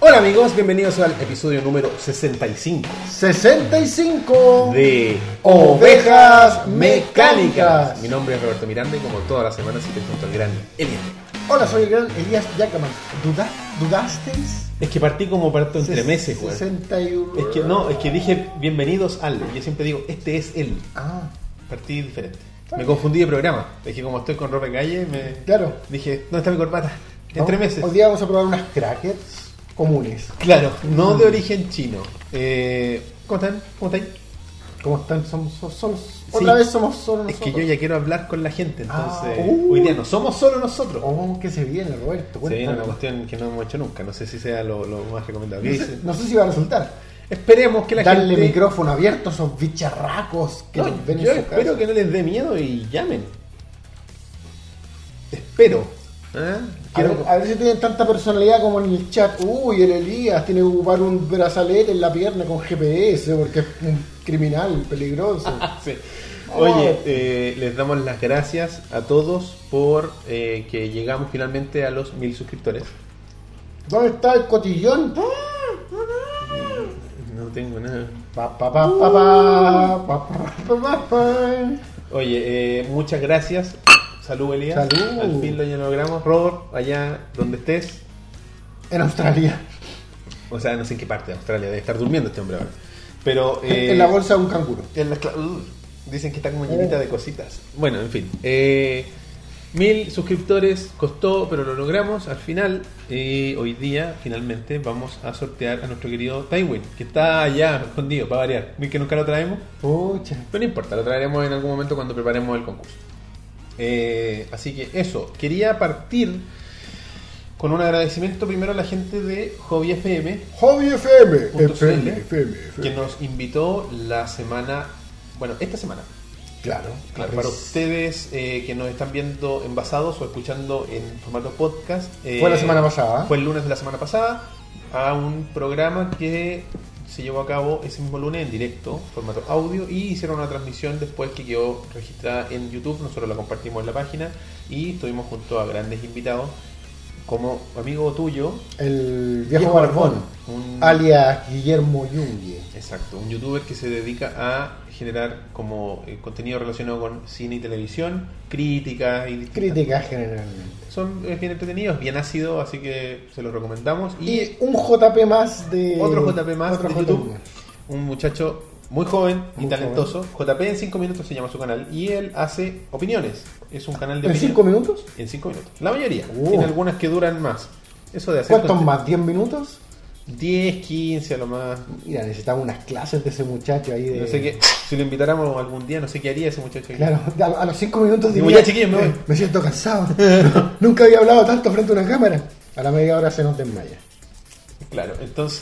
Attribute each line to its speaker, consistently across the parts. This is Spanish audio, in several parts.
Speaker 1: Hola amigos, bienvenidos al episodio número 65
Speaker 2: 65
Speaker 1: de
Speaker 2: Ovejas Mecánicas.
Speaker 1: Mi nombre es Roberto Miranda y como todas las semanas estoy junto al gran Elian.
Speaker 2: Hola, soy el gran Elías Yacaman. ¿Duda, ¿Dudasteis?
Speaker 1: Es que partí como parto entre
Speaker 2: Ses-
Speaker 1: meses, güey.
Speaker 2: 61.
Speaker 1: Es que no, es que dije bienvenidos al. Yo siempre digo, este es él.
Speaker 2: Ah,
Speaker 1: Partí diferente. Me confundí de programa. Es que como estoy con ropa de calle, me
Speaker 2: claro.
Speaker 1: dije, ¿dónde está mi corbata? Entre
Speaker 2: Vamos-
Speaker 1: meses.
Speaker 2: Hoy día vamos a probar unas crackers comunes.
Speaker 1: Claro, no de origen chino. Eh, ¿Cómo están? ¿Cómo están?
Speaker 2: ¿Cómo están? Somos so- solos. Otra vez somos solo
Speaker 1: Es
Speaker 2: nosotros.
Speaker 1: que yo ya quiero hablar con la gente, entonces
Speaker 2: Ah, uh.
Speaker 1: hoy día no somos solo nosotros.
Speaker 2: Oh, que se viene, Roberto.
Speaker 1: Se viene una
Speaker 2: Cuéntanos.
Speaker 1: cuestión que no hemos hecho nunca, no sé si sea lo, lo más recomendable. ¿Qué
Speaker 2: no, sé,
Speaker 1: dicen?
Speaker 2: no sé si va a resultar.
Speaker 1: Esperemos que la
Speaker 2: Darle
Speaker 1: gente...
Speaker 2: micrófono abierto a esos bicharracos que
Speaker 1: No,
Speaker 2: nos ven en
Speaker 1: yo
Speaker 2: su
Speaker 1: espero
Speaker 2: casa.
Speaker 1: que no les dé miedo y llamen. Espero. ¿Ah?
Speaker 2: A
Speaker 1: Quiero-
Speaker 2: ver, a ver si tienen tanta personalidad como en el chat. Uy, el Elías tiene que ocupar un brazalete en la pierna con GPS porque es un criminal peligroso.
Speaker 1: Sí.
Speaker 2: Oh.
Speaker 1: Oye, eh, les damos las gracias a todos por eh, que llegamos finalmente a los mil suscriptores.
Speaker 2: ¿Dónde está el cotillón?
Speaker 1: Ah. No tengo nada.
Speaker 2: Pa, pa, pa, pa,
Speaker 1: Uh.
Speaker 2: pa, pa, pa, pa, pa, pa.
Speaker 1: Oye, eh, muchas gracias. Salud, Elías.
Speaker 2: Salud.
Speaker 1: Al fin lo ya logramos. Robert, allá donde estés.
Speaker 2: En Australia.
Speaker 1: O sea, no sé en qué parte de Australia. Debe estar durmiendo este hombre ahora. Pero... eh,
Speaker 2: En la bolsa Oh. de un canguro.
Speaker 1: en la cla- uh, dicen que está como llenita de cositas. Bueno, en fin. eh, mil suscriptores costó, pero lo logramos. Al final, eh, hoy día, finalmente, vamos a sortear a nuestro querido Tywin, que está allá escondido, para variar. Vi que nunca lo traemos.
Speaker 2: Pucha.
Speaker 1: Pero no importa, lo traeremos en algún momento cuando preparemos el concurso. Eh, así que eso, quería partir con un agradecimiento primero a la gente de Hobby FM,
Speaker 2: Hobby FM.
Speaker 1: Punto
Speaker 2: FM,
Speaker 1: CL,
Speaker 2: FM,
Speaker 1: que nos invitó la semana, bueno, esta semana,
Speaker 2: Claro, Pues,
Speaker 1: Claro, para ustedes eh, que nos están viendo envasados o escuchando en formato podcast. eh,
Speaker 2: Fue la semana pasada.
Speaker 1: Fue el lunes de la semana pasada a un programa que se llevó a cabo ese mismo lunes en directo, formato audio, y hicieron una transmisión después que quedó registrada en YouTube. Nosotros la compartimos en la página y estuvimos junto a grandes invitados como amigo tuyo,
Speaker 2: El viejo barbón.
Speaker 1: un-
Speaker 2: Alias Guillermo Yungue.
Speaker 1: Exacto, un youtuber que se dedica a generar como eh, contenido relacionado con cine y televisión, críticas y distintas
Speaker 2: Crítica generalmente.
Speaker 1: Son es bien entretenidos, bien ácido, así que se los recomendamos. Y,
Speaker 2: Y un JP más de.
Speaker 1: otro JP más
Speaker 2: otro
Speaker 1: de
Speaker 2: JP
Speaker 1: YouTube,
Speaker 2: más.
Speaker 1: un muchacho muy joven y
Speaker 2: Muy
Speaker 1: talentoso. JP en 5 minutos se llama su canal y él hace opiniones. Es un canal de
Speaker 2: ¿En
Speaker 1: opinión.
Speaker 2: 5 minutos?
Speaker 1: En cinco minutos. La mayoría.
Speaker 2: Uh.
Speaker 1: Tiene algunas que duran más. Eso de hacer
Speaker 2: ¿Cuántos más? ¿10 minutos?
Speaker 1: 10, 15 a lo más.
Speaker 2: Mira, necesitamos unas clases de ese muchacho ahí. De...
Speaker 1: No sé qué. Si lo invitáramos algún día, no sé qué haría ese muchacho. aquí.
Speaker 2: Eh. Claro, a, a los 5 minutos
Speaker 1: Digo, ya, chiquillos, me voy.
Speaker 2: Me siento cansado. Nunca había hablado tanto frente a una cámara. A la media hora se nos desmaya.
Speaker 1: Claro,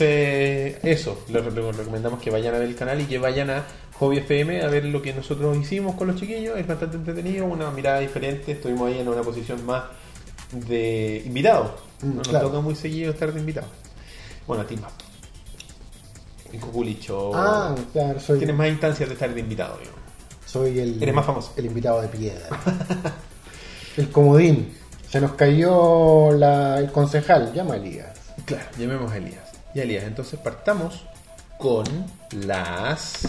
Speaker 1: entonces eso, les re- recomendamos que vayan a ver el canal y que vayan a Hobby FM a ver lo que nosotros hicimos con los chiquillos, es bastante entretenido, una mirada diferente, estuvimos ahí en una posición más de invitados,
Speaker 2: Mm,
Speaker 1: no nos
Speaker 2: claro.
Speaker 1: toca muy seguido estar de invitados. Bueno, a ti más. Y Cuculicho,
Speaker 2: Ah, claro, soy,
Speaker 1: tienes Oh. más instancias de estar de invitado, digamos.
Speaker 2: soy el,
Speaker 1: eres más famoso.
Speaker 2: el invitado de piedra. el comodín. Se nos cayó la- el concejal, llama a Elías.
Speaker 1: Claro, llamemos a Elías. Y Elías, entonces partamos con las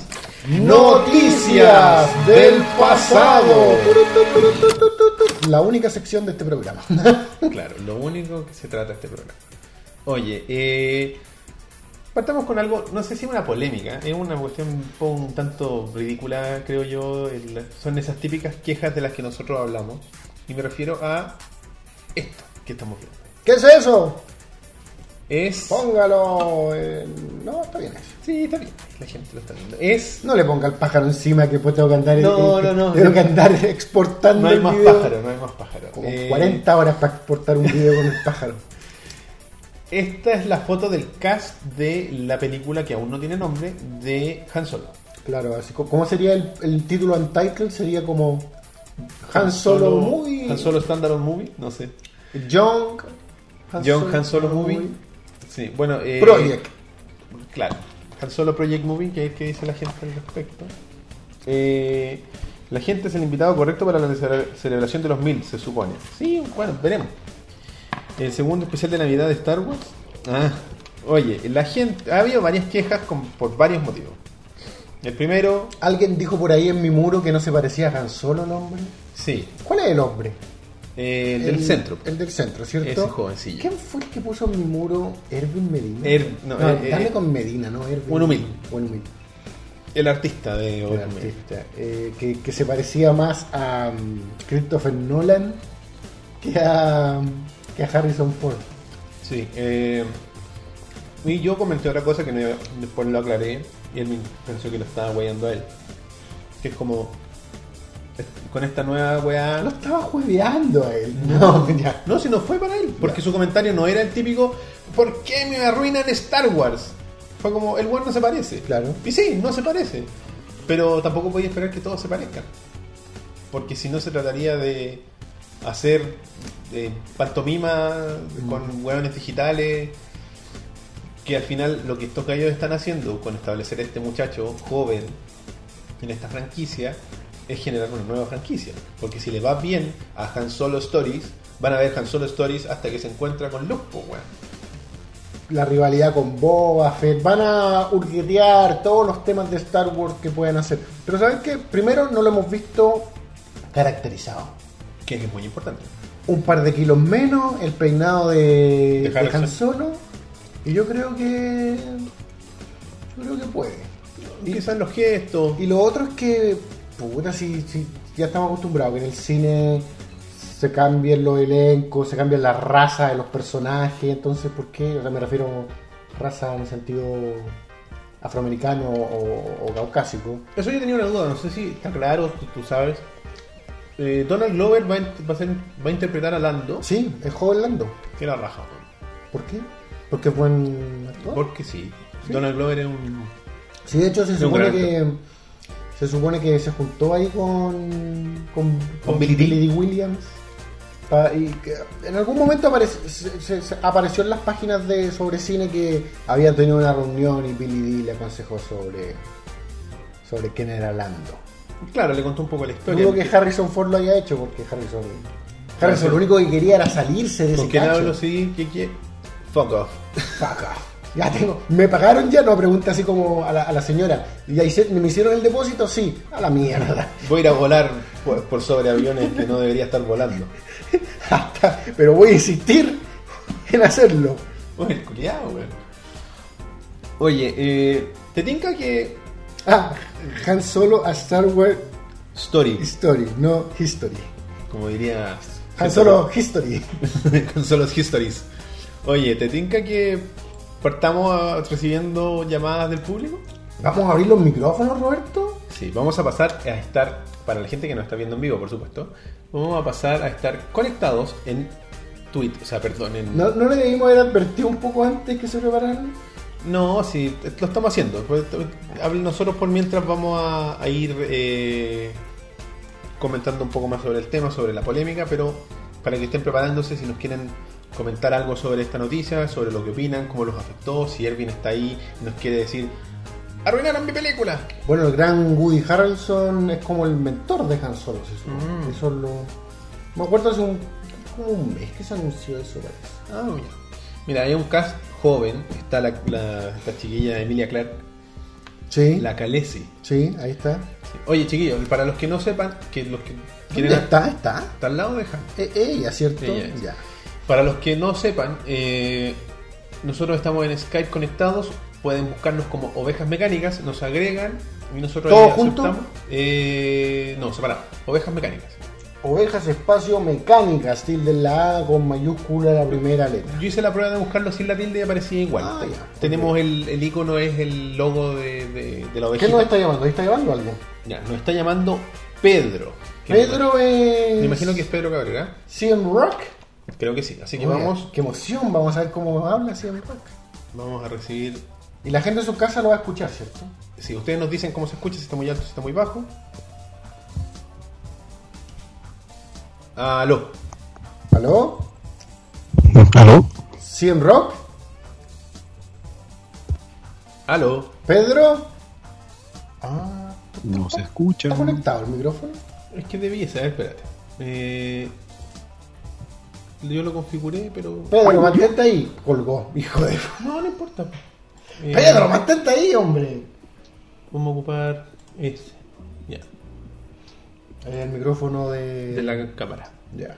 Speaker 2: Noticias del pasado. La única sección de este programa.
Speaker 1: Claro, lo único que se trata este programa. Oye, eh, partamos con algo, no sé si una polémica, es una cuestión un, poco un tanto ridícula, creo yo. el- son esas típicas quejas de las que nosotros hablamos. Y me refiero a esto que estamos viendo.
Speaker 2: ¿Qué es eso?
Speaker 1: Es.
Speaker 2: Póngalo. en- No, está bien eso.
Speaker 1: Sí, está bien, la gente lo está viendo. Es.
Speaker 2: No le ponga el pájaro encima que pues tengo que andar,
Speaker 1: No, no, no.
Speaker 2: tengo que andar exportando
Speaker 1: No hay
Speaker 2: el
Speaker 1: más
Speaker 2: video.
Speaker 1: pájaro, no hay más pájaro.
Speaker 2: Como
Speaker 1: Eh,
Speaker 2: 40 horas para exportar un video con el pájaro.
Speaker 1: Esta es la foto del cast de la película que aún no tiene nombre de Han Solo.
Speaker 2: Claro, así co- ¿cómo sería el, el título untitled? Sería como Han Solo Movie.
Speaker 1: Han Solo Standard Movie, no sé.
Speaker 2: Young Han
Speaker 1: John Han Solo Movie. Sí, bueno. eh,
Speaker 2: Project.
Speaker 1: Claro. Han Solo Project Movie, que es el que dice la gente al respecto. Eh, la gente es el invitado correcto para la cele- celebración de los mil, se supone. Sí, bueno, veremos. El segundo especial de Navidad de Star Wars. Ah, Oye, la gente. Ha habido varias quejas con- por varios motivos. El primero,
Speaker 2: Alguien dijo por ahí en mi muro que no se parecía a Han Solo el hombre.
Speaker 1: sí,
Speaker 2: ¿Cuál es el hombre?
Speaker 1: eh, el del centro.
Speaker 2: El del centro, ¿cierto?
Speaker 1: Ese jovencillo.
Speaker 2: ¿Quién fue el que puso en mi muro? Erwin Medina.
Speaker 1: Er- no, eh,
Speaker 2: dale
Speaker 1: eh,
Speaker 2: con Medina, no Erwin.
Speaker 1: un humilde.
Speaker 2: Un humilde.
Speaker 1: El artista de
Speaker 2: un artista. Eh, que, que se parecía más a um, Christopher Nolan que a, um, que a Harrison Ford.
Speaker 1: Sí. eh, y yo comenté otra cosa que no, después lo aclaré y él me- pensó que lo estaba weyando a él. Que es como. es- Con esta nueva
Speaker 2: Lo
Speaker 1: weá.
Speaker 2: estaba jueveando a él. No, ya.
Speaker 1: No, si no fue para él. Porque su comentario no era el típico. ¿Por qué me arruinan Star Wars? Fue como, el weón no se parece.
Speaker 2: Claro.
Speaker 1: Y sí, no se parece. Pero tampoco podía esperar que todos se parezcan. Porque si no se trataría de hacer eh, pantomima con hueones digitales. Que al final lo que estos gallos están haciendo con establecer este muchacho joven en esta franquicia es generar una nueva franquicia. Porque si le va bien a Han Solo Stories, van a ver Han Solo Stories hasta que se encuentra con Luke, po, weón.
Speaker 2: La rivalidad con Boba Fett. Van a hurguetear todos los temas de Star Wars que pueden hacer. Pero ¿saben qué? Primero no lo hemos visto caracterizado.
Speaker 1: Que es muy importante.
Speaker 2: un par de kilos menos, el peinado de,
Speaker 1: De Harrison.
Speaker 2: de Han Solo. Y yo creo que. Yo creo que puede.
Speaker 1: Y quizás los gestos.
Speaker 2: Y lo otro es que. Puta, si, si ya estamos acostumbrados que en el cine se cambian los elencos, se cambian la raza de los personajes. Entonces, ¿por qué? O sea, me refiero raza en el sentido afroamericano o, o caucásico.
Speaker 1: Eso yo tenía una duda, no sé si está claro, tú, tú sabes. Eh, Donald Glover va a, int- va, a ser- va a interpretar a Lando,
Speaker 2: Sí, es joven Lando.
Speaker 1: que la raja, weón.
Speaker 2: ¿Por qué? Porque es buen actor.
Speaker 1: porque sí. Donald Glover es un.
Speaker 2: Sí, de hecho se
Speaker 1: Es un
Speaker 2: supone
Speaker 1: gran
Speaker 2: que se supone que se juntó ahí con con,
Speaker 1: Con Billy Dee.
Speaker 2: Dee Williams pa- y que en algún momento aparec- se- se- se apareció en las páginas de sobre cine que habían tenido una reunión y Billy Dee le aconsejó sobre sobre quién era Lando.
Speaker 1: Claro, le contó un poco la historia.
Speaker 2: Dudo que Harrison Ford lo haya hecho porque Harrison Harrison lo único que quería era salirse de
Speaker 1: ¿Con
Speaker 2: ese
Speaker 1: quién
Speaker 2: cacho.
Speaker 1: hablo? Sí, ¿qué qué? Fuck off.
Speaker 2: Fuck off. Ya tengo. ¿Me pagaron ya? No, pregunta así como a la, a la señora. ¿Y ahí se- me hicieron el depósito? Sí. A la mierda.
Speaker 1: Voy a ir a volar por, por sobre aviones que no debería estar volando.
Speaker 2: Hasta- pero voy a insistir en hacerlo.
Speaker 1: Oye, el culiao, weón. Oye, eh, ¿te tinca que.
Speaker 2: Ah, Han Solo a Star Wars
Speaker 1: Story,
Speaker 2: Story, no History.
Speaker 1: como diría.
Speaker 2: Han Solo History.
Speaker 1: con solo histories. Oye, ¿te tinca que partamos a- recibiendo llamadas del público?
Speaker 2: ¿Vamos a abrir los micrófonos, Roberto?
Speaker 1: Sí, vamos a pasar a estar, para la gente que nos está viendo en vivo, por supuesto, vamos a pasar a estar conectados en Twitter, o sea, perdón, en...
Speaker 2: ¿No, no le debimos haber advertido un poco antes que se prepararan?
Speaker 1: No, sí, lo estamos haciendo. Pues, t- hable- Nosotros por mientras vamos a, a ir eh, comentando un poco más sobre el tema, sobre la polémica, pero para que estén preparándose, si nos quieren comentar algo sobre esta noticia, sobre lo que opinan, cómo los afectó, si Erwin está ahí y nos quiere decir, arruinaron mi película.
Speaker 2: Bueno, el gran Woody Harrelson es como el mentor de Han Solo, se supone.
Speaker 1: Mm.
Speaker 2: Eso es lo... Me acuerdo hace un, como un mes que se anunció eso, parece.
Speaker 1: Ah, mira. Mira, hay un cast joven, está la, la- esta chiquilla Emilia Clark,
Speaker 2: Sí,
Speaker 1: la Calesi.
Speaker 2: sí, ahí está.
Speaker 1: Oye, chiquillos, para los que no sepan, que los que
Speaker 2: ¿Dónde
Speaker 1: quieren...
Speaker 2: está? ¿Está?
Speaker 1: Está al lado de Han.
Speaker 2: Eh, ella, ¿cierto?
Speaker 1: Ella es.
Speaker 2: Ya.
Speaker 1: Para los que no sepan, eh, nosotros estamos en Skype conectados. Pueden buscarnos como Ovejas Mecánicas, nos agregan y nosotros
Speaker 2: ¿Todos
Speaker 1: ahí
Speaker 2: juntos?
Speaker 1: aceptamos. Eh, no, separados. Ovejas Mecánicas.
Speaker 2: Ovejas Espacio Mecánicas, tilde en la A con mayúscula la primera letra.
Speaker 1: Yo hice la prueba de buscarlo sin la tilde y aparecía igual.
Speaker 2: Ah, ya.
Speaker 1: Tenemos el, el icono, es el logo de, de- de la ovejita.
Speaker 2: ¿Qué nos está llamando? ¿Ahí está llamando alguien?
Speaker 1: Ya, nos está llamando Pedro. Que
Speaker 2: Pedro es...
Speaker 1: Me, me imagino que es Pedro Cabrera.
Speaker 2: CM Rock.
Speaker 1: Creo que sí. Así que
Speaker 2: Oye,
Speaker 1: vamos,
Speaker 2: Qué emoción, vamos a ver cómo habla CM Rock.
Speaker 1: vamos a recibir.
Speaker 2: Y la gente en su casa lo va a escuchar, ¿cierto?
Speaker 1: Si ustedes nos dicen cómo se escucha, si está muy alto, si está muy bajo. Aló.
Speaker 2: ¿Aló?
Speaker 3: ¿Aló?
Speaker 2: ¿CM Rock?
Speaker 1: Aló.
Speaker 2: ¿Pedro? Ah,
Speaker 3: No se escucha.
Speaker 2: ¿está conectado el micrófono?
Speaker 1: Es que debía saber, espérate. Eh, yo lo configuré, pero.
Speaker 2: Pedro, mantente ahí. Colgó, hijo de.
Speaker 1: No, no importa. Eh,
Speaker 2: Pedro, mantente ahí, hombre.
Speaker 1: Vamos a ocupar este. Ya,
Speaker 2: El micrófono de.
Speaker 1: de la cámara.
Speaker 2: Ya.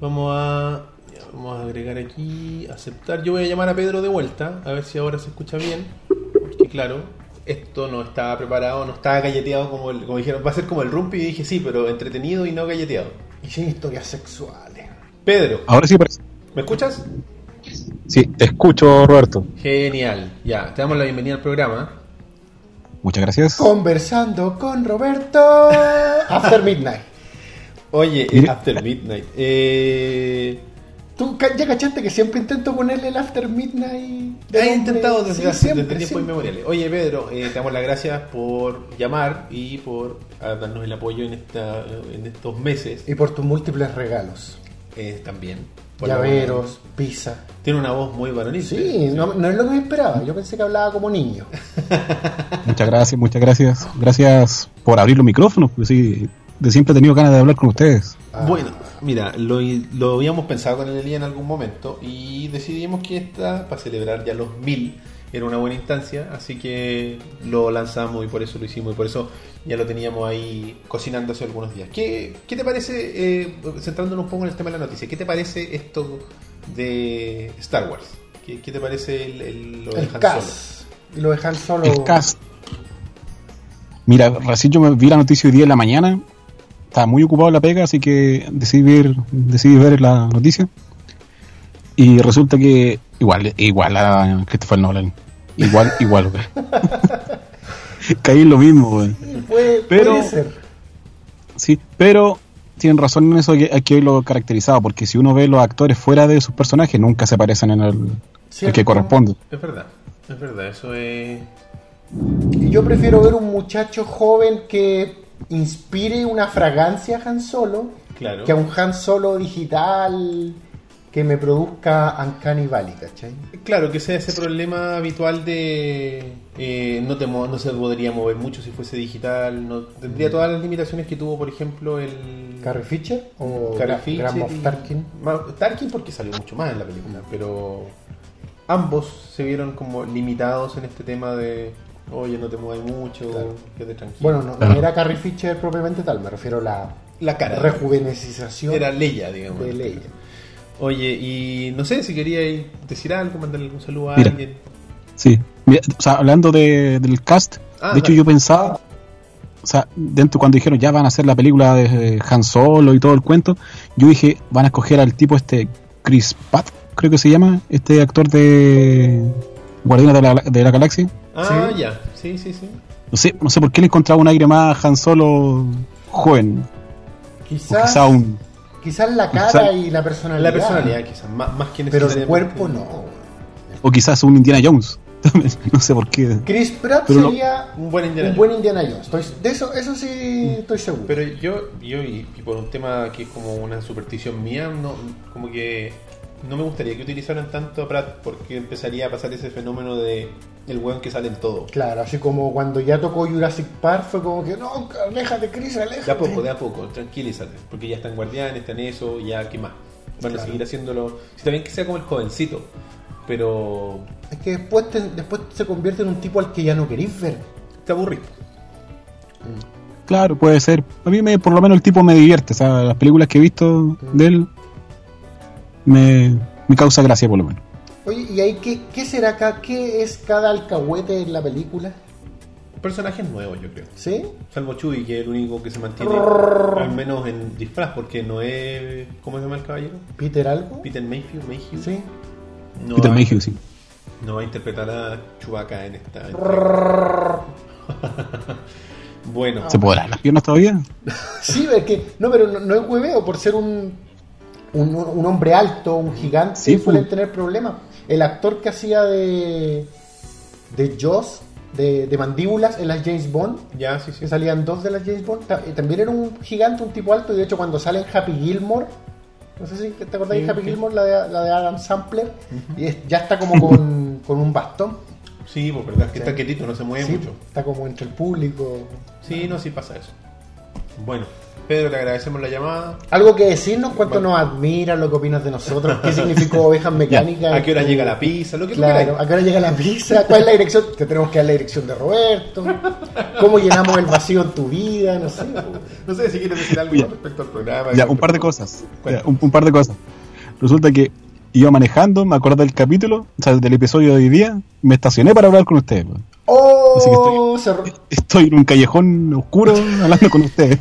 Speaker 1: Vamos a. ya, Vamos a agregar aquí, aceptar. Yo voy a llamar a Pedro de vuelta, a ver si ahora se escucha bien. Porque claro, esto no estaba preparado, no estaba galleteado como, el- como dijeron. Va a ser como el rumpi y dije sí, pero entretenido y no galleteado.
Speaker 2: Y sin historias sexuales.
Speaker 1: Pedro,
Speaker 3: Ahora sí parece.
Speaker 1: ¿me escuchas?
Speaker 3: Sí, te escucho, Roberto.
Speaker 1: Genial, ya, te damos la bienvenida al programa.
Speaker 3: Muchas gracias.
Speaker 2: Conversando con Roberto. After Midnight.
Speaker 1: Oye, eh, After Midnight. Eh,
Speaker 2: ¿Tú ca- ya cachaste que siempre intento ponerle el After Midnight? del
Speaker 1: he
Speaker 2: hombre?
Speaker 1: intentado desde,
Speaker 2: Sí,
Speaker 1: hace-
Speaker 2: siempre,
Speaker 1: desde tiempo
Speaker 2: siempre.
Speaker 1: inmemorial. Oye, Pedro, eh, te damos las gracias por llamar y por ah, darnos el apoyo en, esta, en estos meses.
Speaker 2: Y por tus múltiples regalos.
Speaker 1: Eh, también. Por la
Speaker 2: Llaveros, pizza.
Speaker 1: buena- Tiene una voz muy varonil.
Speaker 2: Sí, no, no es lo que me esperaba. Yo pensé que hablaba como niño.
Speaker 3: Muchas gracias, muchas gracias. Gracias por abrir los micrófonos. Pues sí, de siempre he tenido ganas de hablar con ustedes.
Speaker 2: Ah.
Speaker 1: Bueno, mira, lo, lo habíamos pensado con el Elías en algún momento y decidimos que esta, para celebrar ya los mil, era una buena instancia, así que lo lanzamos y por eso lo hicimos y por eso ya lo teníamos ahí cocinando hace algunos días. ¿Qué, qué te parece, eh, centrándonos un poco en el tema de la noticia, qué te parece esto de Star Wars? ¿Qué, qué te parece el, el- lo de
Speaker 2: El
Speaker 1: Han Solo?
Speaker 2: CAS. Y lo dejan solo.
Speaker 3: El cast. Mira, recién yo me vi la noticia hoy día en la mañana. Estaba muy ocupado en la pega, así que decidí ver, decidí ver la noticia. Y resulta que igual, igual a Christopher Nolan. Igual, igual, güey. Caí en lo mismo, güey.
Speaker 2: Sí, puede,
Speaker 3: Pero-
Speaker 2: puede ser.
Speaker 3: Sí, pero tienen razón en eso que hay que verlo caracterizado, porque si uno ve los actores fuera de sus personajes, nunca se parecen en el, el
Speaker 2: ¿Cierto?
Speaker 3: que corresponde.
Speaker 1: Es verdad, es verdad, eso es...
Speaker 2: Y yo prefiero ver un muchacho joven que inspire una fragancia a Han Solo
Speaker 1: Claro.
Speaker 2: que a un Han Solo digital que me produzca Uncanny Valley, ¿cachai?
Speaker 1: Claro, que sea ese problema habitual de eh, no, te mo- no se podría mover mucho si fuese digital, no tendría todas las limitaciones que tuvo, por ejemplo, el
Speaker 2: ¿Carrie Fisher o
Speaker 1: Carrie
Speaker 2: Gra-
Speaker 1: Fisher
Speaker 2: Grand Moff
Speaker 1: y-
Speaker 2: Tarkin?
Speaker 1: Ma- Tarkin porque salió mucho más en la película, pero ambos se vieron como limitados en este tema de, oye, no te mueves mucho,
Speaker 2: Claro.
Speaker 1: quédate tranquilo.
Speaker 2: Bueno, no, no
Speaker 3: Claro.
Speaker 2: era Carrie Fisher propiamente tal, me refiero a la
Speaker 1: la cara
Speaker 2: rejuvenecización
Speaker 1: era Leia, digamos.
Speaker 2: de Leia.
Speaker 1: Oye, y no sé si quería ir- decir algo, mandarle algún saludo a
Speaker 3: Mira.
Speaker 1: alguien.
Speaker 3: Sí. Mira, o sea, hablando de- del cast,
Speaker 1: Ah,
Speaker 3: de hecho
Speaker 1: dale.
Speaker 3: yo pensaba, o sea, dentro cuando dijeron ya van a hacer la película de eh, Han Solo y todo el cuento, yo dije van a escoger al tipo este Chris Pratt, creo que se llama, este actor de Guardianes de la, de la Galaxia.
Speaker 1: Ah,
Speaker 2: Sí.
Speaker 1: ya, sí, sí, sí.
Speaker 3: No sé, no sé por qué le encontraba un aire más a Han Solo joven, o
Speaker 2: Quizás,
Speaker 3: quizá un
Speaker 2: quizás la cara
Speaker 3: quizá-
Speaker 2: y la personalidad.
Speaker 1: La personalidad quizás, más, más que
Speaker 2: Pero el
Speaker 1: necesariamente-
Speaker 2: cuerpo no.
Speaker 3: O quizás un Indiana Jones. no sé por qué.
Speaker 2: Chris Pratt
Speaker 3: Pero no-
Speaker 2: sería
Speaker 1: Un buen Indiana
Speaker 2: un
Speaker 1: Jones. Mm.
Speaker 2: buen Indiana Jones. Estoy, de eso, eso sí estoy seguro.
Speaker 1: Pero yo, yo y, y por un tema que es como una superstición mía, no, como que no me gustaría que utilizaran tanto a Pratt porque empezaría a pasar ese fenómeno de el weón que sale en todo.
Speaker 2: Claro, así como cuando ya tocó Jurassic Park fue como que no, aléjate Chris,
Speaker 1: De
Speaker 2: aléjate.
Speaker 1: a poco, de a poco, tranquilízate. Porque ya están guardianes, están eso, ya qué más. Van a
Speaker 2: Claro.
Speaker 1: seguir haciéndolo. Si también que sea como el jovencito. Pero
Speaker 2: Es que después, te- después se convierte en un tipo al que ya no queréis ver.
Speaker 1: te aburrís.
Speaker 3: Claro, puede ser. A mí me, por lo menos el tipo me divierte. O sea, las películas que he visto de él me, me causa gracia por lo menos.
Speaker 2: Oye, ¿y ahí qué, qué será acá? ¿Qué es cada alcahuete en la película?
Speaker 1: Personajes nuevos, yo creo.
Speaker 2: ¿Sí?
Speaker 1: Salvo Chuy, que es el único que se mantiene, al menos en disfraz, porque no es. ¿Cómo se llama el caballero?
Speaker 2: ¿Peter algo?
Speaker 1: Peter Mayhew. Mayhew.
Speaker 2: ¿Sí?
Speaker 1: No
Speaker 3: Peter
Speaker 1: hay-
Speaker 3: Mayhew, sí.
Speaker 1: No va a interpretar a Chewbacca en esta. bueno,
Speaker 3: ¿Se podrán las piernas todavía?
Speaker 2: Sí, es que, no, pero no, no es hueveo, por ser un, un, un hombre alto, un gigante,
Speaker 3: Sí,
Speaker 2: suelen
Speaker 3: pues.
Speaker 2: tener problemas. El actor que hacía de, de Joss, de, de mandíbulas en las James Bond,
Speaker 1: ya, sí, sí.
Speaker 2: que salían dos de las James Bond, ta- eh, también era un gigante, un tipo alto, y de hecho cuando sale en Happy Gilmore, no sé si te acordáis
Speaker 1: Sí,
Speaker 2: de Happy
Speaker 1: sí.
Speaker 2: Gilmore, la de, la de Adam Sampler, y es- ya está como con, con un bastón,
Speaker 1: Sí, pues verdad, que
Speaker 2: Sí.
Speaker 1: está quietito, no se mueve
Speaker 2: Sí,
Speaker 1: mucho.
Speaker 2: está como entre el público.
Speaker 1: Sí, no, sí pasa eso. Bueno, Pedro, te agradecemos la llamada.
Speaker 2: Algo que decirnos, cuánto nos admira, lo que opinas de nosotros, qué significó ovejas mecánicas.
Speaker 1: ¿A qué hora llega la pizza? Lo que tú
Speaker 2: Claro,
Speaker 1: quieras.
Speaker 2: ¿a qué hora llega la pizza? ¿Cuál es la dirección? Te tenemos que dar la dirección de Roberto. ¿Cómo llenamos el vacío en tu vida? No sé.
Speaker 1: No sé si quieres decir algo
Speaker 3: Ya.
Speaker 1: con respecto al programa.
Speaker 3: Ya,
Speaker 1: con
Speaker 3: un par de
Speaker 1: respecto-
Speaker 3: cosas. Ya, un, un par de cosas. Resulta que iba manejando, me acordé del capítulo, o sea, del episodio de hoy día, me estacioné para hablar con ustedes. weón.
Speaker 2: ¡Oh! cerró-
Speaker 3: Estoy en un callejón oscuro hablando con ustedes.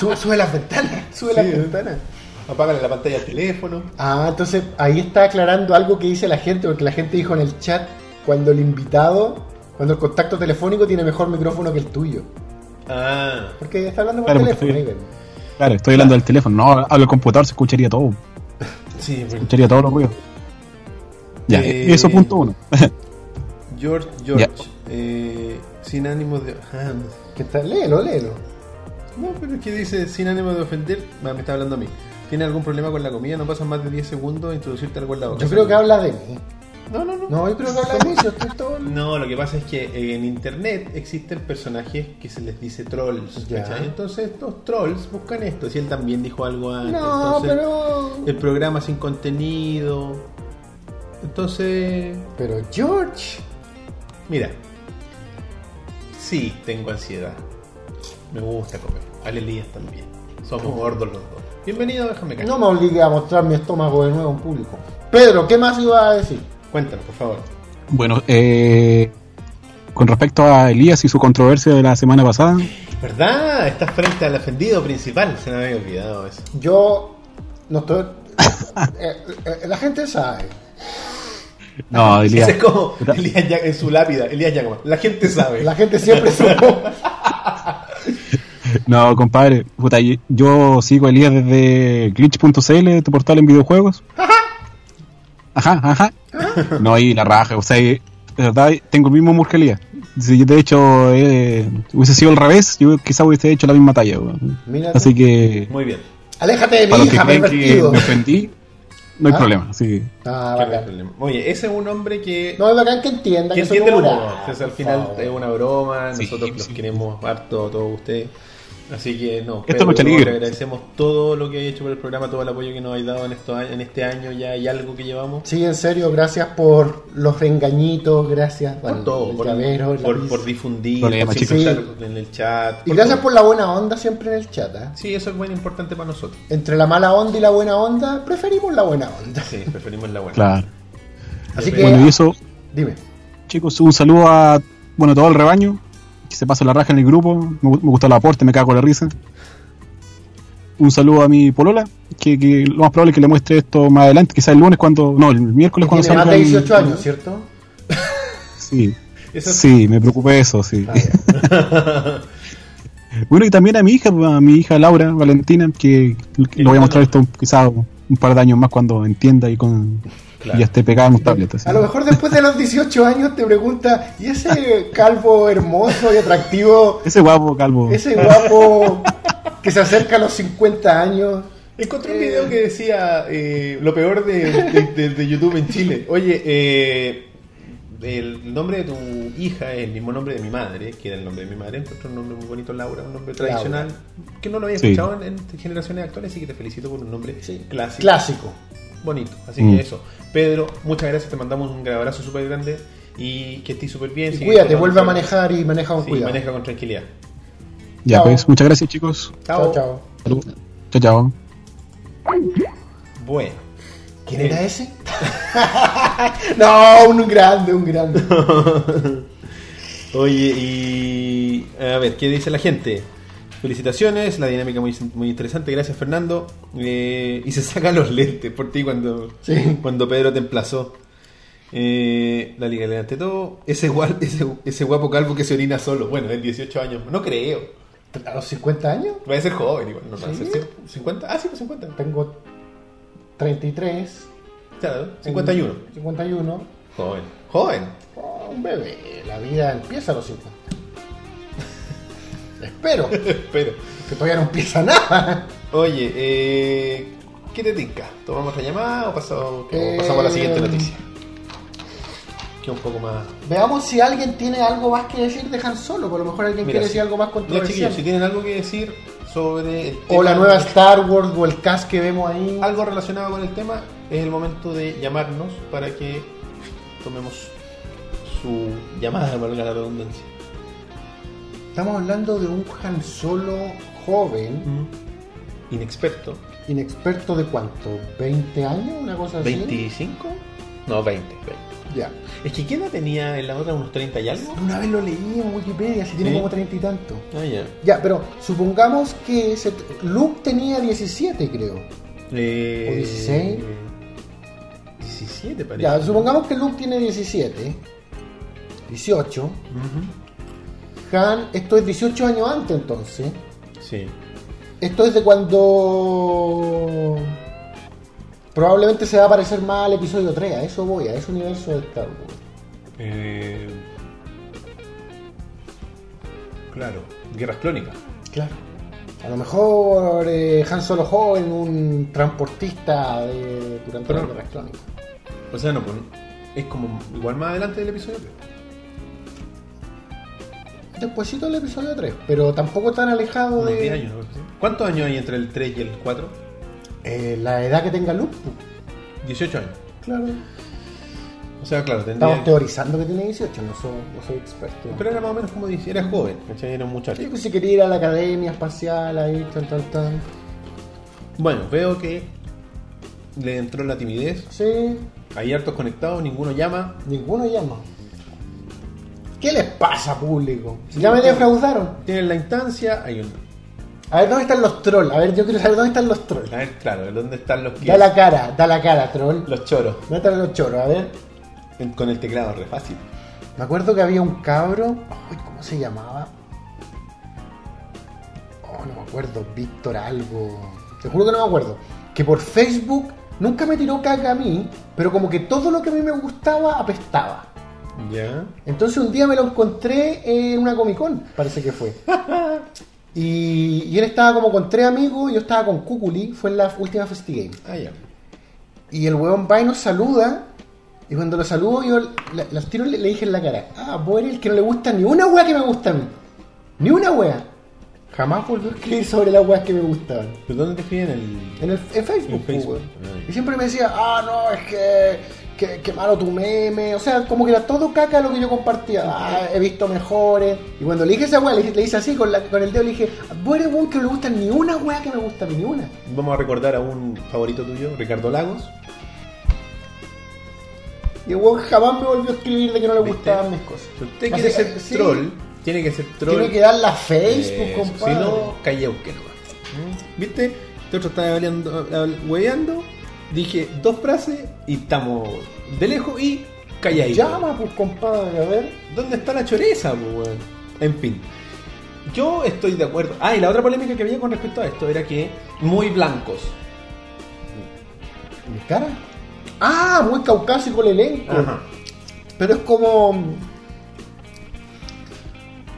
Speaker 2: Sube, sube las ventanas, sube
Speaker 1: Sí,
Speaker 2: las
Speaker 1: eh.
Speaker 2: ventanas.
Speaker 1: Apágale la pantalla al teléfono.
Speaker 2: Ah, entonces ahí está aclarando algo que dice la gente, porque la gente dijo en el chat cuando el invitado, cuando el contacto telefónico tiene mejor micrófono que el tuyo.
Speaker 1: Ah,
Speaker 2: Porque está hablando por
Speaker 3: Claro,
Speaker 2: teléfono,
Speaker 3: porque
Speaker 2: ahí ven.
Speaker 3: Claro, estoy hablando del teléfono. No, hablo del computador, se escucharía todo.
Speaker 1: sí, bueno.
Speaker 3: Escucharía todos los ruidos. Ya,
Speaker 1: Eh,
Speaker 3: eso punto uno.
Speaker 1: George, George, eh, sin ánimo de. Ah, no.
Speaker 2: Que está, léelo, léelo.
Speaker 1: no, pero es que dice, sin ánimo de ofender, Ah, me está hablando a mí. ¿Tiene algún problema con la comida? No pasan más de 10 segundos de introducirte algo en la boca.
Speaker 2: Yo creo que habla de mí.
Speaker 1: No, no, no.
Speaker 2: No, yo creo que habla de mí, yo estoy todo...
Speaker 1: No, lo que pasa es que eh, en internet existen personajes que se les dice trolls.
Speaker 2: Ya.
Speaker 1: ¿cachai? Entonces estos trolls buscan esto. Si él también dijo algo antes.
Speaker 2: No,
Speaker 1: entonces,
Speaker 2: pero...
Speaker 1: El programa sin contenido. Entonces,
Speaker 2: Pero George...
Speaker 1: mira. Sí, tengo ansiedad. Me gusta comer. Al Elías también. Somos gordos los dos. Bienvenido, déjame caer.
Speaker 2: No me obligue a mostrar mi estómago de nuevo en público. Pedro, ¿qué más iba a decir?
Speaker 1: Cuéntanos, por favor.
Speaker 3: Bueno, eh, con respecto a Elías y su controversia de la semana pasada,
Speaker 1: ¿Verdad? Estás frente al ofendido principal. Se me había olvidado eso.
Speaker 2: Yo no estoy... Eh, eh, la gente sabe.
Speaker 3: no, Elías.
Speaker 1: Ese es como Elías Ya- en su lápida. Elías Yacoma. La gente sabe.
Speaker 2: La gente siempre supo.
Speaker 3: No, compadre, puta, yo- yo sigo a Elías desde glitch.cl, tu este portal en videojuegos. Ajá, ajá. No, y la raja, o sea, eh, de verdad, tengo el mismo humor que Elías. Si yo, de hecho, eh, hubiese sido al revés, yo quizá hubiese hecho la misma talla, weón.
Speaker 2: Mira tú.
Speaker 3: Así que,
Speaker 1: Muy bien.
Speaker 2: Aléjate de mi
Speaker 3: para los que
Speaker 2: hija,
Speaker 3: creen que
Speaker 2: pervertido.
Speaker 3: me ofendí, no hay
Speaker 2: ¿Ah?
Speaker 3: problema, sí.
Speaker 2: Ah,
Speaker 1: Qué
Speaker 2: bacán.
Speaker 1: problema. Oye, ese es un hombre que,
Speaker 2: No, es bacán que entienda
Speaker 1: que
Speaker 2: soy
Speaker 1: entiende el humor.
Speaker 2: plural,
Speaker 1: Entonces, al
Speaker 2: por
Speaker 1: final
Speaker 2: favor.
Speaker 1: es una broma.
Speaker 3: Sí,
Speaker 1: Nosotros los
Speaker 3: sí.
Speaker 1: queremos harto a todos ustedes. Así que no,
Speaker 3: Esto es lucha
Speaker 1: no,
Speaker 3: libre.
Speaker 1: le agradecemos todo lo que hay hecho por el programa, todo el apoyo que nos habéis dado en estos años- en este año ya y algo que llevamos.
Speaker 2: Sí, en serio, gracias por los reengañitos, gracias
Speaker 1: Por
Speaker 2: bueno,
Speaker 1: todo,
Speaker 2: el
Speaker 1: por,
Speaker 2: llavero, el
Speaker 1: por,
Speaker 2: lápiz.
Speaker 1: por difundir,
Speaker 3: No le llama,
Speaker 1: por siempre
Speaker 2: chicos.
Speaker 1: estar en el chat.
Speaker 2: Y gracias
Speaker 1: todo.
Speaker 2: por la buena onda siempre en el chat. ¿eh?
Speaker 1: Sí, eso es muy importante para nosotros.
Speaker 2: Entre la mala onda y la buena onda, preferimos la buena onda.
Speaker 1: Sí, preferimos la buena.
Speaker 3: Claro.
Speaker 2: Así que,
Speaker 3: Bueno, y eso,
Speaker 2: dime.
Speaker 3: Chicos, un saludo a bueno todo el rebaño, que se pasa la raja en el grupo, me, gu- me gusta el aporte, me cago en la risa. Un saludo a mi polola, que, que lo más probable es que le muestre esto más adelante, quizás el lunes cuando, no, el miércoles cuando
Speaker 2: Tiene más de
Speaker 3: el-
Speaker 2: 18 años, ¿cierto?
Speaker 3: Sí,
Speaker 1: Eso es-
Speaker 3: sí, me preocupé eso, sí.
Speaker 2: Ah, ya.
Speaker 3: Bueno, y también a mi hija, a mi hija Laura Valentina, que lo voy a mostrar esto quizás un par de años más cuando entienda y con
Speaker 1: Claro.
Speaker 3: y ya esté pegada en un tablet. así.
Speaker 2: A lo mejor después de los 18 años te pregunta, ¿y ese calvo hermoso y atractivo,
Speaker 3: Ese guapo calvo.
Speaker 2: ese guapo que se acerca a los 50 años?
Speaker 1: Encontré
Speaker 2: Eh.
Speaker 1: un video que decía eh, lo peor de, de- de- de YouTube en Chile. Oye, eh, el nombre de tu hija es el mismo nombre de mi madre, que era el nombre de mi madre. Encontré un nombre muy bonito, Laura, un nombre tradicional que no lo había
Speaker 3: Sí.
Speaker 1: escuchado en, en generaciones actuales, así que te felicito por un nombre clásico,
Speaker 2: Clásico.
Speaker 1: bonito. Así
Speaker 3: Mm.
Speaker 1: que eso. Pedro, muchas gracias, te mandamos un gran abrazo súper grande y que estés súper bien.
Speaker 2: Y
Speaker 1: sigue
Speaker 2: cuídate,
Speaker 1: disfrutando.
Speaker 2: vuelve a manejar y maneja con
Speaker 1: Sí,
Speaker 2: cuidado.
Speaker 1: maneja con tranquilidad.
Speaker 3: Ya
Speaker 2: chao.
Speaker 3: pues, muchas gracias chicos.
Speaker 2: Chao, chao.
Speaker 3: Saludos. Chao, chao.
Speaker 1: Bueno.
Speaker 2: ¿Quién era ese? no, un grande, un grande.
Speaker 1: Oye, y a ver, ¿qué dice la gente? Felicitaciones, la dinámica muy, muy interesante, gracias Fernando. Eh, y se saca los lentes por ti cuando,
Speaker 2: Sí.
Speaker 1: cuando Pedro te emplazó. Eh, la liga delante todo. Ese, gual- ese, ese guapo calvo que se orina solo. Bueno, es 18 años, no creo.
Speaker 2: ¿A los 50 años?
Speaker 1: Va a ser joven igual, no va a
Speaker 2: Sí.
Speaker 1: ser 50. Ah, sí, pues 50.
Speaker 2: Tengo 33.
Speaker 1: Claro,
Speaker 2: Mm.
Speaker 1: 51.
Speaker 2: 51.
Speaker 1: Joven. Joven.
Speaker 2: Oh, un bebé. La vida empieza a los 50. Espero. Que
Speaker 1: Pero.
Speaker 2: todavía no empieza nada.
Speaker 1: Oye, eh, ¿qué te tinca? ¿Tomamos la llamada o, paso- o
Speaker 2: Eh,
Speaker 1: pasamos a la siguiente noticia? Que un poco más.
Speaker 2: Veamos si alguien tiene algo más que decir de Han Solo. Por lo mejor alguien
Speaker 1: Mira,
Speaker 2: quiere
Speaker 1: sí.
Speaker 2: decir algo más
Speaker 1: Ya,
Speaker 2: controversial.
Speaker 1: chiquillos, si tienen algo que decir, sobre el
Speaker 2: O la
Speaker 1: tema-
Speaker 2: nueva Star Wars o el cast que vemos ahí.
Speaker 1: algo relacionado con el tema, es el momento de llamarnos para que tomemos su llamada, valga la redundancia.
Speaker 2: Estamos hablando de un Han Solo joven,
Speaker 1: Inexperto.
Speaker 2: inexperto de cuánto, 20 años, una cosa
Speaker 1: ¿Ah,
Speaker 2: así.
Speaker 1: ¿25? No, 20, 20.
Speaker 2: Ya.
Speaker 1: Es que ¿quién la tenía en la otra unos 30 y algo?
Speaker 2: Una vez lo leí en Wikipedia, si tiene
Speaker 1: Sí.
Speaker 2: como 30 y tanto.
Speaker 1: Ah, ya.
Speaker 2: Ya, pero supongamos que se- Luke tenía 17, creo.
Speaker 1: Eh,
Speaker 2: ¿O 16?
Speaker 1: 17 parece.
Speaker 2: Ya, supongamos que Luke tiene 17, 18.
Speaker 1: Ujú.
Speaker 2: Han, esto es 18 años antes entonces.
Speaker 1: Sí.
Speaker 2: Esto es de cuando probablemente se va a parecer más al episodio 3, a eso voy, a ese universo de Star Wars.
Speaker 1: Eh, claro. Guerras clónicas.
Speaker 2: Claro. A lo mejor eh, Han Solo joven, un transportista de, durante
Speaker 1: Pero-
Speaker 2: la guerra clónica.
Speaker 1: O sea, no, pues, es como igual más adelante del episodio.
Speaker 2: Despuésito del episodio 3, pero tampoco tan alejado
Speaker 1: Unos
Speaker 2: de
Speaker 1: 10 años. ¿no? ¿Cuántos años hay entre el 3 y el 4?
Speaker 2: eh, la edad que tenga Luke. pues.
Speaker 1: 18 años.
Speaker 2: Claro.
Speaker 1: O sea, claro, tendría...
Speaker 2: Estamos teorizando que tiene 18, no soy, no soy experto.
Speaker 1: Pero era más o menos como dice, era joven, ¿cachai? Era un muchacho.
Speaker 2: Sí, pues, si quería ir a la academia espacial, ahí, tal, tal, tal.
Speaker 1: Bueno, veo que le entró la timidez.
Speaker 2: Sí,
Speaker 1: Hay hartos conectados, ninguno llama.
Speaker 2: ninguno llama. ¿Qué les pasa, público? Ya me defraudaron.
Speaker 1: Tienen la instancia, hay un...
Speaker 2: A ver, ¿dónde están los trolls? A ver, yo quiero saber dónde están los trolls.
Speaker 1: A ver, claro, ¿dónde están los que...
Speaker 2: Da la cara, da la cara, troll.
Speaker 1: Los choros.
Speaker 2: ¿Dónde están los choros? A ver.
Speaker 1: En- Con el teclado, re fácil.
Speaker 2: Me acuerdo que había un cabro. Ay, ¿cómo se llamaba? Oh, no me acuerdo. Víctor algo. Te juro que no me acuerdo. Que por Facebook nunca me tiró caca a mí, pero como que todo lo que a mí me gustaba apestaba.
Speaker 1: Ya.
Speaker 2: Entonces un día me lo encontré en una Comic Con, parece que fue. Y, y él estaba como con tres amigos, yo estaba con Kukuli, fue en la última FestiGame.
Speaker 1: Ah, ya.
Speaker 2: Y el weón va y nos saluda. Y cuando lo saludo, yo la- las tiro le, le dije en la cara: Ah, vos eres el que no le gusta ni una wea que me gusta a mí. Ni una wea. Jamás volvió a escribir sobre las weas que me gustaban.
Speaker 1: ¿Pero dónde te escriben el...?
Speaker 2: En, el, en Facebook,
Speaker 1: En Facebook.
Speaker 2: weón.
Speaker 1: Ay.
Speaker 2: Y siempre me decía: Ah, no, es que, que, que malo tu meme. O sea, como que era todo caca lo que yo compartía. Ah, he visto mejores. Y cuando le dije esa wea, le, dije- le hice así con, la- con el dedo: Le dije: Vos eres el weón que no le gusta ni una wea que me gusta a mí, ni una.
Speaker 1: Vamos a recordar a un favorito tuyo, Ricardo Lagos.
Speaker 2: Y el weón jamás me volvió a escribir de que no le
Speaker 1: ¿Viste?
Speaker 2: gustaban mis cosas.
Speaker 1: Si usted
Speaker 2: Así
Speaker 1: quiere
Speaker 2: que,
Speaker 1: ser
Speaker 2: sí,
Speaker 1: troll, tiene que ser troll.
Speaker 2: Tiene que dar la
Speaker 1: Eh,
Speaker 2: Facebook, compadre. Mm.
Speaker 1: Si no, calleuque nomás. ¿Viste? Este otro estaba hablando- habl- hueveando, dije dos frases y estamos de lejos y calladito.
Speaker 2: Llama, pues, compadre, a ver.
Speaker 1: ¿Dónde está la choreza, po, weón? En fin. Yo estoy de acuerdo. Ah, y la otra polémica que había con respecto a esto era que muy blancos.
Speaker 2: ¿Mi cara? Ah, muy caucásico el elenco. Pero es como. mm,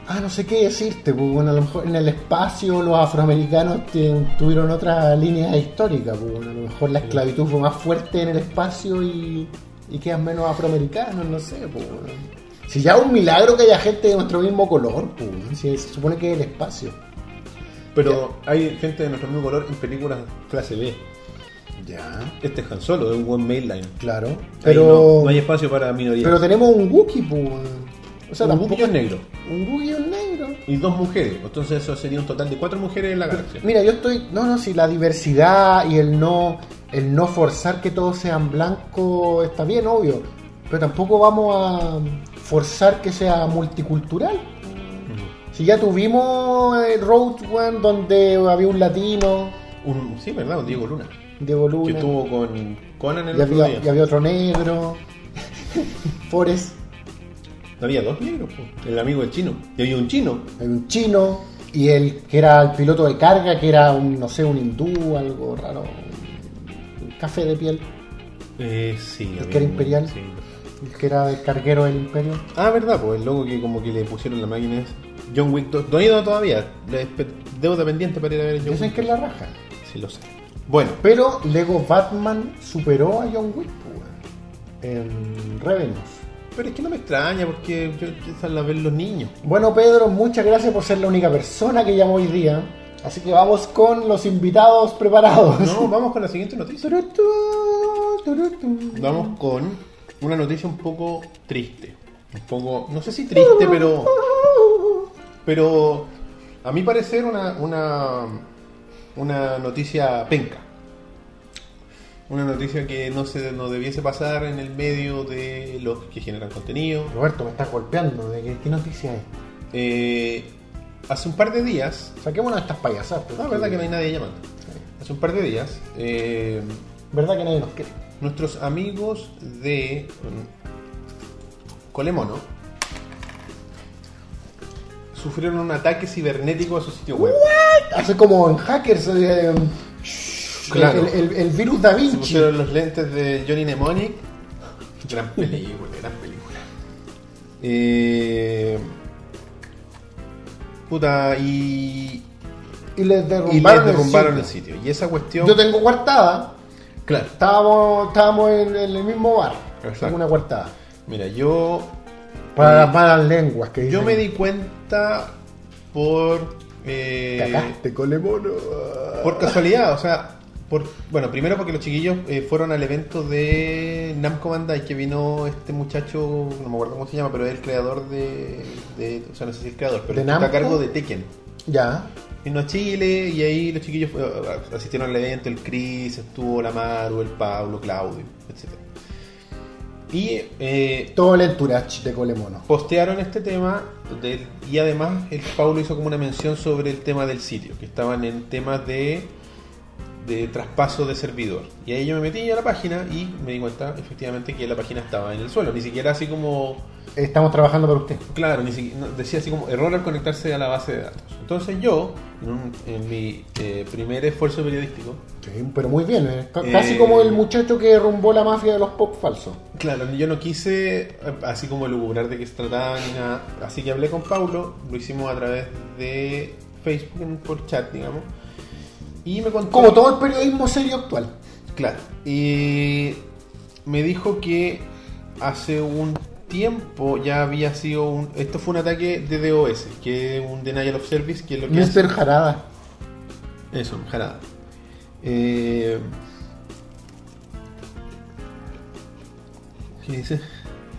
Speaker 2: Ah, no sé qué decirte, pues bueno, a lo mejor en el espacio los afroamericanos te- tuvieron otra línea histórica, pues bueno, a lo mejor la esclavitud fue más fuerte en el espacio y, y quedas menos afroamericanos, no sé, pues bueno. Si ya es un milagro que haya gente de nuestro mismo color, pues bueno, si se supone que es el espacio.
Speaker 1: Pero hay gente de nuestro mismo color en películas clase B.
Speaker 2: Ya.
Speaker 1: Este es Han Solo, es un one mainline.
Speaker 2: Claro.
Speaker 1: Pero
Speaker 2: Pero,
Speaker 1: no, no hay espacio para minorías.
Speaker 2: pero tenemos un Wookiee, pues bueno. O sea,
Speaker 1: un
Speaker 2: tampoco-
Speaker 1: buque es negro
Speaker 2: Un Wookiee es negro.
Speaker 1: y dos mujeres. Entonces eso sería un total de cuatro mujeres en la galaxia.
Speaker 2: Mira, yo estoy. No, no, si la diversidad y el no. El no forzar que todos sean blancos está bien, obvio. Pero tampoco vamos a forzar que sea multicultural. Si ya tuvimos el Road One donde había un latino,
Speaker 1: Un- sí, ¿verdad? Un Diego Luna.
Speaker 2: Diego
Speaker 1: Que
Speaker 2: Luna,
Speaker 1: estuvo con Conan el
Speaker 2: y
Speaker 1: otro
Speaker 2: había, y
Speaker 1: día.
Speaker 2: había otro negro, Forrest,
Speaker 1: No había dos negros, po. el amigo del chino. Y había un chino.
Speaker 2: había un chino, y el que era el piloto de carga, que era un, no sé, un hindú, algo raro, un café de piel,
Speaker 1: Eh, sí.
Speaker 2: ¿El
Speaker 1: había
Speaker 2: que era
Speaker 1: un-
Speaker 2: imperial?
Speaker 1: sí.
Speaker 2: el que era el carguero del imperio.
Speaker 1: Ah, verdad, pues el logo que como que le pusieron la máquina es John Wick 2. No he ido todavía. Le- pe- Deuda pendiente para ir a ver John
Speaker 2: Dicen
Speaker 1: Wick.
Speaker 2: que es la raja.
Speaker 1: Sí, lo sé. Bueno,
Speaker 2: Pero Lego Batman superó a John Wick pues, weón, en Revenus.
Speaker 1: pero es que no me extraña porque yo empiezo a ver los niños.
Speaker 2: Bueno, Pedro, muchas gracias por ser la única persona que llamó hoy día. Así que vamos con los invitados preparados.
Speaker 1: No, vamos con la siguiente noticia.
Speaker 2: Turutu, turutu.
Speaker 1: Vamos con una noticia un poco triste. Un poco, no sé si triste, pero.
Speaker 2: Ah,
Speaker 1: Pero a mi parecer, una, una, una noticia penca. Una noticia que no se no debiese pasar en el medio de los que generan contenido.
Speaker 2: Roberto, me estás golpeando. ¿De qué, qué noticia es?
Speaker 1: Eh, hace un par de días,
Speaker 2: Saquémonos de estas payasadas.
Speaker 1: no, es verdad que no hay nadie llamando. Hace un par de días, eh,
Speaker 2: ¿Verdad que nadie nos quiere?
Speaker 1: nuestros amigos de mm, Colemono sufrieron un ataque cibernético a su sitio web.
Speaker 2: Hace como en hackers. eh,
Speaker 1: Claro.
Speaker 2: el, el- el virus Da
Speaker 1: Se
Speaker 2: Vinci.
Speaker 1: pusieron los lentes de Johnny Mnemonic. Gran película, gran película. Eh, puta, y,
Speaker 2: Y les
Speaker 1: y les
Speaker 2: derrumbaron, el
Speaker 1: derrumbaron el
Speaker 2: sitio.
Speaker 1: sitio. Y esa cuestión.
Speaker 2: Yo tengo coartada.
Speaker 1: Claro.
Speaker 2: Estábamos, estábamos en, en el mismo bar.
Speaker 1: Exacto.
Speaker 2: Tengo Una coartada.
Speaker 1: Mira, yo
Speaker 2: Para las malas lenguas que
Speaker 1: Yo
Speaker 2: dicen,
Speaker 1: me di cuenta por. eh,
Speaker 2: Cagaste, colemono.
Speaker 1: por casualidad, o sea. Por, bueno, primero porque los chiquillos eh, fueron al evento de Namco Bandai que vino este muchacho, no me acuerdo cómo se llama, pero es el creador de, de- O sea, no sé si es el creador, pero
Speaker 2: ¿De
Speaker 1: el que está a
Speaker 2: Namco?
Speaker 1: cargo de Tekken.
Speaker 2: Ya.
Speaker 1: Vino a Chile y ahí los chiquillos eh, asistieron al evento, el Chris, estuvo la Maru, el Pablo, Claudio, etc. Y eh,
Speaker 2: Todo el entourage de colemono.
Speaker 1: postearon este tema del- y además el Paulo hizo como una mención sobre el tema del sitio, que estaban en temas de, de traspaso de servidor. Y ahí yo me metí a la página y me di cuenta efectivamente que la página estaba en el suelo, ni siquiera así como,
Speaker 2: Estamos trabajando para usted.
Speaker 1: claro, ni siquiera, no, decía así como error al conectarse a la base de datos. Entonces yo, en, un- en mi eh, primer esfuerzo periodístico,
Speaker 2: Sí, pero muy bien. eh. C-
Speaker 1: Eh.
Speaker 2: Casi como el muchacho que derrumbó la mafia de los pop falsos.
Speaker 1: Claro, yo no quise eh, así como lugurar de que se trataba ni nada. Así que hablé con Paulo, lo hicimos a través de Facebook, en- por chat, digamos. Y me contó.
Speaker 2: Como todo el periodismo serio actual.
Speaker 1: Claro. Y me dijo que hace un tiempo ya había sido un. Esto fue un ataque de DOS, que es un denial of service, que es lo que hace-
Speaker 2: Mr. Jarada.
Speaker 1: eso, Jarada. Eh, ¿Qué dice?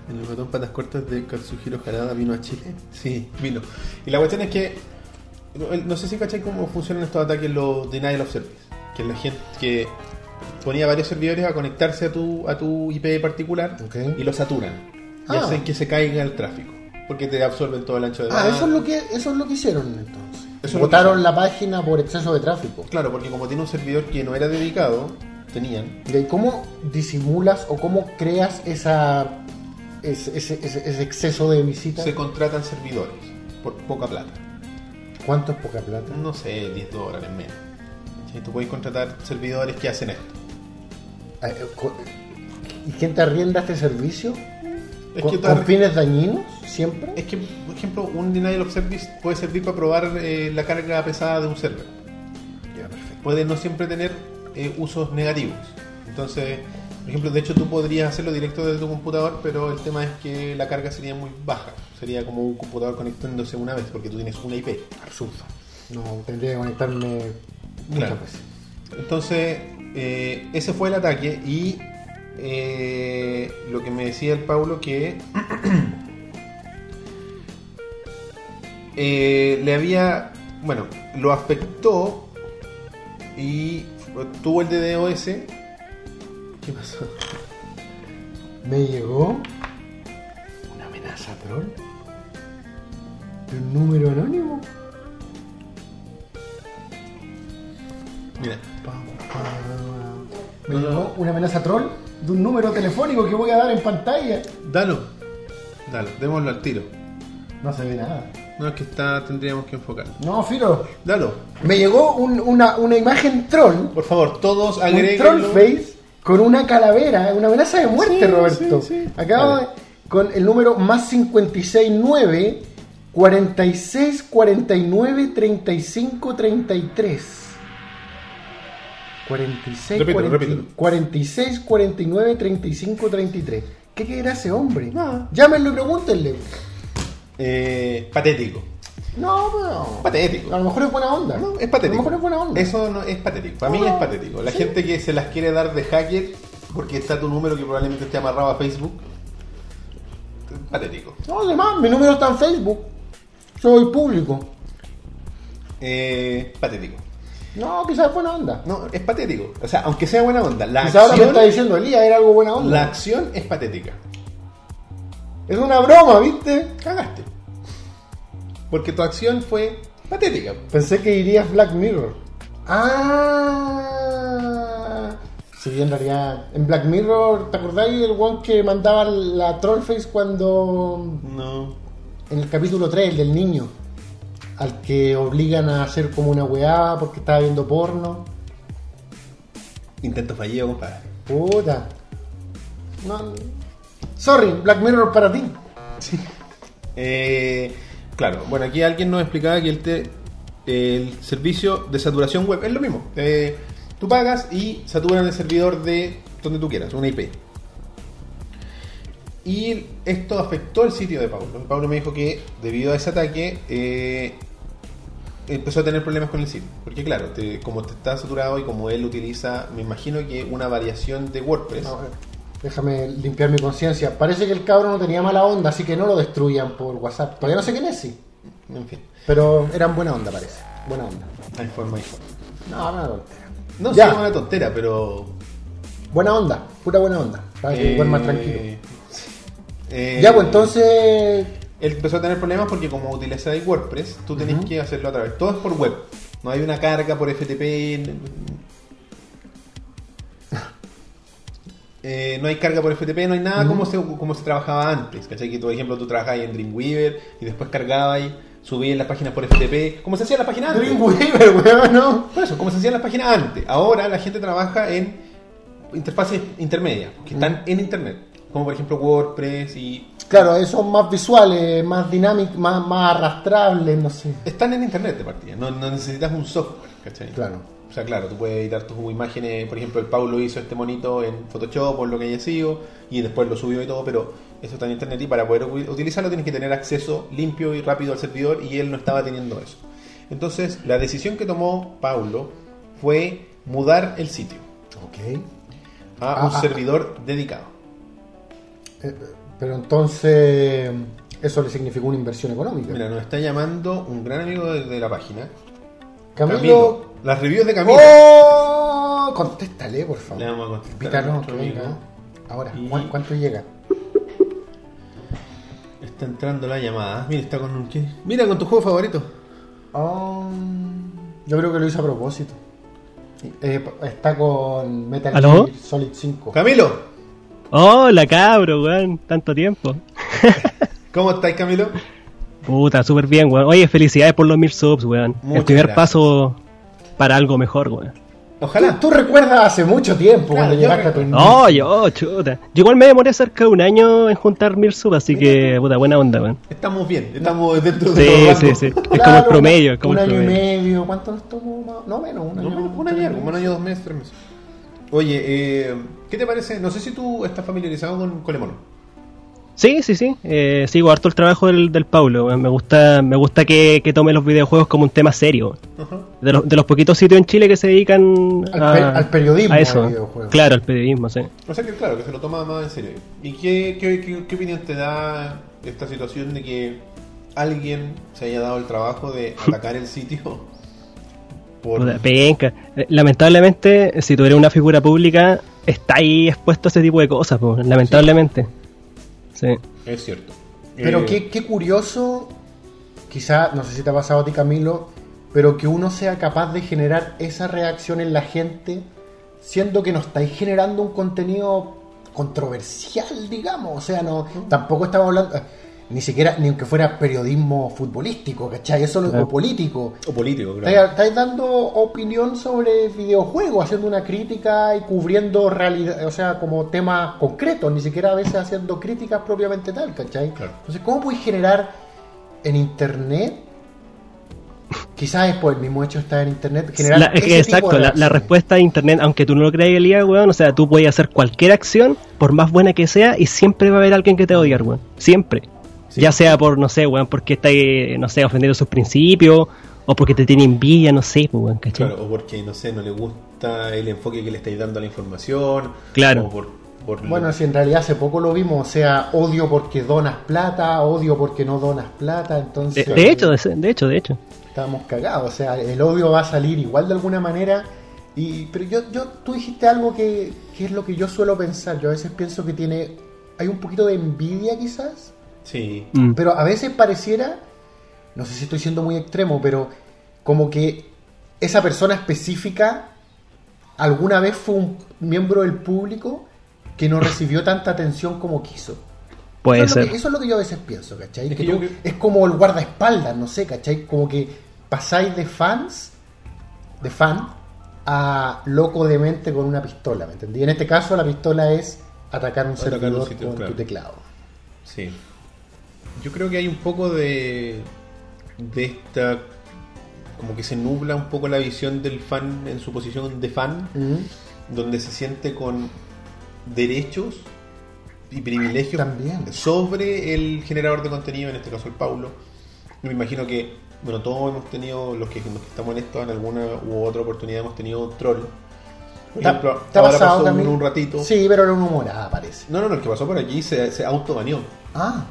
Speaker 1: El botón patas cortas de Katsuhiro Jarada vino a Chile. Sí, vino. Y la cuestión es que. no- No sé si cachai cómo funcionan estos ataques los denial of service. Que la gente que ponía varios servidores a conectarse a tu, a tu IP particular
Speaker 2: Ok.
Speaker 1: y lo saturan. Y
Speaker 2: Ah.
Speaker 1: hacen que se caiga el tráfico. Porque te absorben todo el ancho de
Speaker 2: Ah,
Speaker 1: banda.
Speaker 2: eso es lo que, eso es lo que hicieron entonces.
Speaker 1: es lo que
Speaker 2: Botaron la página por exceso de tráfico.
Speaker 1: Claro, porque como tiene un servidor que no era dedicado, tenían.
Speaker 2: Mira, ¿y cómo disimulas o cómo creas esa, ese, ese- ese- ese exceso de visitas?
Speaker 1: se contratan servidores por poca plata.
Speaker 2: ¿Cuánto es poca plata?
Speaker 1: No sé, 10 dólares menos. Si tú puedes contratar servidores que hacen esto.
Speaker 2: Ah, eh, co- ¿Y quién te arrienda este servicio?
Speaker 1: Es
Speaker 2: ¿Con,
Speaker 1: que,
Speaker 2: con
Speaker 1: tar-
Speaker 2: fines dañinos? ¿Siempre?
Speaker 1: es que, por ejemplo, un denial of service puede servir para probar eh, la carga pesada de un server.
Speaker 2: Ya, perfecto.
Speaker 1: Puede no siempre tener eh, usos negativos. Entonces, por ejemplo, de hecho tú podrías hacerlo directo desde tu computador, pero el tema es que la carga sería muy baja. Sería como un computador conectándose una vez, porque tú tienes una IP.
Speaker 2: Absurdo. No, tendría que conectarme muchas
Speaker 1: Claro.
Speaker 2: veces.
Speaker 1: Entonces, eh, ese fue el ataque y eh, lo que me decía el Paulo que eh, le había, bueno, lo afectó y tuvo el DDoS. ¿Qué pasó?
Speaker 2: Me llegó una amenaza troll de un número anónimo.
Speaker 1: Mira,
Speaker 2: Me llegó una amenaza troll de un número telefónico que voy a dar en pantalla.
Speaker 1: dalo, dalo, démoslo al tiro.
Speaker 2: No se ve nada.
Speaker 1: No es que está, tendríamos que enfocarlo.
Speaker 2: No, Firo.
Speaker 1: Dalo,
Speaker 2: Me llegó un- una, una imagen troll,
Speaker 1: por favor, todos
Speaker 2: un
Speaker 1: agreguen.
Speaker 2: troll face, con una calavera, eh, una amenaza de muerte,
Speaker 1: Sí,
Speaker 2: Roberto.
Speaker 1: sí, sí.
Speaker 2: Acabo
Speaker 1: Vale.
Speaker 2: de- con el número más 569 46 49 35 33. 46,
Speaker 1: Repítelo,
Speaker 2: 40
Speaker 1: repítelo.
Speaker 2: 46 49 35 33. ¿Qué
Speaker 1: Ah.
Speaker 2: querrá ese hombre?
Speaker 1: Nada.
Speaker 2: Llámenlo y pregúntenle.
Speaker 1: Eh, patético.
Speaker 2: No, pero.
Speaker 1: Patético.
Speaker 2: A lo mejor es buena onda.
Speaker 1: No, es patético.
Speaker 2: A lo mejor es buena onda.
Speaker 1: Eso no, es patético. Para mí
Speaker 2: No,
Speaker 1: es patético. La
Speaker 2: sí.
Speaker 1: gente que se las quiere dar de hacker porque está tu número que probablemente esté amarrado a Facebook. Patético.
Speaker 2: No, además, mi número está en Facebook. Soy público.
Speaker 1: Eh, patético.
Speaker 2: No, quizás es buena onda.
Speaker 1: No, es patético. O sea, aunque sea buena onda, la
Speaker 2: Quizás ahora me
Speaker 1: acción,
Speaker 2: está diciendo Elías, era algo buena onda.
Speaker 1: la acción es patética.
Speaker 2: Es una broma, ¿viste?
Speaker 1: Cagaste. Porque tu acción fue patética.
Speaker 2: Pensé que irías Black Mirror. Ah. Si bien en realidad. En Black Mirror, ¿te acordáis del one que mandaba la Trollface cuando.
Speaker 1: No.
Speaker 2: En el capítulo 3, el del niño. Al que obligan a hacer como una weá porque estaba viendo porno.
Speaker 1: Intento fallido, compadre.
Speaker 2: Puta. No. Sorry, Black Mirror para ti.
Speaker 1: Eh, claro, bueno, aquí alguien nos explicaba que el, te- el servicio de saturación web es lo mismo. Eh, tú pagas y saturan el servidor de donde tú quieras, una IP. Y esto afectó el sitio de Pablo. Pablo me dijo que debido a ese ataque eh, empezó a tener problemas con el sitio. Porque claro, te- como te está saturado y como él utiliza, me imagino que una variación de WordPress.
Speaker 2: No, eh, déjame limpiar mi conciencia. Parece que el cabro no tenía mala onda, así que no lo destruyan por WhatsApp. Todavía no sé quién es, sí.
Speaker 1: En fin,
Speaker 2: Pero eran buena onda, parece. Buena onda.
Speaker 1: hay forma hay forma.
Speaker 2: No, no, tontera.
Speaker 1: No,
Speaker 2: Ya.
Speaker 1: sí, es una tontera, pero
Speaker 2: Buena onda, pura buena onda. Para que duerma
Speaker 1: Eh,
Speaker 2: tranquilo.
Speaker 1: eh,
Speaker 2: Ya, pues entonces.
Speaker 1: Él empezó a tener problemas porque como utilizáis WordPress, tú tenés que hacerlo a través. Todo es por web. No hay una carga por FTP. n- Eh, no hay carga por FTP, no hay nada como, se, como se trabajaba antes. ¿Cachai? Que, por ejemplo, tú trabajabas en Dreamweaver y después cargabas y subías las páginas por FTP. Como se hacía las páginas antes.
Speaker 2: Dreamweaver, weón, no.
Speaker 1: Por eso, como se hacían las páginas antes. Ahora la gente trabaja en interfaces intermedias, que están en internet. Como por ejemplo WordPress y.
Speaker 2: Claro, eh, son más visuales, más dinámicos, más, más arrastrables, no sé.
Speaker 1: Están en internet de partida, no, no necesitas un software, ¿cachai?
Speaker 2: Claro.
Speaker 1: O sea, claro, tú puedes editar tus imágenes, por ejemplo, el Paulo hizo este monito en Photoshop o en lo que haya sido, y después lo subió y todo, pero eso está en internet y para poder u- utilizarlo tienes que tener acceso limpio y rápido al servidor y él no estaba teniendo eso. Entonces, la decisión que tomó Paulo fue mudar el sitio.
Speaker 2: Ok.
Speaker 1: a un
Speaker 2: Ah, ah,
Speaker 1: servidor dedicado.
Speaker 2: Eh, pero entonces. Eso le significó una inversión económica.
Speaker 1: Mira, nos está llamando un gran amigo de, de la página.
Speaker 2: Camilo.
Speaker 1: Las reviews de Camilo.
Speaker 2: ¡Oh! Contéstale, por favor.
Speaker 1: Le vamos a contestar a
Speaker 2: Invítanos
Speaker 1: nuestro
Speaker 2: que
Speaker 1: amigo.
Speaker 2: venga. ¿eh? Ahora,
Speaker 1: Y-
Speaker 2: ¿cuán- ¿cuánto llega?
Speaker 1: Está entrando la llamada. Mira, está con un... ¿qué? Mira, con tu juego favorito.
Speaker 2: Ah, yo creo que lo hizo a propósito. Eh, está con Metal
Speaker 4: ¿Aló?
Speaker 2: Gear Solid 5.
Speaker 1: Camilo.
Speaker 4: Hola, cabro, weón. Tanto tiempo.
Speaker 1: ¿Cómo estáis, Camilo?
Speaker 4: Puta, súper bien, weón. Oye, felicidades por los mil subs, weón.
Speaker 1: Muchas
Speaker 4: el primer
Speaker 1: gracias.
Speaker 4: paso para algo mejor, weón.
Speaker 1: Ojalá.
Speaker 2: Tú recuerdas hace mucho tiempo
Speaker 1: Claro,
Speaker 2: cuando
Speaker 1: yo
Speaker 2: llegaste a tu
Speaker 1: recuerdo.
Speaker 4: No, yo, oh, chuta. Yo igual me demoré cerca de un año en juntar mil subs, así que, puta, buena onda, weón.
Speaker 1: Estamos bien. Estamos dentro de
Speaker 4: Sí,
Speaker 1: los
Speaker 4: sí,
Speaker 1: rangos.
Speaker 4: sí. Es como
Speaker 2: Claro,
Speaker 4: el promedio, es como
Speaker 2: Un
Speaker 4: el
Speaker 2: año y
Speaker 4: promedio.
Speaker 2: medio, ¿cuánto nos tomó? más? No menos, un
Speaker 1: No,
Speaker 2: año.
Speaker 1: bueno, un año, algo, un año, dos meses, tres meses. Oye, eh, ¿qué te parece? No sé si tú estás familiarizado con Colemono.
Speaker 4: Sí, sí, sí. Eh, sigo harto el trabajo del, del Paulo, weón. Me gusta, me gusta que, que tome los videojuegos como un tema serio, weón.
Speaker 1: Ajá.
Speaker 4: De los, de los poquitos sitios en Chile que se dedican
Speaker 2: Al pe- al periodismo
Speaker 4: a
Speaker 2: de
Speaker 4: eso.
Speaker 2: videojuegos.
Speaker 4: Claro, al periodismo, sí.
Speaker 1: O sea que claro, que se lo toma más en serio. ¿Y qué, qué, qué- qué opinión te da esta situación de que alguien se haya dado el trabajo de atacar el sitio? Por...
Speaker 4: Puta, penca. Eh, Lamentablemente, si tuviera una figura pública, está ahí expuesto a ese tipo de cosas, po, lamentablemente. Sí.
Speaker 1: Es cierto.
Speaker 2: Pero
Speaker 1: Eh,
Speaker 2: qué, qué curioso, quizá, no sé si te ha pasado a ti Camilo, pero que uno sea capaz de generar esa reacción en la gente, siendo que no estáis generando un contenido controversial, digamos. O sea, no, tampoco estamos hablando, eh, ni siquiera, ni aunque fuera periodismo futbolístico, ¿cachai? Eso lo- o político.
Speaker 1: O político,
Speaker 2: Estáis
Speaker 1: claro.
Speaker 2: estáis dando opinión sobre videojuegos, haciendo una crítica y cubriendo realidad, o sea, como temas concretos, ni siquiera a veces haciendo críticas propiamente tal, ¿cachai?
Speaker 1: Claro.
Speaker 2: Entonces, ¿cómo puedes generar en internet? Quizás es por el mismo hecho de estar en internet, generar
Speaker 4: La- es que
Speaker 2: ese tipo de
Speaker 4: exacto, la, la
Speaker 2: reacciones.
Speaker 4: respuesta de internet, aunque tú no lo creas, Elías, weón, o sea, tú puedes hacer cualquier acción, por más buena que sea, y siempre va a haber alguien que te va a odiar, weón. Siempre.
Speaker 1: Sí.
Speaker 4: Ya sea por, no sé, weón, porque está, eh, no sé, ofendiendo sus principios, o porque te tiene envidia, no sé, pues, weón, ¿cachai?
Speaker 1: Claro, o porque, no sé, no le gusta el enfoque que le estáis dando a la información.
Speaker 4: Claro.
Speaker 1: o por- por lo-
Speaker 2: Bueno, si en realidad hace poco lo vimos, o sea, odio porque donas plata, odio porque no donas plata,
Speaker 4: De,
Speaker 2: entonces
Speaker 4: de hecho, de, de hecho, de hecho.
Speaker 2: estamos cagados, o sea, el odio va a salir igual de alguna manera. Y, pero yo, yo, tú dijiste algo que, que es lo que yo suelo pensar, yo a veces pienso que tiene, hay un poquito de envidia quizás,
Speaker 1: Sí.
Speaker 3: Mm.
Speaker 2: pero a veces pareciera, no sé si estoy siendo muy extremo, pero como que esa persona específica alguna vez fue un miembro del público que no recibió tanta atención como quiso. eso,
Speaker 4: Puede
Speaker 2: es
Speaker 4: ser.
Speaker 2: lo que, eso es lo que yo a veces pienso, ¿cachai?
Speaker 1: Es
Speaker 2: Que
Speaker 1: que
Speaker 2: tú-
Speaker 1: yo creo-
Speaker 2: Es como el guardaespaldas, no sé, ¿cachai? Como que pasáis de fans, de fan, a loco de mente con una pistola, ¿me entendí? En este caso la pistola es atacar un
Speaker 1: Atacar un
Speaker 2: servidor
Speaker 1: sitio,
Speaker 2: con
Speaker 1: claro.
Speaker 2: tu teclado.
Speaker 1: Sí. Yo creo que hay un poco de. de esta. como que se nubla un poco la visión del fan en su posición de fan,
Speaker 2: ¿Mm?
Speaker 1: donde se siente con derechos y privilegios
Speaker 2: También.
Speaker 1: sobre el generador de contenido, en este caso el Paulo. Me imagino que, bueno, todos hemos tenido, los que, los que estamos en esto, en alguna u otra oportunidad hemos tenido un troll. Por
Speaker 2: Está-
Speaker 1: ejemplo,
Speaker 2: está
Speaker 1: ahora
Speaker 2: basado
Speaker 1: pasó
Speaker 2: también.
Speaker 1: uno un ratito.
Speaker 2: Sí, pero era una humorada, parece.
Speaker 1: No, no, no, el que pasó por aquí se, se autobaneó.
Speaker 2: Ah,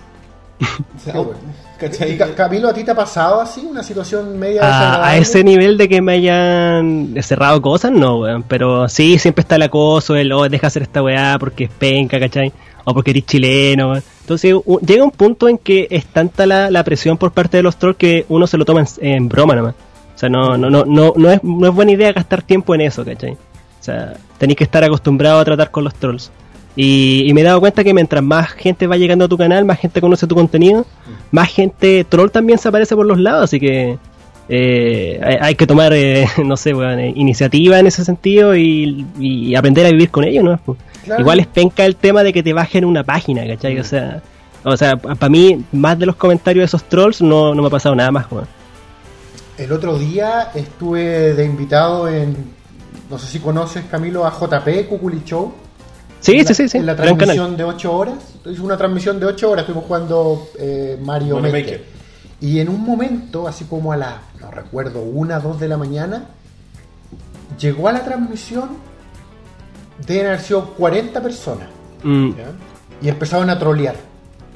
Speaker 1: Se
Speaker 2: Qué
Speaker 1: auto-
Speaker 2: bueno.
Speaker 1: ¿cachai?
Speaker 2: Y Ca- Camilo, ¿a ti te ha pasado así una situación
Speaker 1: Ah,
Speaker 2: media
Speaker 4: A, a
Speaker 2: desagradable?
Speaker 4: ese nivel de que me hayan cerrado cosas, no, weón. Pero sí, siempre está el acoso, el, oh, deja hacer esta weá porque es penca, ¿cachai? O porque eres chileno, weón. Entonces u- llega un punto en que es tanta la, la presión por parte de los trolls que uno se lo toma en, en broma nomás. O sea, no, no, no, no, no, es, no es buena idea gastar tiempo en eso, ¿cachai? O sea, tenéis que estar acostumbrado a tratar con los trolls. Y, y me he dado cuenta que mientras más gente va llegando a tu canal, más gente conoce tu contenido, más gente troll también se aparece por los lados, así que eh, hay, hay que tomar, eh, no sé, weón, eh, iniciativa en ese sentido y, y aprender a vivir con ello, ¿no? Pues,
Speaker 2: Claro. Mm.
Speaker 4: Igual es penca el tema de que te bajen una página, ¿cachai? O sea, o sea para mí, más de los comentarios de esos trolls no, no me ha pasado nada más, weón.
Speaker 2: El otro día estuve de invitado en, no sé si conoces Camilo, a JP, Cuculi Show.
Speaker 4: Sí,
Speaker 2: En la-
Speaker 4: sí, sí, sí,
Speaker 2: En la
Speaker 4: gran canal.
Speaker 2: transmisión de 8 horas. Hizo una transmisión de 8 horas, estuvimos jugando eh, Mario
Speaker 1: Mario
Speaker 2: Maker.
Speaker 1: Maker.
Speaker 2: Y en un momento, así como a las, no recuerdo, 1, 2 de la mañana, llegó a la transmisión, deben haber sido 40 personas
Speaker 4: Mm,
Speaker 1: ¿Ya?
Speaker 2: y empezaron a trolear.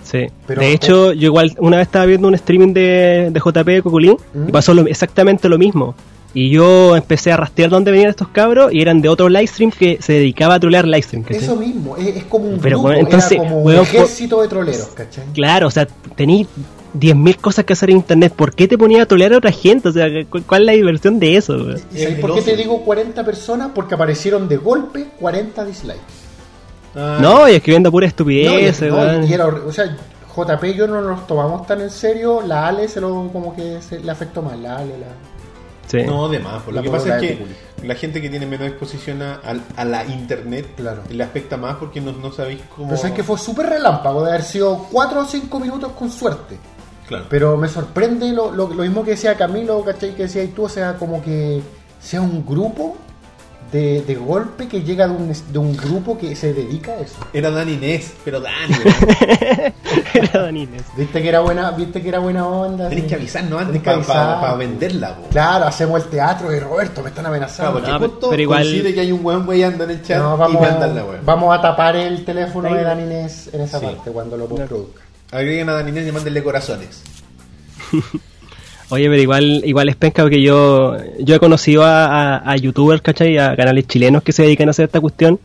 Speaker 4: Sí.
Speaker 2: Pero-
Speaker 4: de hecho, yo igual una vez estaba viendo un streaming de, de JP de Coculín
Speaker 2: ¿Mm?
Speaker 4: y pasó lo- exactamente lo mismo. Y yo empecé a rastrear dónde venían estos cabros y eran de otro livestream que se dedicaba a trolear livestream. ¿cachai?
Speaker 2: Eso mismo, es, es como un
Speaker 4: Pero,
Speaker 2: grupo,
Speaker 4: bueno,
Speaker 2: era
Speaker 4: entonces,
Speaker 2: como un
Speaker 4: bueno,
Speaker 2: ejército de troleros, ¿cachai?
Speaker 4: Claro, o sea, tenéis 10.000 cosas que hacer en internet. ¿Por qué te ponías a trolear a otra gente? O sea, ¿cu- ¿cuál es la diversión de eso? weón?
Speaker 2: ¿Y sabéis
Speaker 1: El
Speaker 2: por qué
Speaker 1: ocio.
Speaker 2: te digo 40 personas? Porque aparecieron de golpe 40 dislikes.
Speaker 1: Ah,
Speaker 4: No, y escribiendo pura
Speaker 2: No, y-
Speaker 4: estupidez,
Speaker 2: no,
Speaker 4: weón.
Speaker 2: y era horri- o sea, JP y yo no nos tomamos tan en serio. La Ale se lo como que se, le afectó mal. La Ale, la-
Speaker 4: Sí.
Speaker 1: No, de más. Por lo
Speaker 2: La
Speaker 1: que pasa es
Speaker 2: polola de
Speaker 1: que la gente que tiene menos exposición a, al- a la internet
Speaker 2: Claro.
Speaker 1: le afecta más porque no, no sabéis cómo.
Speaker 2: Pero sabes que fue súper relámpago de haber sido 4 o 5 minutos con suerte.
Speaker 1: Claro.
Speaker 2: Pero me sorprende lo, lo- lo mismo que decía Camilo, ¿cachai? Que decías tú, o sea, como que sea un grupo de, de golpe que llega de un, de un grupo que se dedica a eso.
Speaker 1: Era Dan Inés, pero Dani,
Speaker 4: Era Danines.
Speaker 2: Viste que era buena, viste que era buena onda.
Speaker 1: tenés
Speaker 2: sí.
Speaker 1: que avisarnos antes
Speaker 2: Tenés que
Speaker 1: para
Speaker 2: avisar.
Speaker 1: venderla. po.
Speaker 2: Claro, hacemos el teatro y Roberto, me están
Speaker 1: Claro,
Speaker 2: amenazando.
Speaker 1: porque
Speaker 4: No, pero-
Speaker 1: justo
Speaker 4: pero igual-
Speaker 1: coincide que hay un weón anda en el chat
Speaker 2: No,
Speaker 1: y
Speaker 2: vamos,
Speaker 1: mandan la weón.
Speaker 2: vamos a tapar el teléfono
Speaker 4: Ahí.
Speaker 2: de Dan Inés en esa
Speaker 1: Sí.
Speaker 2: parte cuando lo produzca.
Speaker 1: Agreguen a Dan Inés y mándenle corazones.
Speaker 4: Oye, pero igual, igual es penca porque yo, yo he conocido a, a- a youtubers, ¿cachai? A canales chilenos que se dedican a hacer esta cuestión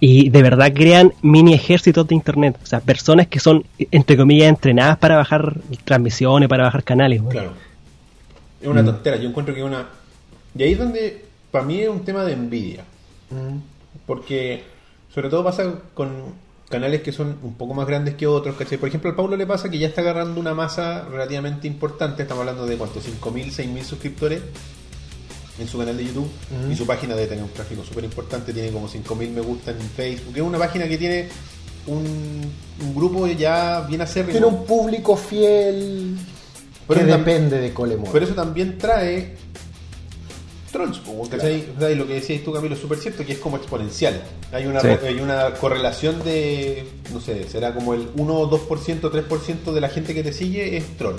Speaker 4: y de verdad crean mini ejércitos de internet. O sea, personas que son, entre comillas, entrenadas para bajar transmisiones, para bajar canales. weón.
Speaker 1: Claro. Es
Speaker 2: Mm.
Speaker 1: una tontera. Yo encuentro que es una. Y ahí es donde, para mí, es un tema de envidia.
Speaker 2: Mm.
Speaker 1: Porque sobre todo pasa con canales que son un poco más grandes que otros, ¿cachai? Por ejemplo, al Paulo le pasa que ya está agarrando una masa relativamente importante, estamos hablando de cuánto, 5.000, 6.000 suscriptores en su canal de YouTube
Speaker 2: Mm.
Speaker 1: y su página debe tener un tráfico súper importante, tiene como 5.000 me gusta en Facebook, es una página que tiene un, un grupo ya bien acérrimo.
Speaker 2: Tiene un público fiel
Speaker 1: Pero
Speaker 2: que
Speaker 1: tam-
Speaker 2: depende de Colemore.
Speaker 1: Pero eso también trae trolls. po, ¿cachai? ¿Cachai? Lo que decías tú, Camilo, es súper cierto que es como exponencial. Hay una,
Speaker 4: Sí.
Speaker 1: re- hay una correlación de, no sé, será como el 1, 2%, 3% de la gente que te sigue es troll.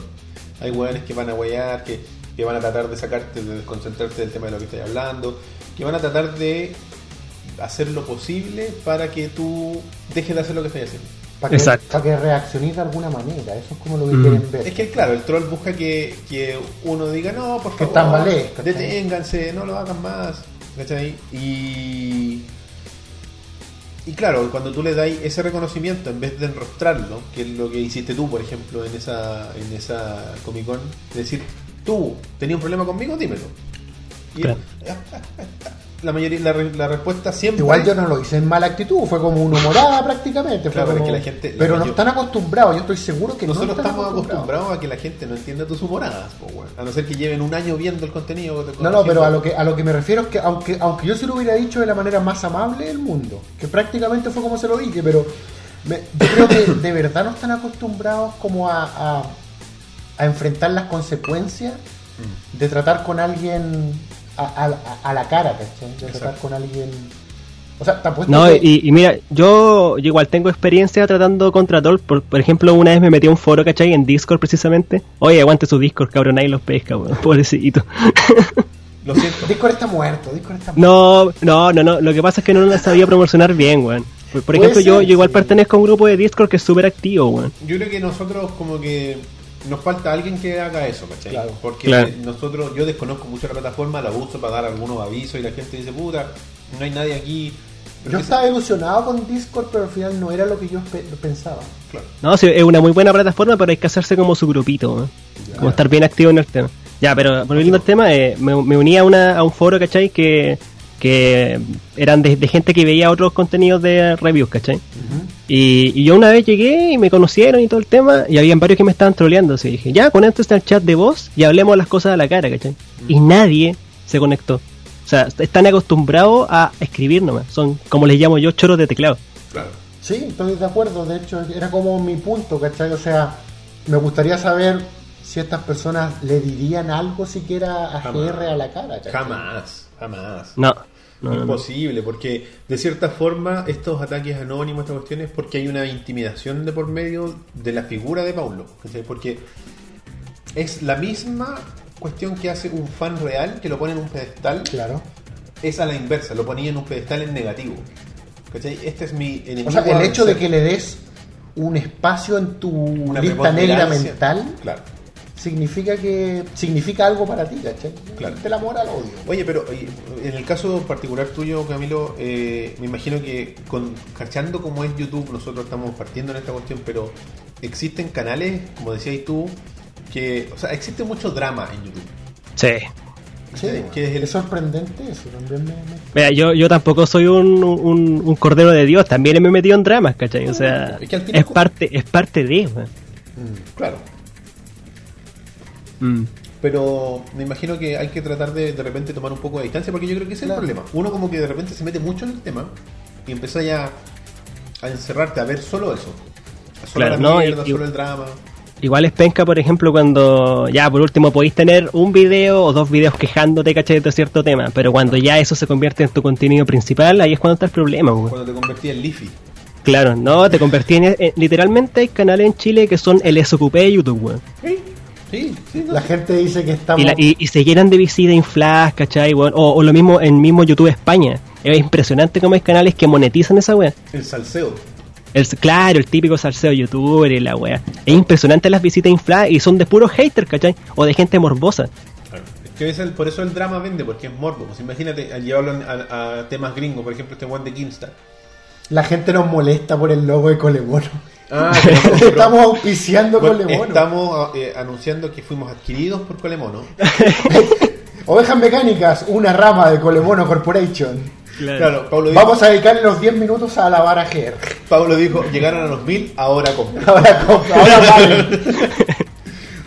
Speaker 1: Hay weones que van a huear, que, que van a tratar de sacarte, de desconcentrarte del tema de lo que estás hablando, que van a tratar de hacer lo posible para que tú dejes de hacer lo que estás haciendo.
Speaker 2: Para que,
Speaker 4: Exacto.
Speaker 2: para que reaccionéis de alguna manera. Eso es como lo que
Speaker 4: Mm.
Speaker 2: quieren ver.
Speaker 1: Es que claro, el troll busca que, que uno diga no, por
Speaker 2: Que
Speaker 1: favor,
Speaker 2: tambalee, ¿cachai?
Speaker 1: deténganse, no lo hagan más. ¿cachai? Y. Y claro, cuando tú le das ese reconocimiento en vez de enrostrarlo, que es lo que hiciste tú, por ejemplo, en esa, en esa Comic Con, decir, tú tenías un problema conmigo, dímelo. Y
Speaker 4: Claro.
Speaker 1: la mayoría, la, re- la respuesta siempre.
Speaker 2: Igual yo no lo hice en mala actitud, fue como una morada prácticamente. fue
Speaker 1: Claro, pero
Speaker 2: como-
Speaker 1: es que la gente- la
Speaker 2: pero no
Speaker 1: mayor-
Speaker 2: están acostumbrados, yo estoy seguro que
Speaker 1: Nosotros
Speaker 2: no están
Speaker 1: estamos acostumbrados a que la gente no entienda tus humoradas, po, weón. a no ser que lleven un año viendo el contenido.
Speaker 2: No, no, pero a lo que a lo que me refiero es que aunque aunque yo se lo hubiera dicho de la manera más amable del mundo, que prácticamente fue como se lo dije, pero me- yo creo que de verdad no están acostumbrados como a, a, a enfrentar las consecuencias de tratar con alguien a, a- a la cara, ¿cachai? De tratar
Speaker 1: Exacto.
Speaker 2: con alguien... O sea, te apuesto
Speaker 4: No,
Speaker 2: que-
Speaker 4: y, y mira, yo, yo igual tengo experiencia tratando contra Troll. Por, por ejemplo, una vez me metí a un foro, ¿cachai? En Discord precisamente. Oye, aguante su Discord, cabrón, ahí los pesca, weón, pobrecito.
Speaker 1: Lo siento.
Speaker 2: Discord está muerto, Discord está muerto.
Speaker 4: No, no, no, no. Lo que pasa es que no la sabía promocionar bien, weón. Por, por
Speaker 2: Puede
Speaker 4: ejemplo, yo,
Speaker 2: ser,
Speaker 4: yo igual
Speaker 2: sí.
Speaker 4: pertenezco a un grupo de Discord que es súper activo, weón.
Speaker 1: Yo creo que nosotros como que nos falta alguien que haga eso, ¿cachai?
Speaker 2: Claro.
Speaker 1: Porque
Speaker 4: Claro.
Speaker 1: nosotros, yo desconozco mucho la plataforma, la uso para dar algunos avisos y la gente dice, puta, no hay nadie aquí. Pero
Speaker 2: Yo
Speaker 1: que-
Speaker 2: estaba ilusionado con Discord, pero al final no era lo que yo espe- pensaba.
Speaker 1: Claro.
Speaker 4: No, sí, es una muy buena plataforma, pero hay que hacerse como su grupito, weón. Como estar bien activo en el tema. Ya, pero volviendo al tema, eh, me, me uní a, una, a un foro, ¿cachai? Que, que eran de, de gente que veía otros contenidos de reviews, ¿cachai? y, y yo una vez llegué y me conocieron y todo el tema, y habían varios que me estaban troleando, así dije, ya, conéctate al chat de voz y hablemos las cosas a la cara, ¿cachai? Y nadie se conectó. O sea, est- están acostumbrados a escribir nomás. Son, como les llamo yo, choros de teclado.
Speaker 1: Claro.
Speaker 2: Sí, estoy de acuerdo. De hecho, era como mi punto, ¿cachai? O sea, me gustaría saber si estas personas le dirían algo siquiera a
Speaker 1: Jamás.
Speaker 2: GR a la cara, ¿cachai?
Speaker 1: Jamás, jamás.
Speaker 4: No, no, no, no.
Speaker 1: Imposible, porque de cierta forma estos ataques anónimos, estas cuestiones, porque hay una intimidación de por medio de la figura de Paulo. ¿cachai? Porque es la misma cuestión que hace un fan real, que lo pone en un pedestal,
Speaker 2: Claro.
Speaker 1: es a la inversa, lo ponía en un pedestal en negativo. ¿Cachai? Este es mi enemigo.
Speaker 2: O sea,
Speaker 1: a
Speaker 2: el hecho de que
Speaker 1: vencer.
Speaker 2: le des un espacio en tu
Speaker 1: Una
Speaker 2: lista negra
Speaker 1: preponderancia.
Speaker 2: mental
Speaker 1: Claro.
Speaker 2: significa que significa algo para ti, ¿cachai?
Speaker 1: Claro.
Speaker 2: Del amor al odio.
Speaker 1: Oye, pero oye, en el caso particular tuyo, Camilo, eh, me imagino que con, cachando como es YouTube, nosotros estamos partiendo en esta cuestión, pero existen canales, como decías tú, que, o sea, existe mucho drama en YouTube.
Speaker 4: Sí.
Speaker 2: Sí,
Speaker 1: ¿cachai? que es el-
Speaker 2: es sorprendente eso también me- me-
Speaker 4: Mira, yo, yo tampoco soy un, un- un cordero de Dios, también me he metido en dramas, ¿cachai? O sea,
Speaker 1: Es
Speaker 4: es,
Speaker 1: que al final-
Speaker 4: parte, es parte de, weón.
Speaker 2: Mm.
Speaker 1: claro. Pero me imagino que hay que tratar de de repente tomar un poco de distancia porque yo creo que ese
Speaker 2: Claro.
Speaker 1: es el problema. Uno como que de repente se mete mucho en el tema y empieza ya a encerrarte a ver solo eso. Solo
Speaker 4: Claro,
Speaker 1: la
Speaker 4: no, y-
Speaker 1: mierda,
Speaker 4: y-
Speaker 1: solo el drama.
Speaker 4: Igual es penca, por ejemplo, cuando ya por último podéis tener un video o dos videos quejándote, ¿cachai? De cierto tema, pero cuando ya eso se convierte en tu contenido principal, ahí es cuando está el problema, weón.
Speaker 1: Cuando te convertí en Leafy.
Speaker 4: Claro, no, te convertí en. en- literalmente hay canales en Chile que son el SQP de YouTube, weón.
Speaker 1: Sí, sí, sí. no
Speaker 2: La
Speaker 1: sé.
Speaker 2: gente dice que estamos
Speaker 4: Y, la- y- y se llenan de visitas infladas, ¿cachai? weón? O, o lo mismo en mismo YouTube España. Es impresionante cómo hay canales que monetizan esa weá.
Speaker 1: El salseo.
Speaker 4: El, claro, el típico salseo youtuber y la weá. Es impresionante las visitas infladas y son de puros haters, ¿cachai? O de gente morbosa.
Speaker 1: Es que es el- por eso el drama vende, porque es morbo. Pues imagínate al llevarlo a, a temas gringos, por ejemplo, este one de Kimstar.
Speaker 2: La gente nos molesta por el logo de Colebono.
Speaker 1: Ah,
Speaker 2: estamos auspiciando Colebono.
Speaker 1: estamos eh, anunciando que fuimos adquiridos por Colemono.
Speaker 2: Ovejas Mecánicas, una rama de Colebono Corporation.
Speaker 1: Claro, Pablo dijo,
Speaker 2: Vamos a dedicarle los 10 minutos a alabar a Ger.
Speaker 1: Pablo dijo llegaron a los mil, ahora compra.
Speaker 2: Ahora, compra, ahora vale.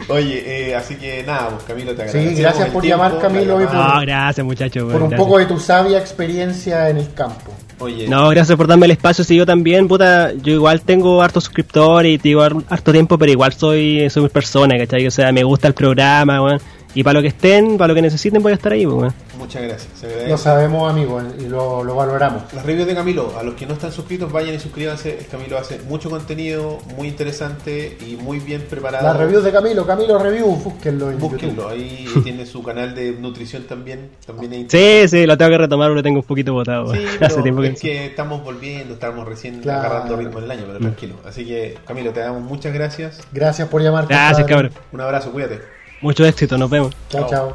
Speaker 1: Oye, eh, así que nada, pues, Camilo, te
Speaker 2: Sí,
Speaker 1: agradecemos
Speaker 2: gracias
Speaker 1: el
Speaker 2: por
Speaker 1: tiempo,
Speaker 2: llamar, Camilo,
Speaker 1: la
Speaker 2: y
Speaker 1: llamada.
Speaker 4: No, gracias muchachos.
Speaker 2: Por un poco de tu sabia experiencia en el campo.
Speaker 1: Oye,
Speaker 4: No, gracias por darme el espacio. Si yo también, puta, yo igual tengo harto suscriptor y digo har- harto tiempo, pero igual soy, soy persona, ¿cachai? O sea, me gusta el programa, weón. Y para lo que estén, para lo que necesiten, voy a estar ahí, pues, weón.
Speaker 1: Muchas gracias. Se agradece.
Speaker 2: Lo sabemos, amigos, y lo, lo valoramos.
Speaker 1: Las reviews de Camilo, a los que no están suscritos, vayan y suscríbanse. El Camilo hace mucho contenido, muy interesante y muy bien preparado.
Speaker 2: Las reviews de Camilo, Camilo Review, búsquenlo en
Speaker 1: Búsquenlo,
Speaker 2: YouTube.
Speaker 1: ahí tiene su canal de nutrición también. también es
Speaker 4: Sí, sí, lo tengo que retomar, lo tengo un poquito botado.
Speaker 1: Sí,
Speaker 4: weón.
Speaker 1: pero
Speaker 4: Hace tiempo que...
Speaker 1: es que estamos volviendo, estamos recién
Speaker 2: Claro.
Speaker 1: agarrando ritmo en el año, pero tranquilo. Así que, Camilo, te damos muchas gracias.
Speaker 2: Gracias por llamar.
Speaker 4: Gracias,
Speaker 2: compadre.
Speaker 4: cabrón.
Speaker 1: Un abrazo, cuídate.
Speaker 4: Mucho éxito, nos vemos.
Speaker 2: Chao, chao.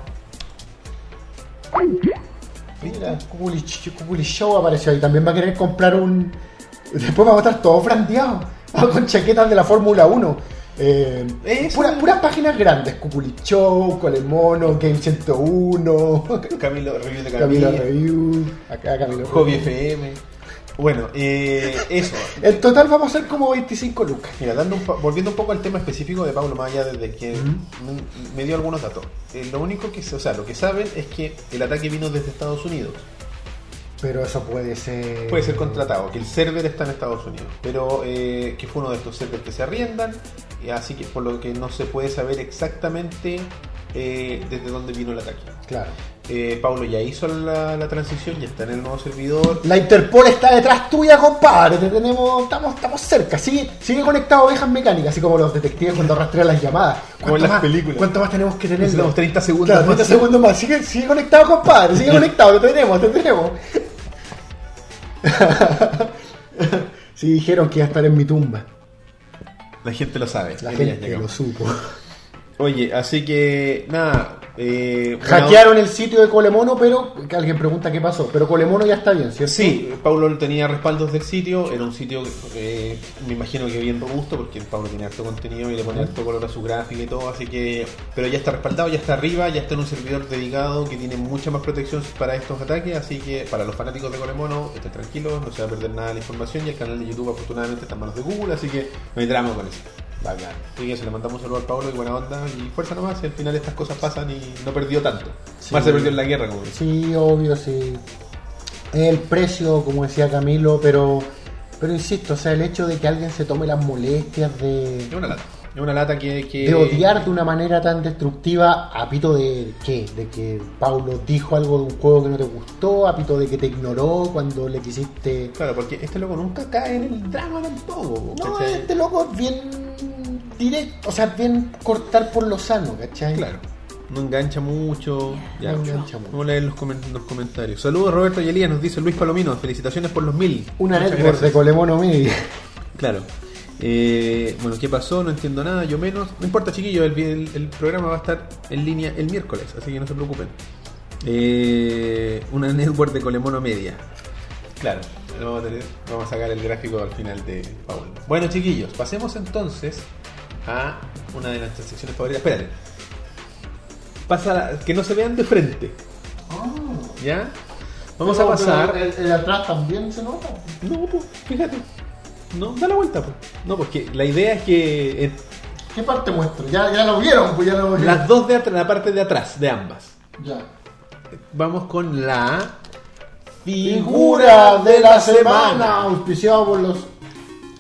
Speaker 2: Mira, Cubuli Cubuli Show apareció ahí. También va a querer comprar un. Después va a estar todo frandeado. Va con chaquetas de la Fórmula 1. Eh,
Speaker 1: Eso.
Speaker 2: pura- puras páginas grandes. Cubuli Show, Cole Mono, Game 101,
Speaker 1: Camilo, review de Camilo,
Speaker 2: Camilo Review. Acá Camilo.
Speaker 1: Hobby FM. Bueno, eh, eso.
Speaker 2: En total vamos a ser como 25 lucas.
Speaker 1: Mira, dando un pa- volviendo un poco al tema específico de Pablo Maya, desde que me- me dio algunos datos. Eh, lo único que, se- o sea, lo que saben es que el ataque vino desde Estados Unidos.
Speaker 2: Pero eso puede ser.
Speaker 1: Puede ser contratado, que el server está en Estados Unidos, pero eh, que fue uno de estos servers que se arriendan, y así que por lo que no se puede saber exactamente eh, desde dónde vino el ataque.
Speaker 2: Claro.
Speaker 1: Eh, Pablo ya hizo la, la transición, ya está en el nuevo servidor.
Speaker 2: La Interpol está detrás tuya, compadre. Te tenemos, estamos, estamos cerca. Sigue, sigue conectado a ovejas mecánicas, así como los detectives cuando rastrean las llamadas.
Speaker 1: Como en
Speaker 2: ¿Cuánto
Speaker 1: las
Speaker 2: más-
Speaker 1: películas.
Speaker 2: ¿Cuánto más tenemos que tener?
Speaker 1: Necesitamos 30 segundos
Speaker 2: Claro,
Speaker 1: más.
Speaker 2: 30 segundos más. Sigue, sigue conectado, compadre. Sigue conectado. Te tenemos, te tenemos. sí, dijeron que iba a estar en mi tumba.
Speaker 1: La gente lo sabe.
Speaker 2: La
Speaker 1: Ya
Speaker 2: gente lo
Speaker 1: llegamos.
Speaker 2: supo.
Speaker 1: Oye, así que nada. eh, una-
Speaker 2: Hackearon el sitio de Colemono, pero alguien pregunta qué pasó. Pero Colemono ya está bien, ¿cierto?
Speaker 1: Sí, Pablo tenía respaldos del sitio, era un sitio que eh, me imagino que bien robusto, porque Pablo tiene harto contenido y le pone harto color a su gráfica y todo, así que... Pero ya está respaldado, ya está arriba, ya está en un servidor dedicado que tiene mucha más protección para estos ataques, así que para los fanáticos de Colemono, estén tranquilos, no se va a perder nada de la información y el canal de YouTube afortunadamente está en manos de Google, así que no hay drama con eso.
Speaker 2: Bacán.
Speaker 1: Así que se le mandamos un saludo al Pablo y buena onda y fuerza nomás, y al final estas cosas pasan y no perdió tanto.
Speaker 2: Sí.
Speaker 1: Más se perdió en la guerra, como dice.
Speaker 2: Sí, obvio, sí. El precio, como decía Camilo, pero pero insisto, o sea, el hecho de que alguien se tome las molestias
Speaker 1: Es
Speaker 2: de,
Speaker 1: una lata. Es una lata que... que...
Speaker 2: de odiar de una manera tan destructiva, a pito de qué, de que Paulo dijo algo de un juego que no te gustó, a pito de que te ignoró cuando le quisiste...
Speaker 1: Claro, porque este loco nunca cae en el drama tampoco.
Speaker 2: No,
Speaker 1: ¿cachai?
Speaker 2: este loco es bien directo, o sea, bien cortar por lo sano, ¿cachai?
Speaker 1: Claro. No engancha mucho. Ya,
Speaker 2: No engancha mucho.
Speaker 1: Vamos a leer los, comen- los comentarios. Saludos Roberto y Elías, nos dice Luis Palomino. Felicitaciones por los mil.
Speaker 2: Una
Speaker 1: Muchas
Speaker 2: network de
Speaker 1: gracias.
Speaker 2: Colemono Media.
Speaker 1: Claro. Eh, bueno, ¿qué pasó? No entiendo nada, yo menos. No importa, chiquillos, el, el- el programa va a estar en línea el miércoles, así que no se preocupen. Eh, una network de Colemono Media. Claro, lo vamos, a tener- vamos a sacar el gráfico al final de Paul. Bueno, chiquillos, pasemos entonces a una de nuestras secciones favoritas. Espérate. Pasa la- que no se vean de frente. ¿Ya? Oh. Vamos a
Speaker 2: Pero-
Speaker 1: pasar.
Speaker 2: pero El, el atrás también se nota.
Speaker 1: No, pues, fíjate. No, da la vuelta, pues. No, porque la idea es que eh,
Speaker 2: ¿Qué parte muestro? Ya, ya lo vieron, pues ya lo vieron.
Speaker 1: las dos de atrás, la parte de atrás de ambas.
Speaker 2: Ya.
Speaker 1: Vamos con la
Speaker 2: Figura de la semana, auspiciado por los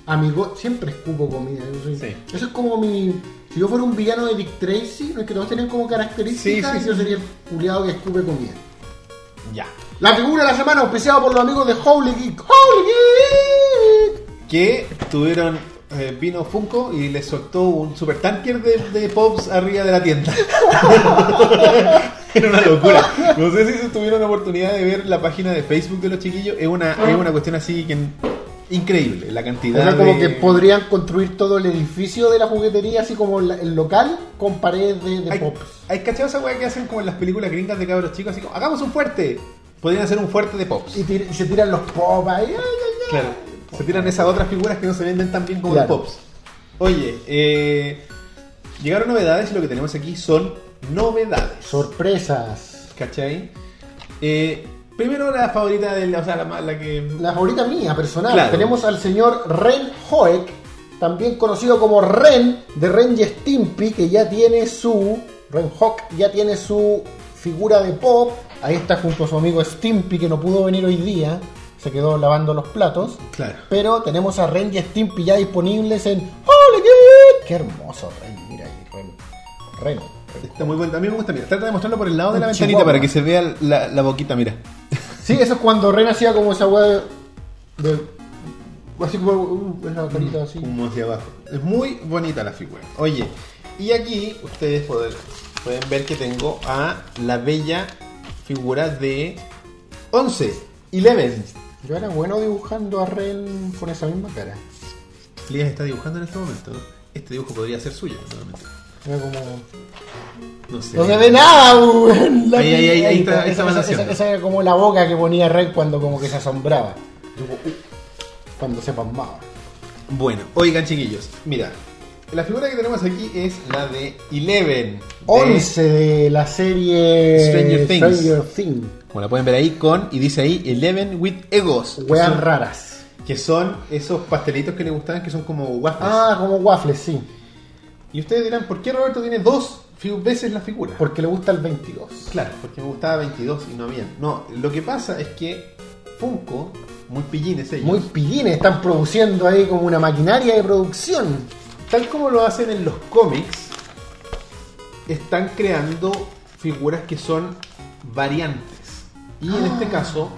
Speaker 2: amigos. Siempre escupo comida. ¿eh? yo soy-
Speaker 1: Sí.
Speaker 2: Eso es como mi. Si yo fuera un villano de Dick Tracy, no es que todos tienen como características,
Speaker 1: Sí, sí,
Speaker 2: yo
Speaker 1: sí.
Speaker 2: sería el culiado que escupe comida.
Speaker 1: Ya.
Speaker 2: La figura de la semana, auspiciado por los amigos de Holy Geek. ¡Holy Geek!
Speaker 1: Que tuvieron. eh, vino Funko y le soltó un super tanker de, de pops arriba de la tienda. Era una locura. No sé si se tuvieron la oportunidad de ver la página de Facebook de los chiquillos. Es una, es una cuestión así que increíble la
Speaker 2: O
Speaker 1: cantidad
Speaker 2: sea, como
Speaker 1: de-
Speaker 2: que podrían construir todo el edificio de la juguetería, así como la- el local, con paredes de, de
Speaker 1: Hay,
Speaker 2: pops.
Speaker 1: hay cachado esa weá que hacen como en las películas gringas de cabros chicos, así como, hagamos un fuerte. Podrían hacer un fuerte de pops.
Speaker 2: Y, tir- y se tiran los pops ahí. ¡ay, ay, ay!
Speaker 1: Claro. Se tiran esas otras figuras que no se venden tan bien como
Speaker 2: Claro.
Speaker 1: los pops. Oye, eh, llegaron novedades y lo que tenemos aquí son novedades.
Speaker 2: Sorpresas.
Speaker 1: ¿Cachai? Eh, primero la favorita de la, o sea, la, más- la que.
Speaker 2: La favorita mía, personal.
Speaker 1: Claro.
Speaker 2: Tenemos al señor Ren Hoek, también conocido como Ren, de Ren y Stimpy, que ya tiene su. Ren Hoek ya tiene su figura de pop. Ahí está junto a su amigo Stimpy, que no pudo venir hoy día. Se quedó lavando los platos.
Speaker 1: Claro.
Speaker 2: Pero tenemos a Ren y Stimpy ya disponibles en Holy Geek. ¡Qué hermoso Ren! Mira ahí, Ren. Ren.
Speaker 1: Está muy bueno. A mí me gusta, mira. Trata de mostrarlo por el lado de la
Speaker 2: Un
Speaker 1: ventanita
Speaker 2: chihuahua.
Speaker 1: para que se vea la, la boquita, mira.
Speaker 2: Sí, eso es cuando Ren hacía como esa weá de, de- Así como uh,
Speaker 1: Mm.
Speaker 2: esa carita así.
Speaker 1: Como hacia abajo. Es muy bonita la figura. Oye, y aquí ustedes poder- pueden ver que tengo a la bella figura de 11, 11.
Speaker 2: Yo era bueno dibujando a Ren con esa misma cara.
Speaker 1: Lías está dibujando en este momento. ¿no? Este dibujo podría ser suyo, normalmente.
Speaker 2: Era como.
Speaker 1: No sé.
Speaker 2: No se ve nada, weón. La
Speaker 1: Ahí, ahí, ahí, ahí está-
Speaker 2: esa,
Speaker 1: ahí está
Speaker 2: esa-
Speaker 1: haciendo.
Speaker 2: esa- esa era como la boca que ponía Ren cuando como que se asombraba. Tipo, uh, Cuando se pasmaba.
Speaker 1: Bueno, oigan chiquillos, mira. La figura que tenemos aquí es la de Eleven. de-
Speaker 2: 11 de la serie
Speaker 1: Stranger Things.
Speaker 2: Stranger Things.
Speaker 1: Como la pueden ver ahí con, y dice ahí, Eleven with Egos. que
Speaker 2: Weas
Speaker 1: son-
Speaker 2: raras.
Speaker 1: Que son esos pastelitos que le gustaban, que son como waffles.
Speaker 2: Ah, como waffles, sí.
Speaker 1: Y ustedes dirán, ¿por qué Roberto tiene dos fi- veces la figura?
Speaker 2: Porque le gusta el 22.
Speaker 1: Claro, porque me gustaba 22 y no habían. No, lo que pasa es que Funko, muy pillines ellos,
Speaker 2: Muy pillines, están produciendo ahí como una maquinaria de producción.
Speaker 1: tal como lo hacen en los cómics, están creando figuras que son variantes. Y en este caso,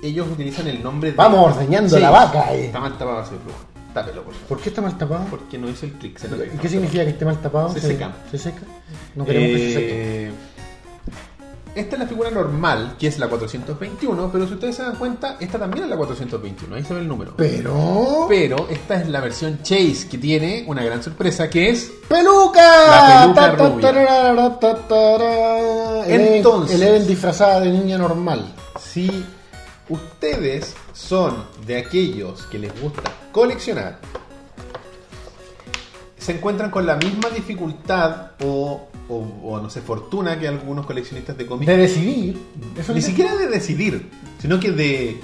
Speaker 1: ellos utilizan el nombre de...
Speaker 2: Ah. Vamos ordeñando la vaca ahí.
Speaker 1: Está mal tapado ese flujo. Tápelo, por favor.
Speaker 2: ¿Por qué está mal tapado?
Speaker 1: Porque no hizo el trick. se lo
Speaker 2: ¿Y
Speaker 1: dejamos.
Speaker 2: qué significa que esté mal tapado?
Speaker 1: Se seca.
Speaker 2: ¿Se seca? No queremos que se seque.
Speaker 1: Eh, Esta es la figura normal, que es la 421, pero si ustedes se dan cuenta, esta también es la 421, ahí se ve el número.
Speaker 2: Pero...
Speaker 1: Pero esta es la versión Chase, que tiene una gran sorpresa, que es...
Speaker 2: ¡Peluca!
Speaker 1: La peluca
Speaker 2: Ta, ta,
Speaker 1: rubia.
Speaker 2: tarara, ta, tarara. Eleven-
Speaker 1: Entonces.
Speaker 2: Eleven disfrazada de niña normal.
Speaker 1: Si ustedes son de aquellos que les gusta coleccionar, se encuentran con la misma dificultad o, o- o, no sé, fortuna que algunos coleccionistas de cómics.
Speaker 2: De decidir. Eso
Speaker 1: Ni
Speaker 2: que-
Speaker 1: siquiera de decidir, sino que de,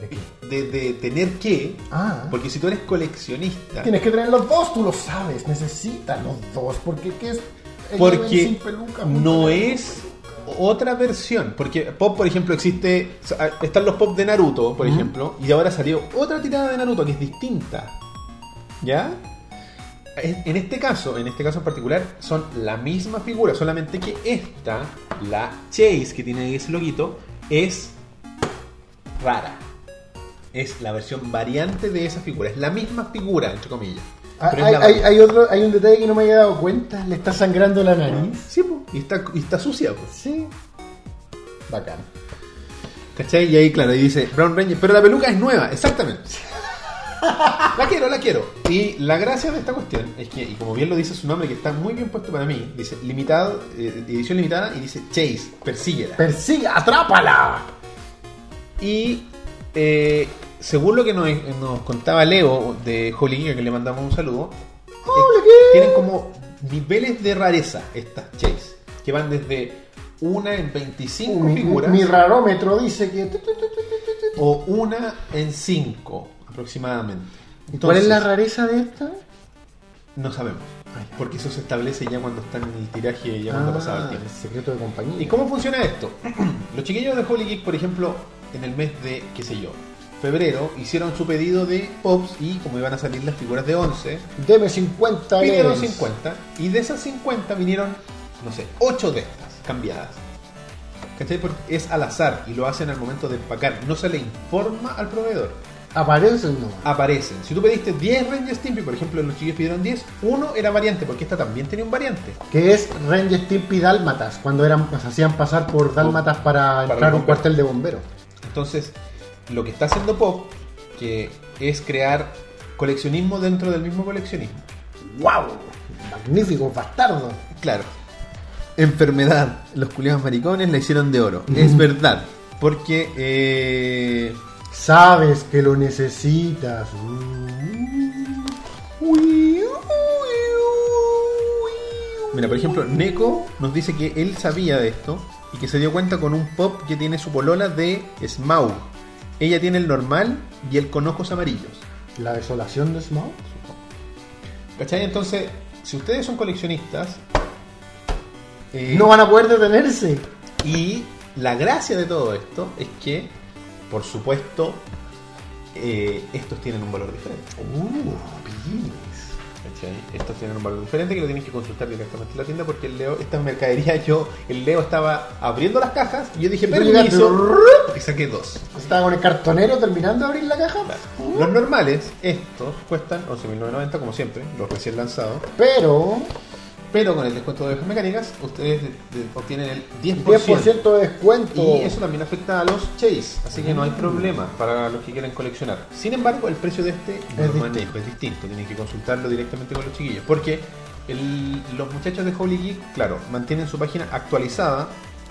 Speaker 2: ¿De qué?
Speaker 1: de, de tener que.
Speaker 2: Ah.
Speaker 1: Porque si tú eres coleccionista,
Speaker 2: Tienes que tener los dos, tú lo sabes. Necesitas los dos. Porque ¿qué es Eleven sin
Speaker 1: porque
Speaker 2: peluca?
Speaker 1: no es otra versión. Porque Pop, por ejemplo, existe. o sea, Están los Pop de Naruto, por ejemplo, y ahora salió otra tirada de Naruto que es distinta. ¿Ya? En en este caso, en este caso en particular, son la misma figura, solamente que esta, la Chase, que tiene ahí ese loguito, es rara. Es la versión variante de esa figura. Es la misma figura, entre comillas.
Speaker 2: Ah,
Speaker 1: pero es
Speaker 2: Hay,
Speaker 1: la
Speaker 2: hay-
Speaker 1: variante.
Speaker 2: hay otro, hay un detalle que no me había dado cuenta. Le está sangrando la nariz.
Speaker 1: Sí, po, y está, y está sucia. po.
Speaker 2: Sí. Bacán.
Speaker 1: ¿Cachai? Y ahí, claro, ahí dice Brown Ranger. Pero la peluca es nueva, exactamente. La quiero, la quiero. Y la gracia de esta cuestión es que, y como bien lo dice su nombre, que está muy bien puesto para mí, dice limitado, eh, edición limitada, y dice Chase, persíguela.
Speaker 2: Persiga, atrápala.
Speaker 1: Y eh, según lo que nos, nos contaba Leo de Holy Gear, que le mandamos un saludo, eh, tienen como niveles de rareza estas Chase, que van desde una en 25
Speaker 2: Uh, Mi,
Speaker 1: figuras.
Speaker 2: mi rarómetro dice que. tu, tu, tu, tu, tu, tu.
Speaker 1: o una en cinco aproximadamente.
Speaker 2: ¿Y ¿Cuál es la
Speaker 1: Entonces,
Speaker 2: rareza de esta?
Speaker 1: No sabemos, porque eso se establece ya cuando está en el tiraje, ya cuando ha pasado el
Speaker 2: Ah,
Speaker 1: tiempo.
Speaker 2: el secreto de compañía.
Speaker 1: ¿Y cómo funciona esto? Los chiquillos de Holy Geek, por ejemplo, en el mes de, qué sé yo, febrero, hicieron su pedido de Pops y como iban a salir las figuras de 11,
Speaker 2: Deme 50
Speaker 1: pidieron
Speaker 2: Elevens.
Speaker 1: 50 y de esas 50 vinieron, no sé, 8 de estas cambiadas. ¿Cachai? Porque es al azar y lo hacen al momento de empacar. No se le informa al proveedor.
Speaker 2: Aparecen nomás.
Speaker 1: aparecen. Si tú pediste 10 Rangers Stimpy, por ejemplo, los chicos pidieron 10, uno era variante, porque esta también tenía un variante.
Speaker 2: Que es Ranger Stimpy Dálmatas, cuando eran, se hacían pasar por Dálmatas para
Speaker 1: Para
Speaker 2: entrar a
Speaker 1: los
Speaker 2: un
Speaker 1: bomberos.
Speaker 2: cuartel de bomberos.
Speaker 1: Entonces, lo que está haciendo Pop, que es crear coleccionismo dentro del mismo coleccionismo.
Speaker 2: ¡Wow! Magnífico, bastardo.
Speaker 1: Claro. Enfermedad. Los culiados maricones la hicieron de oro. Es verdad. Porque eh,
Speaker 2: Sabes que lo necesitas. Mm. Uy, uy, uy.
Speaker 1: Mira, por ejemplo, Neko nos dice que él sabía de esto y que se dio cuenta con un pop que tiene su polola de Smaug. Ella tiene el normal y el con ojos amarillos.
Speaker 2: La desolación de Smaug.
Speaker 1: ¿Cachai? Entonces, si ustedes son coleccionistas eh,
Speaker 2: No van a poder detenerse.
Speaker 1: y la gracia de todo esto es que, por supuesto, eh, estos tienen un valor diferente.
Speaker 2: Uh, pillines.
Speaker 1: ¿cachai? Estos tienen un valor diferente que lo tienes que consultar directamente en la tienda porque el Leo, estas mercaderías, yo, el Leo estaba abriendo las cajas y yo dije,
Speaker 2: Y tú
Speaker 1: permiso,
Speaker 2: llegaste.
Speaker 1: y saqué dos.
Speaker 2: Estaba con el cartonero terminando de abrir la caja. Uh,
Speaker 1: Los normales, estos, cuestan 11.990 como siempre, los recién lanzados,
Speaker 2: Pero
Speaker 1: pero con el descuento de hojas mecánicas, ustedes de- de- obtienen el 10%.
Speaker 2: 10% de descuento.
Speaker 1: Y eso también afecta a los Chase, así que no hay problema para los que quieran coleccionar. Sin embargo, el precio de este no
Speaker 2: Es
Speaker 1: lo
Speaker 2: distinto.
Speaker 1: manejo, es distinto, tienen que consultarlo directamente con los chiquillos. Porque el- los muchachos de Holy Geek, claro, mantienen su página actualizada,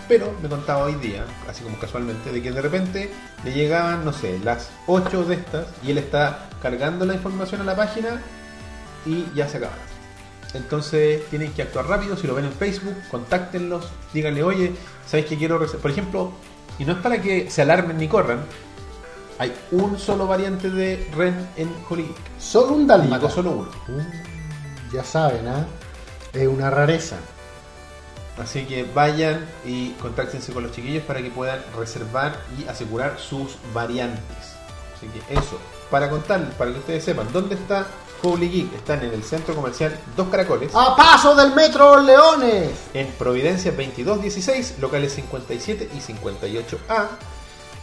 Speaker 1: pero me contaba hoy día, así como casualmente, de que de repente le llegaban, no sé, las 8 de estas y él está cargando la información a la página y ya se acaba. Entonces tienen que actuar rápido. Si lo ven en Facebook, contáctenlos, díganle, oye, ¿sabéis que quiero rece-?" Por ejemplo, y no es para que se alarmen ni corran, hay un solo variante de Ren en Holy Geek.
Speaker 2: Solo un
Speaker 1: Y mató
Speaker 2: dalmato.
Speaker 1: solo uno.
Speaker 2: Ya saben, ¿ah? Es una rareza.
Speaker 1: Así que vayan y contáctense con los chiquillos para que puedan reservar y asegurar sus variantes. Así que eso, para contar, para que ustedes sepan, ¿dónde está Holy Geek? Están en el centro comercial Dos Caracoles.
Speaker 2: ¡A paso del Metro Leones!
Speaker 1: en Providencia 2216, locales 57 y 58A.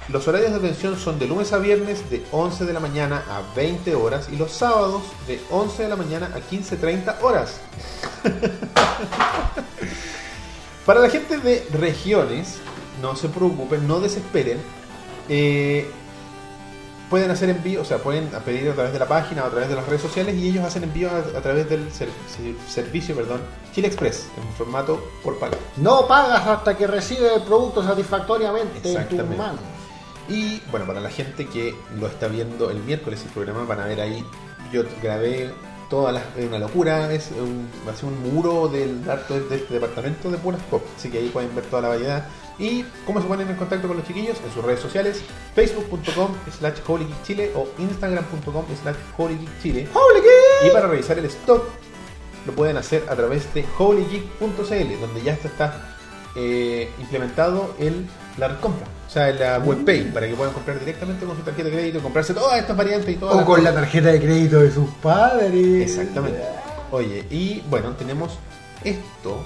Speaker 1: Los horarios de atención son de lunes a viernes de 11 de la mañana a 20 horas y los sábados de 11 de la mañana a 15.30 horas. Para la gente de regiones, no se preocupen, no desesperen. Eh, pueden hacer envío, o sea, pueden pedir a través de la página o a través de las redes sociales y ellos hacen envío a, a través del ser- se- servicio, perdón, Chile Express, en formato por pago.
Speaker 2: No pagas hasta que recibe el producto satisfactoriamente en tus
Speaker 1: Exactamente.
Speaker 2: manos.
Speaker 1: Y bueno, para la gente que lo está viendo el miércoles el programa, van a ver ahí, yo grabé todas las, es una locura, es un, va a ser un muro del harto de este departamento de puras pop, así que ahí pueden ver toda la variedad. Y cómo se ponen en contacto con los chiquillos en sus redes sociales, facebook.com slash holygeekchile o instagram.com slash holygeekchile. Y para revisar el stock lo pueden hacer a través de holygeek.cl, donde ya está, está, eh, implementado el, la compra, o sea, la
Speaker 2: Mm.
Speaker 1: webpage, para que puedan comprar directamente con su tarjeta de crédito, comprarse todas estas variantes y todas
Speaker 2: O
Speaker 1: las
Speaker 2: con la tarjeta de crédito de sus padres.
Speaker 1: Exactamente. Oye, y bueno, tenemos esto.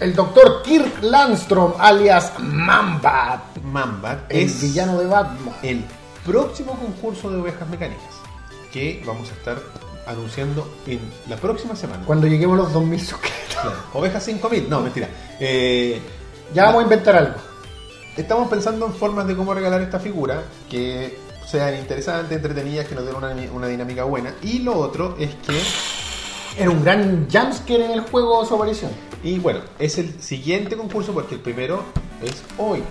Speaker 2: El doctor Kirk Landstrom, alias Mamba,
Speaker 1: Mamba
Speaker 2: el
Speaker 1: es
Speaker 2: villano de Batman.
Speaker 1: el próximo concurso de ovejas mecánicas que vamos a estar anunciando en la próxima semana.
Speaker 2: Cuando lleguemos a los 2000 suscriptores,
Speaker 1: Claro, Ovejas 5000, no, mentira. Eh,
Speaker 2: ya vamos a inventar algo.
Speaker 1: Estamos pensando en formas de cómo regalar esta figura que sean interesantes, entretenidas, que nos den una, una dinámica buena. Y lo otro es que,
Speaker 2: Era un gran jumpscare en el juego su aparición.
Speaker 1: y bueno, es el siguiente concurso porque el primero es hoy,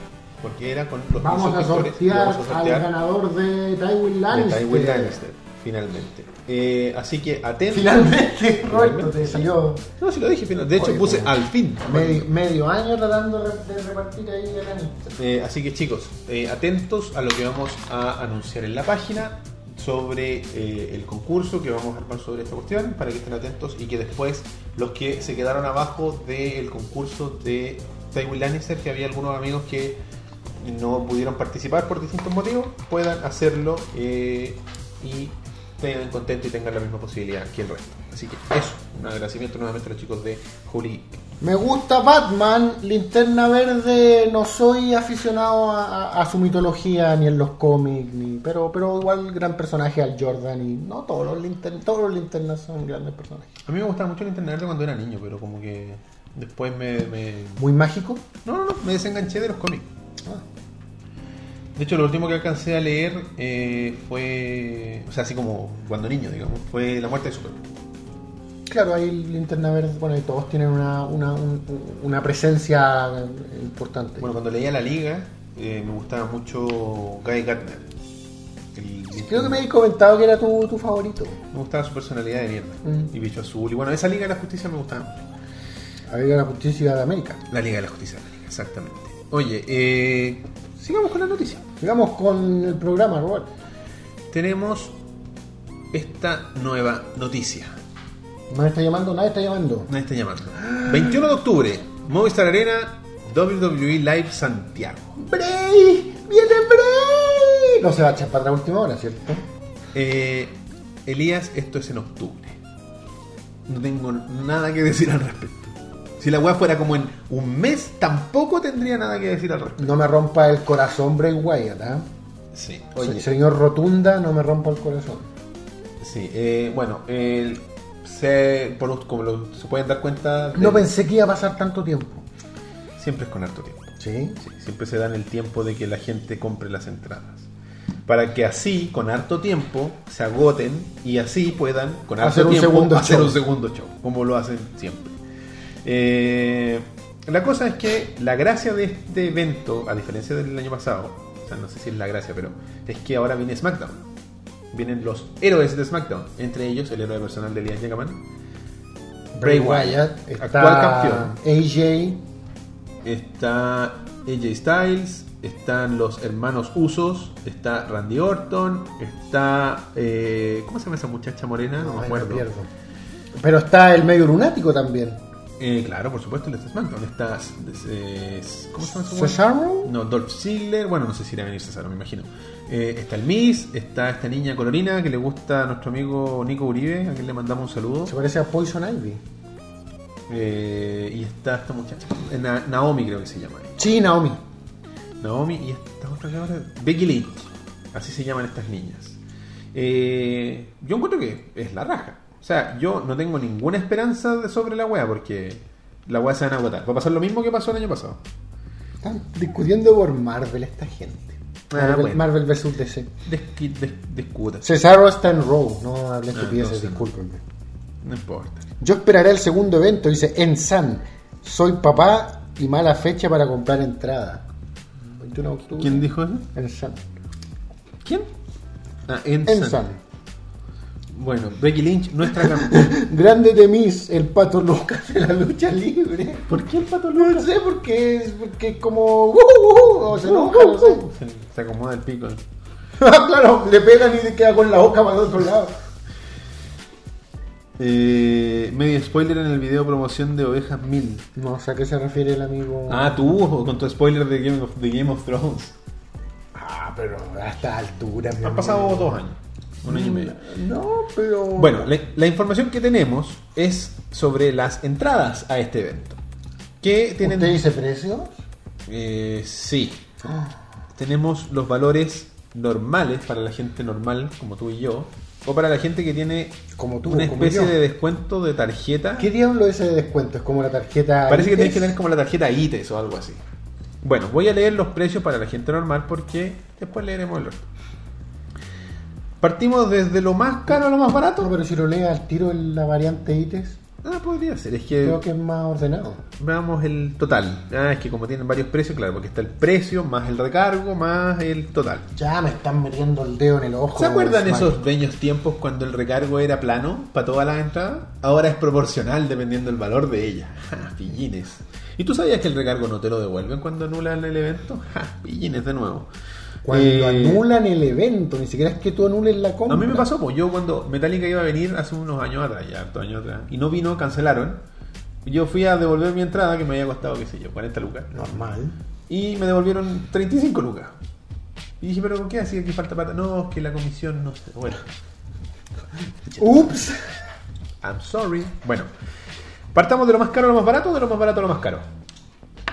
Speaker 1: porque era con los
Speaker 2: Vamos a
Speaker 1: suscriptores y
Speaker 2: sortear,
Speaker 1: vamos a sortear
Speaker 2: al ganador de Tywin
Speaker 1: de
Speaker 2: Lannister.
Speaker 1: Tywin Lannister, finalmente. Eh, así que atentos.
Speaker 2: Finalmente, Roberto, te salió
Speaker 1: No, si lo dije, final. de hecho
Speaker 2: Oye,
Speaker 1: puse
Speaker 2: bueno.
Speaker 1: al fin.
Speaker 2: medio, medio año tratando de de repartir ahí a Lannister.
Speaker 1: Eh, así que chicos, eh, atentos a lo que vamos a anunciar en la página sobre eh, el concurso que vamos a armar sobre esta cuestión, para que estén atentos y que después los que se quedaron abajo del concurso de Tywin Lannister, que había algunos amigos que no pudieron participar por distintos motivos, puedan hacerlo eh, y tengan contento y tengan la misma posibilidad que el resto. Así que eso, un agradecimiento nuevamente a los chicos de Juli
Speaker 2: Me gusta Batman, linterna verde, no soy aficionado a, a- a su mitología ni en los cómics, ni, pero, pero igual gran personaje al Jordan y no todos los linternas, todos los linternas son grandes personajes.
Speaker 1: A mí me gustaba mucho el internet cuando era niño, pero como que después me... me-
Speaker 2: Muy mágico.
Speaker 1: No, no, no, me desenganché de los cómics. De hecho, lo último que alcancé a leer eh, fue... O sea, así como cuando niño, digamos. Fue La muerte de Superman.
Speaker 2: Claro, ahí linterna verde, bueno, y todos tienen una, una, un- una presencia importante.
Speaker 1: Bueno, cuando leía La Liga, eh, me gustaba mucho Guy Gardner. El-
Speaker 2: Creo que me habéis comentado que era tu, tu favorito.
Speaker 1: Me gustaba su personalidad de mierda.
Speaker 2: Mm.
Speaker 1: Y bicho azul. Y bueno, esa Liga de la Justicia me gustaba mucho.
Speaker 2: A ver, la justicia de América.
Speaker 1: La Liga de la Justicia, la Liga, exactamente. Oye, eh, sigamos con la noticia.
Speaker 2: Sigamos con el programa, Robert.
Speaker 1: Tenemos esta nueva noticia.
Speaker 2: Nadie está llamando, nadie está llamando.
Speaker 1: Nadie está llamando. 21 de octubre, Movistar Arena, WWE Live Santiago.
Speaker 2: ¡Bray! ¡Viene Bray! No se va a echar para atrás última hora, ¿cierto?
Speaker 1: Eh, Elías, esto es en octubre. No tengo nada que decir al respecto. Si la weá fuera como en un mes, tampoco tendría nada que decir al respecto.
Speaker 2: No me rompa el corazón, Bray Wyatt, ¿ah?
Speaker 1: Sí,
Speaker 2: Se- Señor Rotunda, no me rompa el corazón.
Speaker 1: Sí, eh, bueno, el- se, por- como lo- se pueden dar cuenta,
Speaker 2: No
Speaker 1: el-
Speaker 2: pensé que iba a pasar tanto tiempo.
Speaker 1: siempre es con harto tiempo.
Speaker 2: Sí.
Speaker 1: Sí, siempre se dan el tiempo de que la gente compre las entradas. Para que así, con harto tiempo, se agoten y así puedan, con harto
Speaker 2: Hacer un
Speaker 1: tiempo,
Speaker 2: segundo
Speaker 1: hacer
Speaker 2: show.
Speaker 1: un segundo show, como lo hacen siempre. Eh, la cosa es que la gracia de este evento, a diferencia del año pasado, o sea, no sé si es la gracia, pero es que ahora viene SmackDown. Vienen los héroes de SmackDown, entre ellos el héroe personal de Elias Jagaman, Bray
Speaker 2: Bray
Speaker 1: Wyatt,
Speaker 2: Wyatt, está
Speaker 1: actual campeón.
Speaker 2: AJ,
Speaker 1: está AJ Styles, están los hermanos Usos, está Randy Orton, está... eh, ¿Cómo se llama esa muchacha morena? No, me
Speaker 2: Ay,
Speaker 1: acuerdo.
Speaker 2: Ah, pierdo. Pero está el medio lunático también.
Speaker 1: Eh, claro, por supuesto, el de SmackDown. Está... eh, ¿Cómo se llama esa mujer?
Speaker 2: ¿Cesaro?
Speaker 1: No, Dolph Ziggler. Bueno, no sé si irá a venir César, me imagino. Eh, está el Miss, está esta niña colorina que le gusta a nuestro amigo Nico Uribe, a quien le mandamos un saludo.
Speaker 2: Se parece a Poison Ivy.
Speaker 1: Eh, y está esta muchacha, eh, Na- Naomi creo que se llama. ella.
Speaker 2: Sí, Naomi.
Speaker 1: Naomi y esta otra que ahora- Becky Lynch. Así se llaman estas niñas. Eh, yo encuentro que es la raja. O sea, yo no tengo ninguna esperanza de- sobre la wea porque la wea se van a agotar. Va a pasar lo mismo que pasó el año pasado.
Speaker 2: Están discutiendo por Marvel esta gente.
Speaker 1: Ah,
Speaker 2: Marvel,
Speaker 1: bueno.
Speaker 2: Marvel vs DC.
Speaker 1: Desqui- des- Discuta.
Speaker 2: Cesaro está en Raw, no hablen
Speaker 1: Ah, entonces
Speaker 2: estupideces,
Speaker 1: no.
Speaker 2: discúlpenme.
Speaker 1: No importa.
Speaker 2: Yo esperaré el segundo evento, dice en San. Soy papá y mala fecha para comprar entrada. 21 de octubre.
Speaker 1: ¿Quién dijo eso?
Speaker 2: En San.
Speaker 1: ¿Quién? Ah, Ensan.
Speaker 2: En San.
Speaker 1: Bueno, Becky Lynch, nuestra campeona.
Speaker 2: Grande de mis, el pato Lucas de la lucha libre.
Speaker 1: ¿Por qué el pato
Speaker 2: No sé, porque es, porque es como. "Uh, uh, uh", o se enoja, no sé. Ah,
Speaker 1: Se, se acomoda el pico.
Speaker 2: claro, le pegan y se queda con la boca para el otro lado.
Speaker 1: Eh, medio spoiler en el video promoción de Ovejas 1000.
Speaker 2: No, o sea, ¿a qué se refiere el amigo?
Speaker 1: Ah, tú, o con tu spoiler de Game of, de Game of Thrones.
Speaker 2: Ah, pero a esta altura. mi
Speaker 1: Han
Speaker 2: amor.
Speaker 1: pasado dos años, un año y medio.
Speaker 2: No, pero.
Speaker 1: Bueno, la, la información que tenemos es sobre las entradas a este evento. Que tienen...
Speaker 2: ¿Usted dice precios?
Speaker 1: Eh, sí. Tenemos los valores normales para la gente normal, como tú y yo. O para la gente que tiene
Speaker 2: Como tú,
Speaker 1: una
Speaker 2: como
Speaker 1: especie
Speaker 2: yo.
Speaker 1: de descuento de tarjeta.
Speaker 2: ¿Qué diablo es ese descuento? Es como la tarjeta.
Speaker 1: Parece que tienes
Speaker 2: tienes
Speaker 1: que tener como la tarjeta ITES o algo así. Bueno, voy a leer los precios para la gente normal porque después leeremos el resto. Partimos desde lo más caro a lo más barato.
Speaker 2: No, pero si lo lea al tiro en la variante ITES,
Speaker 1: Ah, podría ser. Es
Speaker 2: creo
Speaker 1: que
Speaker 2: que es más ordenado.
Speaker 1: veamos el total. Ah, es que como tienen varios precios, claro, porque está el precio, más el recargo, más el total.
Speaker 2: Ya me están metiendo el dedo en el ojo.
Speaker 1: ¿Se acuerdan
Speaker 2: Smiley.
Speaker 1: esos bellos tiempos cuando el recargo era plano para toda la entrada? Ahora es proporcional dependiendo del valor de ella. Ja, pillines. ¿Y tú sabías que el recargo no te lo devuelven cuando anulan el evento? Ja, pillines de nuevo.
Speaker 2: Cuando
Speaker 1: Eh,
Speaker 2: anulan el evento, ni siquiera es que tú anules la compra.
Speaker 1: A mí me pasó, pues yo cuando Metallica iba a venir hace unos años atrás, ya, hartos años atrás, y no vino, cancelaron. Yo fui a devolver mi entrada que me había costado, qué sé yo, 40 lucas.
Speaker 2: Normal.
Speaker 1: Y me devolvieron 35 lucas. Y dije, pero ¿con qué así que falta plata? No, es que la comisión no sé. Bueno,
Speaker 2: Ups.
Speaker 1: I'm sorry. Bueno, partamos de lo más caro a lo más barato, de lo más barato a lo más caro.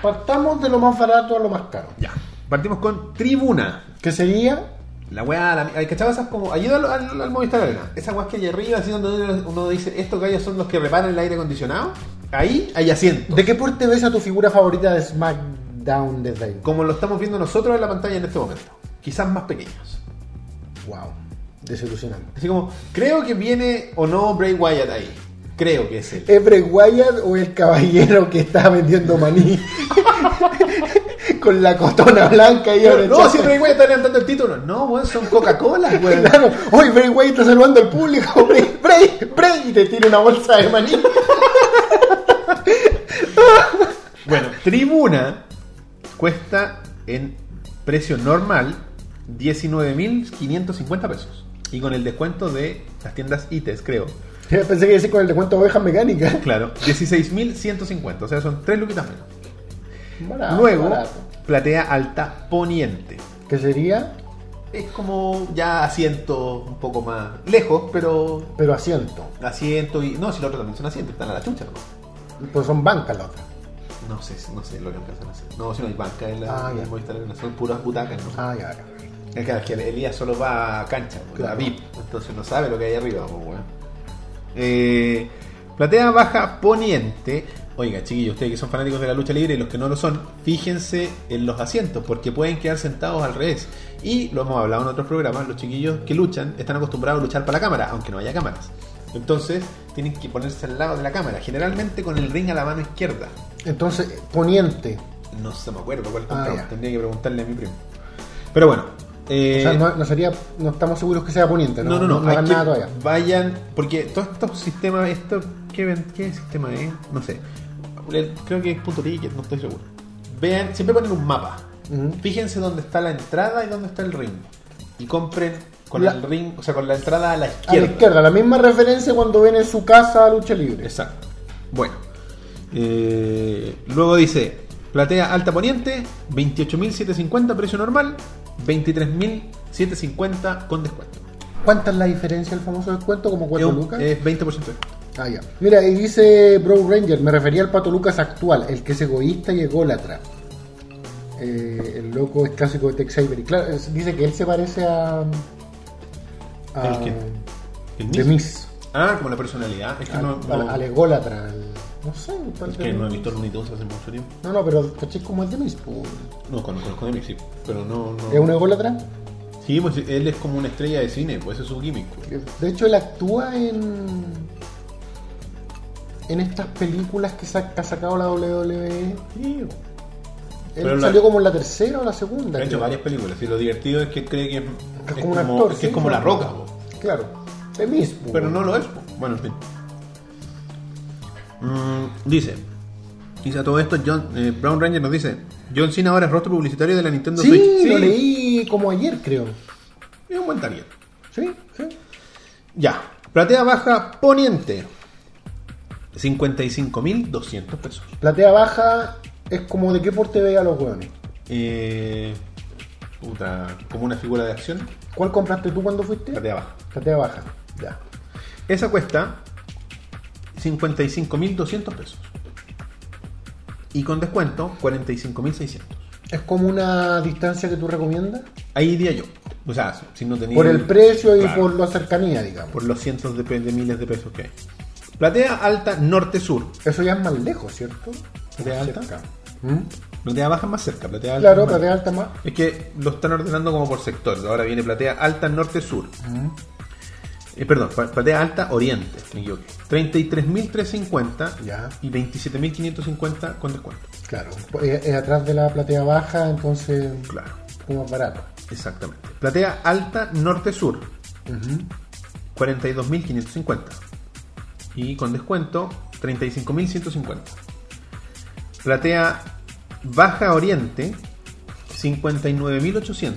Speaker 2: Partamos de lo más barato a lo más caro.
Speaker 1: Ya. Partimos con tribuna.
Speaker 2: ¿Qué sería?
Speaker 1: La weá, la ay, ¿cachaba esas como. Ayuda al, al, al Movistar Arena. Esas weas que hay arriba, así donde uno dice, estos gallos son los que reparan el aire acondicionado. Ahí hay asiento.
Speaker 2: ¿De qué porte ves a tu figura favorita de SmackDown desde ahí?
Speaker 1: Como lo estamos viendo nosotros en la pantalla en este momento. Quizás más pequeños.
Speaker 2: Wow. Desilusionante.
Speaker 1: Así como, creo que viene o no Bray Wyatt ahí. Creo que es él.
Speaker 2: ¿Es Bray Wyatt o el caballero que está vendiendo maní? Con la cotona blanca y ahora
Speaker 1: No, si Bray Wyatt está levantando el título. No, weón, son Coca-Cola, weón.
Speaker 2: Claro. Hoy Bray Wyatt está saludando al público. Bray, Bray, Bray. Y te tira una bolsa de maní.
Speaker 1: Bueno, tribuna cuesta en precio normal 19.550 pesos. Y con el descuento de las tiendas ITES, creo.
Speaker 2: Pensé que decía con el descuento de ovejas mecánicas.
Speaker 1: Claro, 16.150, o sea, son tres luquitas menos.
Speaker 2: Ah, Barato,
Speaker 1: Luego,
Speaker 2: barato.
Speaker 1: platea alta poniente.
Speaker 2: ¿Qué sería?
Speaker 1: es como ya asiento un poco más lejos, pero
Speaker 2: Pero asiento.
Speaker 1: asiento y. No, si la otra también son asientos, están a la chucha nomás.
Speaker 2: Pues son bancas las otras.
Speaker 1: No sé, no sé lo que alcanzan a hacer. No, si no hay banca en la
Speaker 2: Ah,
Speaker 1: en
Speaker 2: ya.
Speaker 1: Movistar Arena, son puras butacas, ¿no?
Speaker 2: Ah, ya, ya.
Speaker 1: Es que- que Elías solo va a cancha, porque
Speaker 2: Claro.
Speaker 1: a VIP, entonces no sabe lo que hay arriba, pues, weón. Eh, platea baja poniente. Oiga, chiquillos, ustedes que son fanáticos de la lucha libre y los que no lo son, fíjense en los asientos, porque pueden quedar sentados al revés. Y lo hemos hablado en otros programas, los chiquillos que luchan están acostumbrados a luchar para la cámara, aunque no haya cámaras. Entonces, tienen que ponerse al lado de la cámara, generalmente con el ring a la mano izquierda.
Speaker 2: Entonces, poniente.
Speaker 1: No se me acuerdo cuál
Speaker 2: Ah,
Speaker 1: compramos,
Speaker 2: ya.
Speaker 1: tendría que preguntarle a mi primo. Pero bueno. eh,
Speaker 2: O sea, no, no sería, no estamos seguros que sea poniente,
Speaker 1: no,
Speaker 2: ¿no?
Speaker 1: no, no, hay
Speaker 2: hagan
Speaker 1: que
Speaker 2: nada todavía.
Speaker 1: vayan, porque todos estos sistemas, esto, ¿qué, ven- qué sistema es? No sé. El- Creo que es punto ticket, no estoy seguro. Vean, siempre ponen un mapa.
Speaker 2: Ujú.
Speaker 1: Fíjense dónde está la entrada y dónde está el ring. Y compren con
Speaker 2: La-
Speaker 1: el ring, o sea, con la entrada a la
Speaker 2: A la
Speaker 1: izquierda.
Speaker 2: izquierda, la misma referencia cuando ven en su casa a lucha libre.
Speaker 1: Exacto. Bueno. Eh, luego dice, platea alta poniente, 28.750 precio normal, 23.750 con descuento.
Speaker 2: ¿Cuánta es la diferencia del famoso descuento? ¿Como 4
Speaker 1: Es un-
Speaker 2: lucas?
Speaker 1: Es 20%.
Speaker 2: Ah, ya. eh, Mira, y dice Bro Ranger, me refería al Pato Lucas actual, el que es egoísta y ególatra. Eh, el loco es clásico de Tex Avery. Claro, es- dice que él se parece a... a
Speaker 1: ¿El qué? ¿El
Speaker 2: The
Speaker 1: mismo?
Speaker 2: Miz.
Speaker 1: Ah, como la personalidad. Es que
Speaker 2: Al,
Speaker 1: no,
Speaker 2: al-
Speaker 1: no-
Speaker 2: al ególatra. al- no sé. tal
Speaker 1: es
Speaker 2: vez
Speaker 1: que no he
Speaker 2: no.
Speaker 1: visto Looney Tunes hace mucho tiempo.
Speaker 2: No, no, pero caché como es The Miz. po.
Speaker 1: No, con- conozco de mí, sí. Pero no. no.
Speaker 2: ¿Es un ególatra?
Speaker 1: Sí, pues él es como una estrella de cine, pues ese es su gimmick. pues.
Speaker 2: De hecho, él actúa en... En estas películas que sa- que ha sacado la WWE.
Speaker 1: Sí, pues.
Speaker 2: Él
Speaker 1: Pero la-
Speaker 2: salió como en la tercera o la segunda.
Speaker 1: Ha hecho
Speaker 2: creo.
Speaker 1: varias películas. Y lo divertido es que cree que es,
Speaker 2: Que es
Speaker 1: es
Speaker 2: como un actor,
Speaker 1: es que es
Speaker 2: sí,
Speaker 1: como la
Speaker 2: claro.
Speaker 1: roca, pues.
Speaker 2: Claro, de mismo.
Speaker 1: Pero no lo es. pues. Bueno, en fin. Mm, dice. Dice a todo esto, John, eh, Brown Ranger nos dice: John Cena ahora es rostro publicitario de la Nintendo
Speaker 2: Sí,
Speaker 1: Switch.
Speaker 2: lo leí como ayer, creo.
Speaker 1: Es un buen target.
Speaker 2: Sí, sí.
Speaker 1: Ya. Platea baja poniente. 55.200 pesos.
Speaker 2: Platea baja es como de qué porte veía los hueones.
Speaker 1: Eh, puta, como una figura de acción.
Speaker 2: ¿Cuál compraste tú cuando fuiste?
Speaker 1: Platea baja.
Speaker 2: Platea baja, ya.
Speaker 1: Esa cuesta 55.200 pesos. Y con descuento 45.600.
Speaker 2: ¿Es como una distancia que tú recomiendas?
Speaker 1: Ahí iría yo. O sea, si no tenía...
Speaker 2: Por el precio y
Speaker 1: Claro.
Speaker 2: por la cercanía, digamos.
Speaker 1: Por los cientos de, pe- de miles de pesos que hay. Platea alta norte-sur.
Speaker 2: Eso ya es más lejos, ¿cierto?
Speaker 1: ¿Platea
Speaker 2: Más
Speaker 1: alta?
Speaker 2: cerca. ¿Mm?
Speaker 1: Platea baja más cerca. Platea alta
Speaker 2: Claro,
Speaker 1: más
Speaker 2: platea alta más.
Speaker 1: Es que lo están ordenando como por sector. Ahora viene platea alta norte-sur. Eh, perdón, pa- platea alta oriente. Me equivoqué. 33.350
Speaker 2: Ya.
Speaker 1: y 27.550 con descuento.
Speaker 2: Claro, es es atrás de la platea baja, entonces
Speaker 1: Claro,
Speaker 2: como más barato.
Speaker 1: exactamente. Platea alta norte-sur. 42.550 y con descuento 35.150. Platea baja oriente 59.800.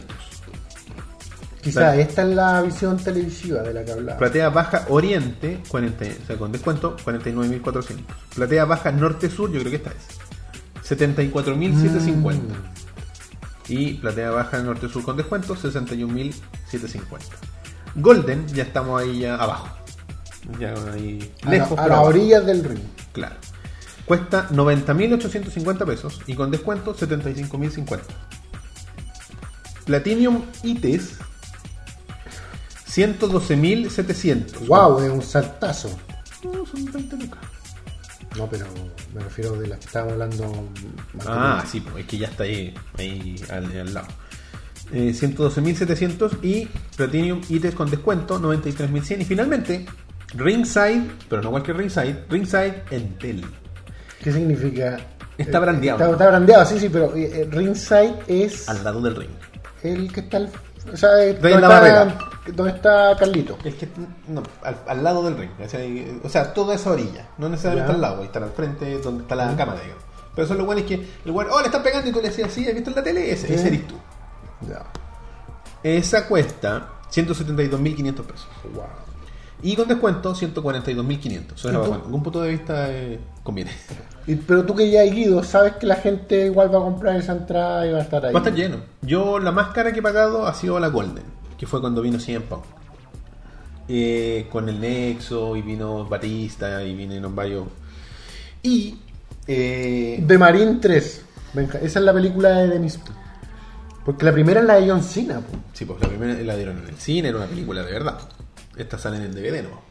Speaker 2: Quizá
Speaker 1: Claro.
Speaker 2: esta es la visión televisiva de la que hablaba.
Speaker 1: Platea Baja Oriente, 40, o sea, con descuento, 49.400. Platea Baja Norte Sur, yo creo que esta es. 74.750.
Speaker 2: Mm.
Speaker 1: Y Platea Baja Norte Sur con descuento, 61.750. Golden, ya estamos ahí ya abajo. Ya ahí
Speaker 2: A la-
Speaker 1: lejos.
Speaker 2: a
Speaker 1: pero
Speaker 2: la
Speaker 1: abajo.
Speaker 2: orilla del ring.
Speaker 1: Claro. Cuesta 90.850 pesos y con descuento 75.050. Platinum ITES 112.700.
Speaker 2: Wow, es un saltazo.
Speaker 1: No, Oh, son 20 lucas.
Speaker 2: No, pero me refiero de las que estábamos hablando.
Speaker 1: Ah,
Speaker 2: más temprano.
Speaker 1: sí, pues es que ya está ahí, ahí al, al lado. Eh, 112.700 y Platinum ITES con descuento 93.100. Y finalmente, Ringside, pero no cualquier Ringside, Ringside Entel.
Speaker 2: ¿Qué significa?
Speaker 1: Está
Speaker 2: Eh,
Speaker 1: brandeado.
Speaker 2: Está, está brandeado, sí, sí, pero eh, eh, Ringside es
Speaker 1: Al lado del ring.
Speaker 2: el que está. al- o sea, eh,
Speaker 1: De la barrera.
Speaker 2: está, donde está Carlito.
Speaker 1: El que, no, al, al lado del ring. O sea, y- o sea, toda esa orilla. No necesariamente
Speaker 2: Ya.
Speaker 1: al lado, ahí está al frente, donde está la cámara, digamos. Pero eso es lo bueno es que el weón, oh, le están pegando y tú le decías, sí, ¿has visto en la tele? Ese,
Speaker 2: Sí.
Speaker 1: ese eres tú.
Speaker 2: Ya.
Speaker 1: Esa cuesta 172.500 pesos.
Speaker 2: Wow.
Speaker 1: Y con descuento, 142.500. Eso
Speaker 2: ¿Y
Speaker 1: era
Speaker 2: tú?
Speaker 1: bajo ningún punto de vista eh, conviene.
Speaker 2: Y- pero tú que ya has ido, sabes que la gente igual va a comprar esa entrada y va a estar ahí.
Speaker 1: Va a estar lleno. Yo la más cara que he pagado ha sido la Golden, que fue cuando vino 100 Pound. Eh, con el Nexo y vino Batista y vinieron varios. Y eh,
Speaker 2: De Marín 3. Venga, esa es la película de The Mist. Porque la primera es la de John Cena. po.
Speaker 1: Sí, pues la primera la dieron en el cine, era una película de verdad. Esta salen en DVD, ¿no?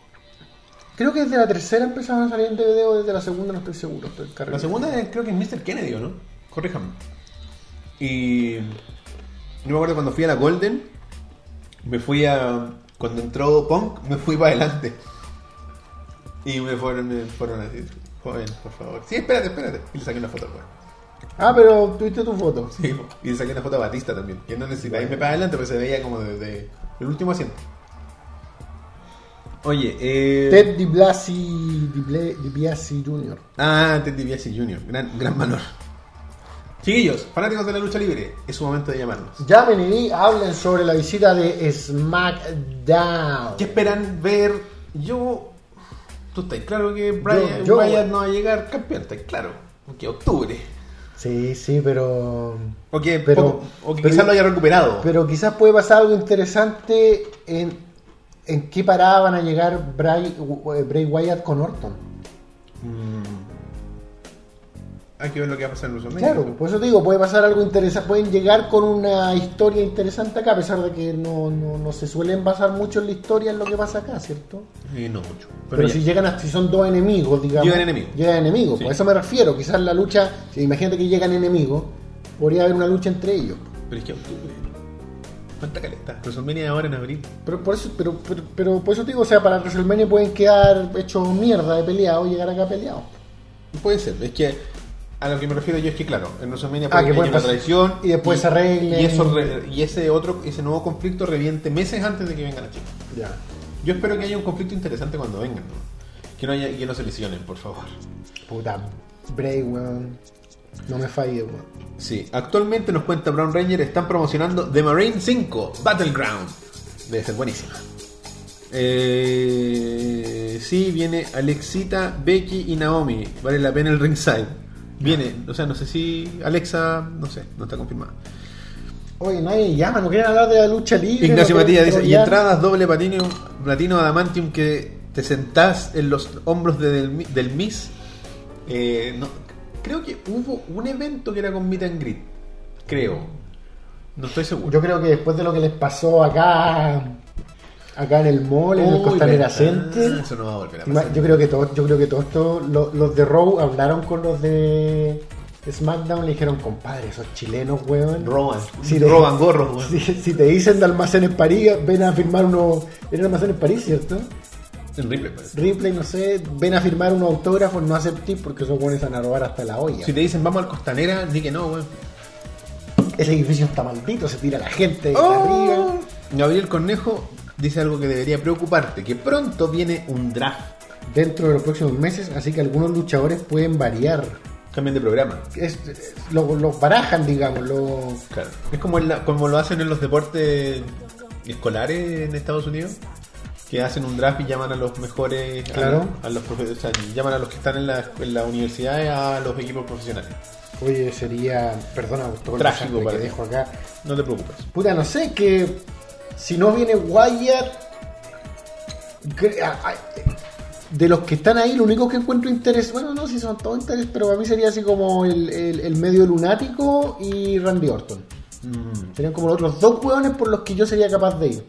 Speaker 2: Creo que desde la tercera empezaron a salir en DVD o desde la segunda, no estoy seguro. estoy cargado.
Speaker 1: La segunda es- creo que es Mr. Kennedy, ¿o no? Corríjame. Y. Yo me acuerdo cuando fui a la Golden, me fui a. Cuando entró Punk, me fui para adelante. Y me fueron, me fueron así. Joven, por favor. Sí, espérate, espérate. Y le saqué una foto, pues.
Speaker 2: Ah, pero tuviste tu foto.
Speaker 1: Sí, po. y le saqué una foto a Batista también. Que no necesitaba irme para adelante, pero se veía como desde el último asiento. Oye, eh.
Speaker 2: Ted DiBlasi, Dibla- DiBiase Jr.
Speaker 1: Ah, Ted DiBiase Jr., gran, gran valor. Chiquillos, fanáticos de la lucha libre, es su momento de llamarnos.
Speaker 2: Llamen y hablen sobre la visita de SmackDown.
Speaker 1: ¿Qué esperan ver? Yo. Tú estás claro que Brian,
Speaker 2: yo-
Speaker 1: Bryan no va a llegar campeón, estás claro. Que octubre.
Speaker 2: Sí, sí, pero.
Speaker 1: O que,
Speaker 2: Pero-
Speaker 1: poco- o que
Speaker 2: pero-
Speaker 1: quizás lo haya recuperado.
Speaker 2: Pero quizás puede pasar algo interesante en, en qué parada van a llegar Bray, eh, Bray Wyatt con Orton.
Speaker 1: Hay que ver lo que va a pasar en WrestleMania.
Speaker 2: Claro, por eso te digo, puede pasar algo interesante. Pueden llegar con una historia interesante acá, a pesar de que no, no, no se suelen basar mucho en la historia en lo que pasa acá, ¿cierto?
Speaker 1: Eh, no mucho. Pero,
Speaker 2: Pero,
Speaker 1: ya.
Speaker 2: si llegan a, si son dos enemigos, digamos.
Speaker 1: Llegan enemigos.
Speaker 2: Llegan enemigos,
Speaker 1: Sí.
Speaker 2: por eso me refiero. Quizás la lucha, si imagínate que llegan enemigos, podría haber una lucha entre ellos.
Speaker 1: Pero es que octubre. ¿Cuánta caleta? WrestleMania ahora en abril.
Speaker 2: Pero por eso, pero, pero, pero por eso te digo, o sea, para WrestleMania pueden quedar hechos mierda de peleados y llegar acá peleados.
Speaker 1: Puede ser, es que a lo que me refiero yo es que, claro, en WrestleMania
Speaker 2: Ah,
Speaker 1: puede
Speaker 2: que
Speaker 1: que haya
Speaker 2: pueden
Speaker 1: una
Speaker 2: pasar-
Speaker 1: traición
Speaker 2: y después se arreglen.
Speaker 1: Y, eso re- y ese otro ese nuevo conflicto reviente meses antes de que vengan a Chile.
Speaker 2: Ya.
Speaker 1: Yo espero que haya un conflicto interesante cuando vengan, ¿no? Que no, haya, que no se lesionen, por favor.
Speaker 2: Puta, Bray, weón. No me falle, weón.
Speaker 1: Sí, actualmente nos cuenta Brown Ranger, están promocionando The Marine 5 Battleground. Debe ser buenísima. Eh, sí, viene Alexita, Becky y Naomi. Vale la pena el ringside. Viene, o sea, no sé si Alexa, no sé, no está confirmada.
Speaker 2: Oye, nadie llama, no quieren hablar de la lucha libre.
Speaker 1: Ignacio
Speaker 2: no quieren
Speaker 1: Matías dice, y
Speaker 2: trollear.
Speaker 1: entradas doble platino, platino adamantium que te sentás en los hombros de del, Mi- del Miss. Eh, no, creo que hubo un evento que era con Meet and Greet. Creo. No estoy seguro.
Speaker 2: Yo creo que después de lo que les pasó acá, acá en el mall, en el
Speaker 1: Uy,
Speaker 2: Costanera
Speaker 1: verdad,
Speaker 2: Center,
Speaker 1: Eso no va a volver a
Speaker 2: Ima-
Speaker 1: pasar.
Speaker 2: Yo creo que todos, yo creo que todos estos- lo- los de Raw hablaron con los de SmackDown y le dijeron, compadre, esos chilenos, weón.
Speaker 1: Roban.
Speaker 2: Sí, de-
Speaker 1: roban gorros, weón.
Speaker 2: Si, si te dicen de almacenes París, ven a firmar unos. Era almacenes París, ¿cierto?
Speaker 1: En Ripley, pues. parece.
Speaker 2: Ripley, no sé, ven a firmar unos autógrafos, no aceptís porque esos weones van a robar hasta la olla.
Speaker 1: Si te dicen vamos al Costanera, di que no, weón.
Speaker 2: Ese edificio está maldito, se tira la gente de
Speaker 1: Oh.
Speaker 2: arriba.
Speaker 1: Gabriel Cornejo dice algo que debería preocuparte, que pronto viene un draft.
Speaker 2: Dentro de los próximos meses, así que algunos luchadores pueden variar.
Speaker 1: Cambien de programa.
Speaker 2: Es- lo- los barajan, digamos, los.
Speaker 1: Claro. Es como, en la- como lo hacen en los deportes escolares en Estados Unidos, que hacen un draft y llaman a los mejores, a-
Speaker 2: Claro.
Speaker 1: a, los profe- o sea, llaman a los que están en la, en la universidad a los equipos profesionales.
Speaker 2: Oye, sería. Perdona, todo el
Speaker 1: Trágico
Speaker 2: desastre
Speaker 1: para
Speaker 2: que
Speaker 1: ti.
Speaker 2: dejo acá.
Speaker 1: No te preocupes.
Speaker 2: Puta, no sé, que si no viene Wyatt, cre- a- a- de los que están ahí, lo único que encuentro interés, bueno, no, si son todos interés, pero para mí sería así como el, el- el medio lunático y Randy Orton. Serían como los otros dos hueones por los que yo sería capaz de ir.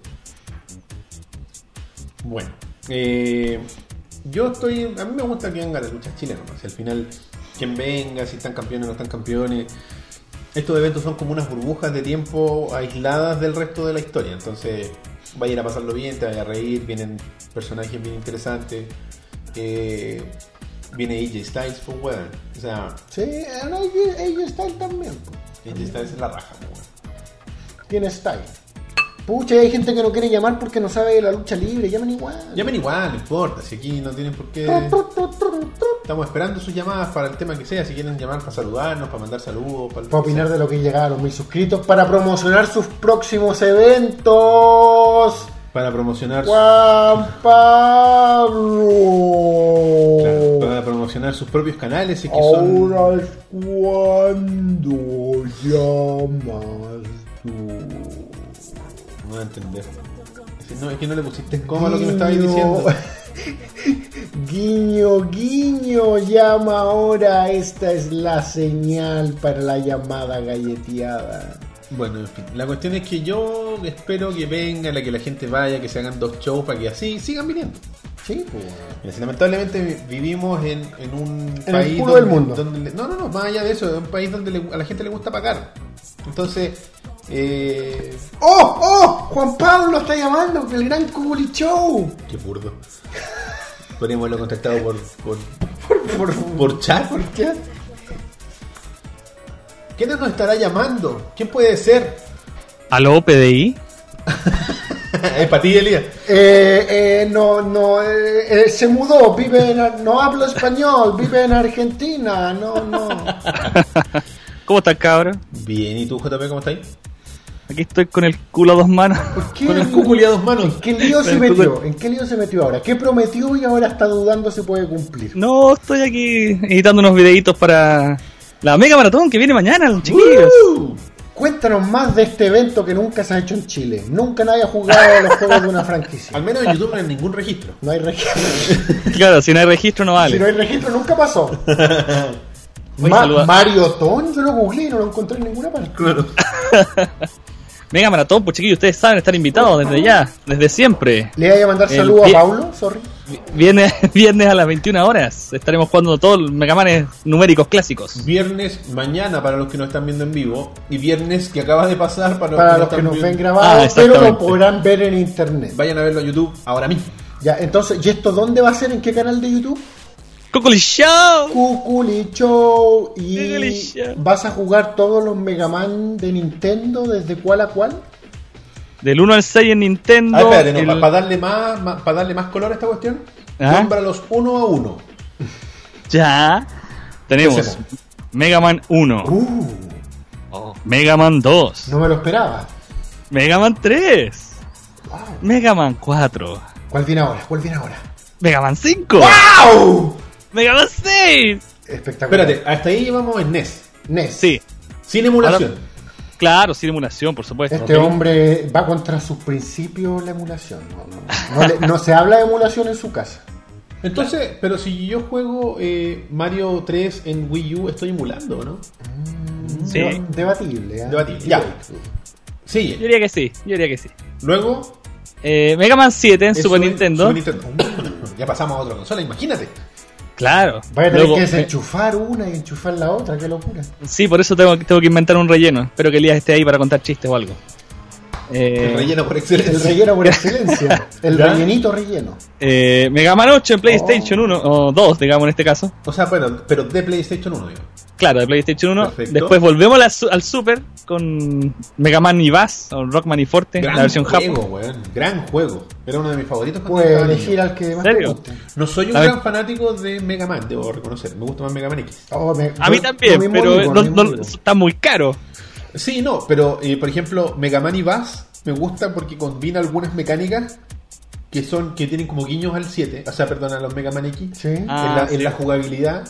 Speaker 1: Bueno, eh, yo estoy. A mí me gusta que venga la lucha chilena, nomás. Al final, quien venga, si están campeones o no están campeones. Estos eventos son como unas burbujas de tiempo aisladas del resto de la historia. Entonces, vaya a ir a pasarlo bien, te vaya a reír. Vienen personajes bien interesantes. eh, viene AJ Styles, pues, weón. O sea,
Speaker 2: Sí, ahora ellos, ellos están también. po.
Speaker 1: AJ Styles es la raja, pues, weón.
Speaker 2: Tiene style. Pucha, hay gente que no quiere llamar porque no sabe de la lucha libre, llaman igual.
Speaker 1: Llamen igual, no importa. Si aquí no tienen por qué. Estamos esperando sus llamadas para el tema que sea. Si quieren llamar para saludarnos, para mandar saludos, para,
Speaker 2: Para opinar de lo que llegaba a los mil suscritos, para promocionar sus próximos eventos.
Speaker 1: para promocionar su-
Speaker 2: Juan
Speaker 1: claro,
Speaker 2: Pablo.
Speaker 1: para promocionar sus propios canales y que
Speaker 2: Oh,
Speaker 1: son
Speaker 2: Ahora es cuando llamas tú.
Speaker 1: no voy a entender. Es que No, es que no le pusiste en coma lo que me estabais diciendo.
Speaker 2: Guiño, guiño, llama ahora. Esta es la señal para la llamada galleteada.
Speaker 1: Bueno, en fin. La cuestión es que yo espero que venga, la que la gente vaya, que se hagan dos shows para que así sigan viniendo.
Speaker 2: Sí, pues.
Speaker 1: Mira, si lamentablemente vi- vivimos en, en un
Speaker 2: el
Speaker 1: país
Speaker 2: culo del
Speaker 1: donde-
Speaker 2: mundo.
Speaker 1: donde le- no, no, no, más allá de eso, es un país donde le- a la gente le gusta pagar. Entonces, eh,
Speaker 2: ¡Oh, oh! Juan Pablo está llamando el gran Culi Show.
Speaker 1: qué burdo. Podríamos haberlo contactado por, por,
Speaker 2: Por
Speaker 1: por chat. ¿Por qué? ¿Quién nos estará llamando? ¿Quién puede ser?
Speaker 5: ¿Aló, PDI?
Speaker 1: es para ti, Elías.
Speaker 2: Eh, eh, no, no, eh, eh, se mudó, vive en, Ar- no habla español, vive en Argentina, no, no.
Speaker 5: ¿Cómo estás, cabra?
Speaker 1: Bien, ¿y tú, JP, cómo estás?
Speaker 5: Aquí estoy con el culo a dos manos.
Speaker 2: ¿Por qué?
Speaker 1: Con el cuculi a dos manos.
Speaker 2: ¿En qué lío se
Speaker 5: Con el
Speaker 2: metió? ¿En qué lío se metió ahora? ¿Qué prometió y ahora está dudando si puede cumplir?
Speaker 5: No, estoy aquí editando unos videitos para la mega maratón que viene mañana, los chiquillos.
Speaker 1: ¡Uh!
Speaker 2: Cuéntanos más de este evento que nunca se ha hecho en Chile. Nunca nadie ha jugado a los juegos de una franquicia.
Speaker 1: Al menos en YouTube no hay ningún registro.
Speaker 2: No hay registro.
Speaker 5: Claro, si no hay registro no
Speaker 2: Si no
Speaker 5: vale.
Speaker 2: hay registro, nunca pasó.
Speaker 5: Oye,
Speaker 2: Ma-
Speaker 5: saluda-
Speaker 2: Mario Ton, yo lo googleé y no lo encontré en ninguna parte.
Speaker 5: Mega maratón, pues chiquillos, ustedes saben estar invitados desde ya, desde siempre.
Speaker 2: Le voy a mandar
Speaker 5: El
Speaker 2: saludos a
Speaker 5: pie-
Speaker 2: Paulo, sorry.
Speaker 5: Viernes, viernes a las 21 horas estaremos jugando todos los megamanes numéricos clásicos.
Speaker 1: Viernes mañana para los que no están viendo en vivo y viernes que acaba de pasar para los
Speaker 2: Para los
Speaker 1: que
Speaker 2: que
Speaker 1: no están
Speaker 2: nos ven
Speaker 1: viendo.
Speaker 2: grabados,
Speaker 5: Ah,
Speaker 2: pero lo
Speaker 5: exactamente.
Speaker 2: podrán ver en internet.
Speaker 1: Vayan a verlo a YouTube ahora mismo.
Speaker 2: Ya, entonces, ¿y esto dónde va a ser? ¿En qué canal de YouTube?
Speaker 5: ¡Cocoli Show!
Speaker 2: Cuculi Show. Y
Speaker 5: Cuculi Show.
Speaker 2: vas a jugar todos los Mega Man de Nintendo, desde cuál a cuál.
Speaker 5: Del 1 al 6 en Nintendo.
Speaker 1: Ah, espérate, no,
Speaker 5: el-
Speaker 1: para darle más, para darle más color a esta cuestión,
Speaker 5: Ajá.
Speaker 1: nómbralos uno a uno.
Speaker 5: Ya.
Speaker 1: ¿Qué
Speaker 5: Tenemos
Speaker 1: hacemos?
Speaker 5: Mega Man 1,
Speaker 2: Uh,
Speaker 5: Mega Man 2,
Speaker 2: no me lo esperaba.
Speaker 5: Mega Man 3,
Speaker 2: Wow.
Speaker 5: Mega Man 4,
Speaker 2: ¿Cuál viene ahora? ¿Cuál viene ahora?
Speaker 5: Mega Man 5,
Speaker 2: ¡Au!
Speaker 5: Mega Man 6.
Speaker 2: Espectacular.
Speaker 1: Espérate, hasta ahí llevamos en NES.
Speaker 2: Ness,
Speaker 5: Sí,
Speaker 1: Sin emulación.
Speaker 5: claro, sin emulación, por supuesto.
Speaker 2: Este hombre va contra sus principios la emulación. No, no- no le- no se habla de emulación en su casa.
Speaker 1: Entonces, pero si yo juego eh, Mario 3 en Wii U, estoy emulando, ¿no?
Speaker 5: Sí.
Speaker 2: Deba- Debatible. ¿eh?
Speaker 1: Debatible, ya.
Speaker 5: Yo
Speaker 1: Sigue.
Speaker 5: diría que sí, yo diría que sí.
Speaker 1: Luego.
Speaker 5: Eh, Mega Man 7 en
Speaker 1: es
Speaker 5: Super Nintendo.
Speaker 1: Super Nintendo. Mm, Eh, ya pasamos a otra consola, imagínate.
Speaker 5: Claro.
Speaker 2: Vaya a tener
Speaker 5: Luego,
Speaker 2: que
Speaker 5: eh,
Speaker 2: desenchufar una y enchufar la otra, qué locura.
Speaker 5: Sí, por eso tengo, tengo que inventar un relleno. Espero que Elías esté ahí para contar chistes o algo.
Speaker 1: El
Speaker 5: Eh,
Speaker 1: relleno por excelencia.
Speaker 2: El relleno por excelencia. El
Speaker 1: ¿Ya?
Speaker 2: rellenito relleno.
Speaker 5: eh, Mega Man 8
Speaker 2: Oh.
Speaker 5: en PlayStation 1, o 2, digamos en este caso.
Speaker 1: O sea, bueno, pero de PlayStation 1, digo.
Speaker 5: Claro, de PlayStation 1.
Speaker 1: Perfecto.
Speaker 5: Después volvemos a la su- al Super con Mega Man y Bass, o Rockman y Forte, la versión
Speaker 1: juego,
Speaker 5: Japón.
Speaker 1: weón. Gran juego. Era uno de mis favoritos. cuando
Speaker 2: Puedes
Speaker 1: estaba niño.
Speaker 2: elegir al que más
Speaker 5: ¿En
Speaker 2: te
Speaker 5: serio?
Speaker 2: guste.
Speaker 1: No soy un
Speaker 5: A ver.
Speaker 1: gran fanático de Mega Man, debo reconocer. Me gusta más Mega Man X.
Speaker 2: Oh, me-
Speaker 5: A mí
Speaker 2: yo-
Speaker 5: también,
Speaker 2: lo mismo
Speaker 5: pero
Speaker 2: digo,
Speaker 5: no-
Speaker 2: lo mismo
Speaker 5: no-
Speaker 2: digo.
Speaker 5: está muy caro.
Speaker 1: Sí, no, pero eh, por ejemplo, Mega Man y Bass me gusta porque combina algunas mecánicas que son que tienen como guiños al 7, o sea, perdón, a los Mega Man X
Speaker 2: Sí.
Speaker 5: Ah,
Speaker 1: en, la,
Speaker 5: sí.
Speaker 1: en la jugabilidad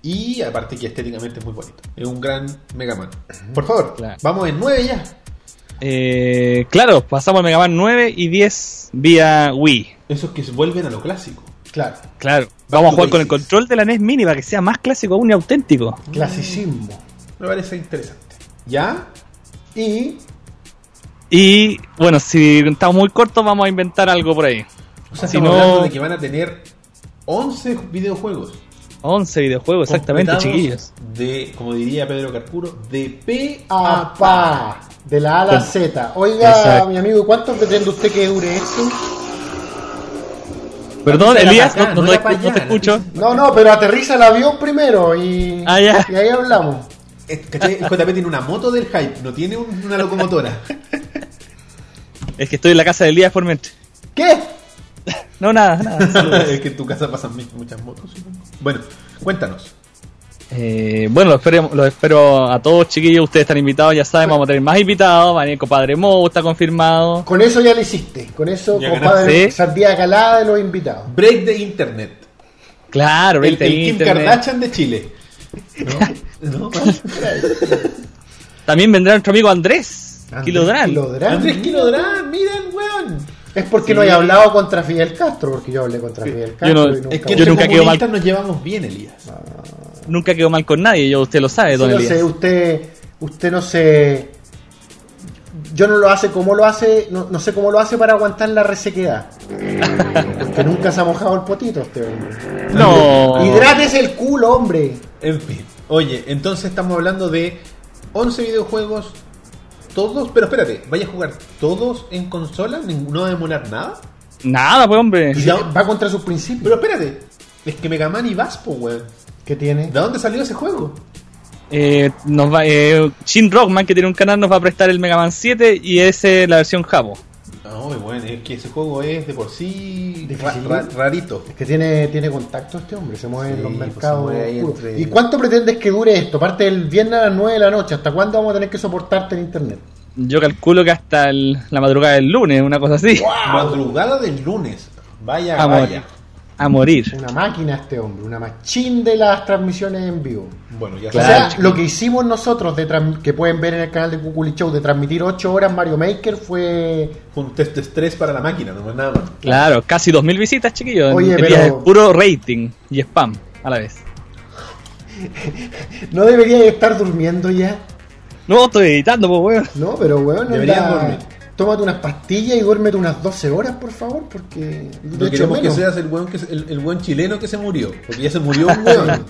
Speaker 1: y aparte que estéticamente es muy bonito. Es un gran Mega Man. Por favor,
Speaker 5: Claro.
Speaker 1: vamos en 9 ya.
Speaker 5: Eh, claro, pasamos a Mega Man 9 y 10 vía Wii.
Speaker 1: Esos que se vuelven a lo clásico.
Speaker 2: Claro,
Speaker 5: Claro, vamos a
Speaker 1: to
Speaker 5: jugar con el
Speaker 1: basics.
Speaker 5: control de la NES Mini para que sea más clásico aún y auténtico.
Speaker 2: clasicismo.
Speaker 1: Me parece interesante. ¿Ya?
Speaker 2: Y
Speaker 5: Y bueno, si estamos muy cortos, vamos a inventar algo por ahí.
Speaker 1: O sea,
Speaker 5: Si
Speaker 1: estamos
Speaker 5: no-
Speaker 1: hablando de que van a tener 11 videojuegos.
Speaker 5: 11 videojuegos, exactamente,
Speaker 1: completados
Speaker 5: chiquillos.
Speaker 1: De, como diría Pedro Carpuro, de P a Ah, PA.
Speaker 2: APA, de la A a la
Speaker 5: Con-
Speaker 2: Z. Oiga,
Speaker 5: Exacto.
Speaker 2: mi amigo, ¿y ¿cuánto pretende usted que dure esto?
Speaker 5: Perdón,
Speaker 1: Era
Speaker 5: Elías,
Speaker 1: para acá,
Speaker 5: no, no
Speaker 1: no
Speaker 5: te,
Speaker 1: era para
Speaker 5: no te
Speaker 1: allá.
Speaker 5: escucho.
Speaker 2: No, no, pero aterriza el avión primero y,
Speaker 5: Ah, ya.
Speaker 2: y ahí hablamos.
Speaker 1: Eh, ¿cachai? El JP tiene una moto del hype, no tiene un- una locomotora.
Speaker 5: Es que estoy en la casa de Elías por mente.
Speaker 2: ¿Qué?
Speaker 5: No, nada, nada.
Speaker 1: es que en tu casa pasan mi- muchas motos. supongo. Bueno, cuéntanos.
Speaker 5: Eh, bueno, los espero, los espero a todos, chiquillos. Ustedes están invitados, ya saben, vamos a tener más invitados. Va a venir compadre Mo, está confirmado.
Speaker 2: Con eso ya lo hiciste. Con eso,
Speaker 1: Ya
Speaker 2: compadre,
Speaker 5: ganaste.
Speaker 2: sandía calada de los invitados.
Speaker 1: Break de Internet.
Speaker 5: Claro,
Speaker 1: El,
Speaker 5: vente
Speaker 1: el
Speaker 5: en
Speaker 1: Kim
Speaker 5: internet.
Speaker 1: Kardashian de Chile. ¿No? ¿No?
Speaker 5: También vendrá nuestro amigo Andrés,
Speaker 2: Andrés
Speaker 5: Kilodrán.
Speaker 2: Kilodrán.
Speaker 1: Andrés Kilodrán, miren, weón.
Speaker 2: Es porque no he hablado contra Fidel Castro, porque yo hablé contra Fidel Castro.
Speaker 5: no-
Speaker 2: y
Speaker 5: es
Speaker 2: nunca
Speaker 1: Es que
Speaker 5: Yo
Speaker 1: entre
Speaker 5: nunca quedo mal.
Speaker 1: comunistas nos llevamos bien, Elías.
Speaker 5: Nunca quedó mal con nadie, yo, usted lo sabe,
Speaker 2: Sí,
Speaker 5: don
Speaker 2: no
Speaker 5: Elías.
Speaker 2: sé, usted, usted no sé. Yo no lo hace como lo hace, no, no sé cómo lo hace para aguantar la resequedad. que nunca se ha mojado el potito este hombre.
Speaker 5: No.
Speaker 2: Hidrátese el culo, hombre.
Speaker 1: En fin. Oye, entonces estamos hablando de 11 videojuegos. Todos, pero espérate, ¿vaya a jugar todos en consola? ¿Ninguno va a emular nada?
Speaker 5: Nada, pues hombre.
Speaker 1: Y
Speaker 2: Y
Speaker 1: ya-
Speaker 2: va contra sus principios.
Speaker 1: Pero espérate, es que Mega Man y Vaspo, weón.
Speaker 2: ¿Qué tiene?
Speaker 1: ¿De dónde salió ese juego?
Speaker 5: Eh, nos va, eh, Shin Rockman, que tiene un canal, nos va a prestar el Mega Man 7 y ese la versión Jabo.
Speaker 1: No, bueno, es que ese juego es de por sí ra-
Speaker 2: Difícil.
Speaker 1: ra- rarito.
Speaker 2: Es que tiene, tiene contacto este hombre, se mueve
Speaker 1: Sí,
Speaker 2: en los
Speaker 1: pues, se
Speaker 2: mercados.
Speaker 1: mueve ahí
Speaker 2: oscuros.
Speaker 1: entre-
Speaker 2: ¿Y cuánto pretendes que dure esto? Parte del viernes a las 9 de la noche. ¿Hasta cuándo vamos a tener que soportarte en internet?
Speaker 5: Yo calculo que hasta el- la madrugada del lunes, una cosa así.
Speaker 1: Madrugada del lunes. Vaya,
Speaker 5: A morir.
Speaker 1: vaya.
Speaker 5: A morir.
Speaker 2: Una máquina este hombre, una machín de las transmisiones en vivo.
Speaker 1: Bueno, ya
Speaker 2: O
Speaker 1: sabes.
Speaker 2: sea, lo que hicimos nosotros, de tran- que pueden ver en el canal de Cuculi Show, de transmitir 8 horas Mario Maker, fue.
Speaker 1: Un test de estrés para la máquina, no más nada más.
Speaker 5: Claro, casi 2.000 visitas, chiquillos.
Speaker 2: Oye,
Speaker 5: El
Speaker 2: pero-
Speaker 5: día de puro rating y spam a la vez.
Speaker 2: No debería estar durmiendo ya.
Speaker 5: No, estoy editando, pues, weón.
Speaker 2: No, pero bueno,
Speaker 1: Deberías dormir.
Speaker 2: tómate unas pastillas y duérmete unas 12 horas, por favor, porque.
Speaker 1: No queremos que seas el buen, que, se- el, el buen chileno que se murió. Porque ya se murió un weón.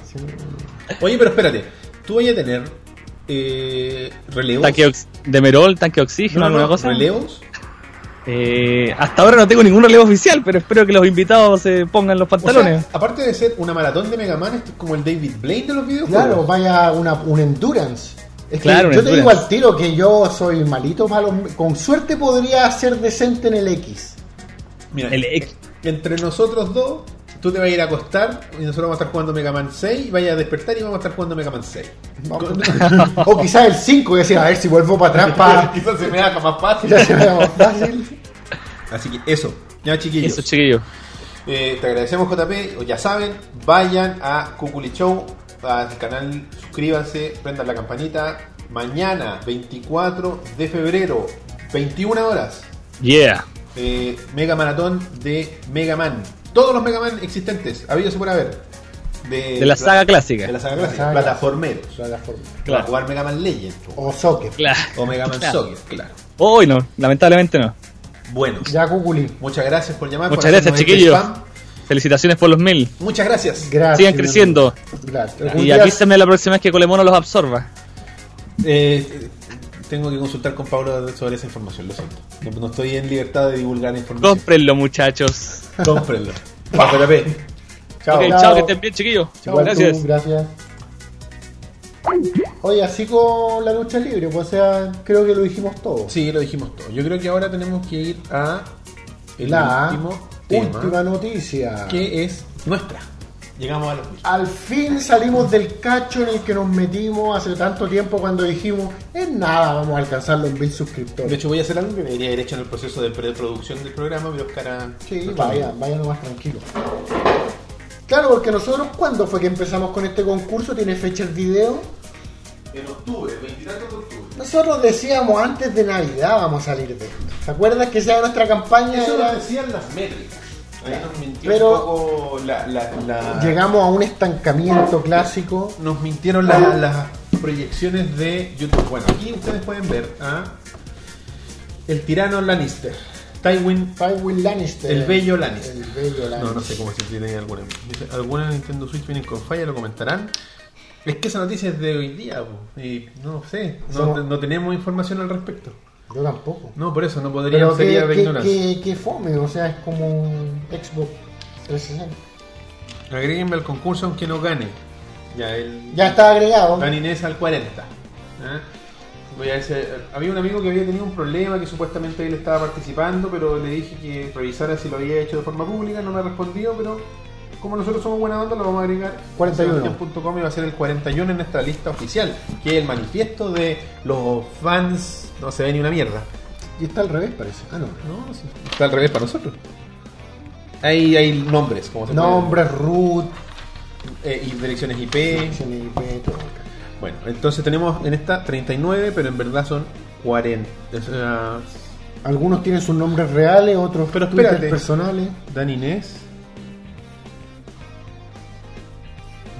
Speaker 1: Oye, pero espérate. Tú vayas a tener eh, relevos.
Speaker 5: Tanque ox- de Merol, tanque de
Speaker 1: No,
Speaker 5: oxígeno,
Speaker 1: no,
Speaker 5: alguna
Speaker 1: no,
Speaker 5: cosa.
Speaker 1: relevos.
Speaker 5: Eh, hasta ahora no tengo ningún relevo oficial, pero espero que los invitados se pongan los
Speaker 1: O sea,
Speaker 5: pantalones.
Speaker 1: aparte de ser una maratón de Mega Man, esto es como el David Blaine de los videojuegos.
Speaker 2: Claro, vaya una, un endurance. Es que
Speaker 5: Claro, un
Speaker 2: yo te digo
Speaker 5: endurance.
Speaker 2: al tiro que yo soy malito para los- Con suerte podría ser decente en el X.
Speaker 1: Mira,
Speaker 5: El ex-
Speaker 1: entre nosotros dos, tú te vas a ir a acostar y nosotros vamos a estar jugando Mega Man 6, vayas a despertar y vamos a estar jugando Mega Man 6.
Speaker 2: Vamos. o quizás el 5 y decir, a ver si vuelvo para atrás para.
Speaker 1: Quizás se me haga más fácil.
Speaker 2: Ya se me haga más fácil.
Speaker 1: Así que eso, ya chiquillos.
Speaker 5: Eso, chiquillos.
Speaker 1: Eh, te agradecemos JP, o ya saben, vayan a Cuculi Show, al canal, suscríbanse, prendan la campanita. Mañana, 24 de febrero, 21 horas,
Speaker 5: Yeah.
Speaker 1: eh, Mega Maratón de Mega Man. Todos los Mega Man existentes, habidos y por haber. De,
Speaker 5: De la saga clásica.
Speaker 1: De la saga clásica,
Speaker 2: La saga.
Speaker 1: plataformeros.
Speaker 2: Plataforma.
Speaker 1: Para
Speaker 5: Claro.
Speaker 1: jugar Mega Man Legend po,
Speaker 2: O socket.
Speaker 5: Claro.
Speaker 1: o Mega Man
Speaker 5: Claro.
Speaker 1: Soccer, claro.
Speaker 5: Hoy no, lamentablemente no.
Speaker 1: Bueno,
Speaker 2: Ya, Cuculi.
Speaker 1: muchas gracias por llamar.
Speaker 5: Muchas
Speaker 1: por
Speaker 5: gracias,
Speaker 1: hacernos este
Speaker 5: chiquillos.
Speaker 1: spam.
Speaker 5: Felicitaciones por los mil.
Speaker 1: Muchas gracias.
Speaker 2: Gracias.
Speaker 5: Sigan creciendo.
Speaker 2: Gracias. Algún
Speaker 5: Y
Speaker 2: día-
Speaker 5: avísenme la próxima vez que Colemono los absorba.
Speaker 1: Eh, eh, tengo que consultar con Pablo sobre esa información, lo siento. No- No estoy en libertad de divulgar información.
Speaker 5: Cómprenlo, muchachos.
Speaker 1: Cómprenlo. JP.
Speaker 2: Chao.
Speaker 5: Ok,
Speaker 2: Chao.
Speaker 5: chao, que estén bien, chiquillos. Chao,
Speaker 2: Igual tú,
Speaker 5: gracias.
Speaker 2: gracias. Oye, así con la lucha libre, pues, o sea, creo que lo dijimos todo.
Speaker 1: Sí, lo dijimos todo. Yo creo que ahora tenemos que ir a el
Speaker 2: la
Speaker 1: último tema,
Speaker 2: última noticia.
Speaker 1: que es nuestra. Llegamos a los mil.
Speaker 2: Al fin salimos del cacho en el que nos metimos hace tanto tiempo cuando dijimos, es nada, vamos a alcanzar los mil
Speaker 1: De
Speaker 2: suscriptores.
Speaker 1: hecho, voy a hacer algo que debería haber hecho en el proceso de preproducción del programa, pero Oscar a...
Speaker 2: Sí, vaya, vaya nomás tranquilo. Claro, porque nosotros, ¿cuándo fue que empezamos con este concurso? ¿Tiene fecha el video?
Speaker 1: En octubre, el 24 de octubre.
Speaker 2: Nosotros decíamos antes de Navidad vamos a salir de esto. ¿Te acuerdas que esa era nuestra campaña?
Speaker 1: Eso
Speaker 2: Era-
Speaker 1: lo decían las métricas. Ahí nos mintió
Speaker 2: Pero-
Speaker 1: un poco la... la- la-
Speaker 2: Llegamos a un estancamiento clásico.
Speaker 1: nos mintieron la- las proyecciones de YouTube. Bueno, aquí ustedes pueden ver a el tirano Lannister, Tywin,
Speaker 2: Tywin Lannister.
Speaker 1: el bello Lannister.
Speaker 2: El bello Lannister.
Speaker 1: No, no sé cómo se tiene alguna. Dice, Algunas Nintendo Switch vienen con falla, lo comentarán. Es que esa noticia es de hoy día, po, y no sé, no,
Speaker 2: Somos-
Speaker 1: no tenemos información al respecto.
Speaker 2: Yo tampoco.
Speaker 1: No, por eso no podría
Speaker 2: Pero
Speaker 1: sería
Speaker 2: que,
Speaker 1: de
Speaker 2: que,
Speaker 1: ignorancia.
Speaker 2: que- que fome, o sea, es como un Xbox 360.
Speaker 1: Agréguenme al concurso aunque no gane. Ya, el,
Speaker 2: Ya está agregado.
Speaker 1: Dani Inés al 40. ¿eh? Voy a ese- había un amigo que había tenido un problema que supuestamente él estaba participando, pero le dije que revisara si lo había hecho de forma pública, no me respondió, pero como nosotros somos buena onda, lo vamos a agregar
Speaker 2: 41.
Speaker 1: Sebastián.com y va a ser el 41 en nuestra lista oficial, que es el manifiesto de los fans. No se ve ni una mierda.
Speaker 2: Y está al revés, parece. Ah, no.
Speaker 1: No, sí, está al revés para nosotros. Ahí hay nombres, como se puede-
Speaker 2: Nombres, root,
Speaker 1: eh, y direcciones IP.
Speaker 2: direcciones IP, todo.
Speaker 1: Bueno, entonces tenemos en esta 39, pero en verdad son 40. O sea,
Speaker 2: Algunos tienen sus nombres reales, otros
Speaker 1: Pero
Speaker 2: Twitter
Speaker 1: espérate.
Speaker 2: personales.
Speaker 1: Dan Inés.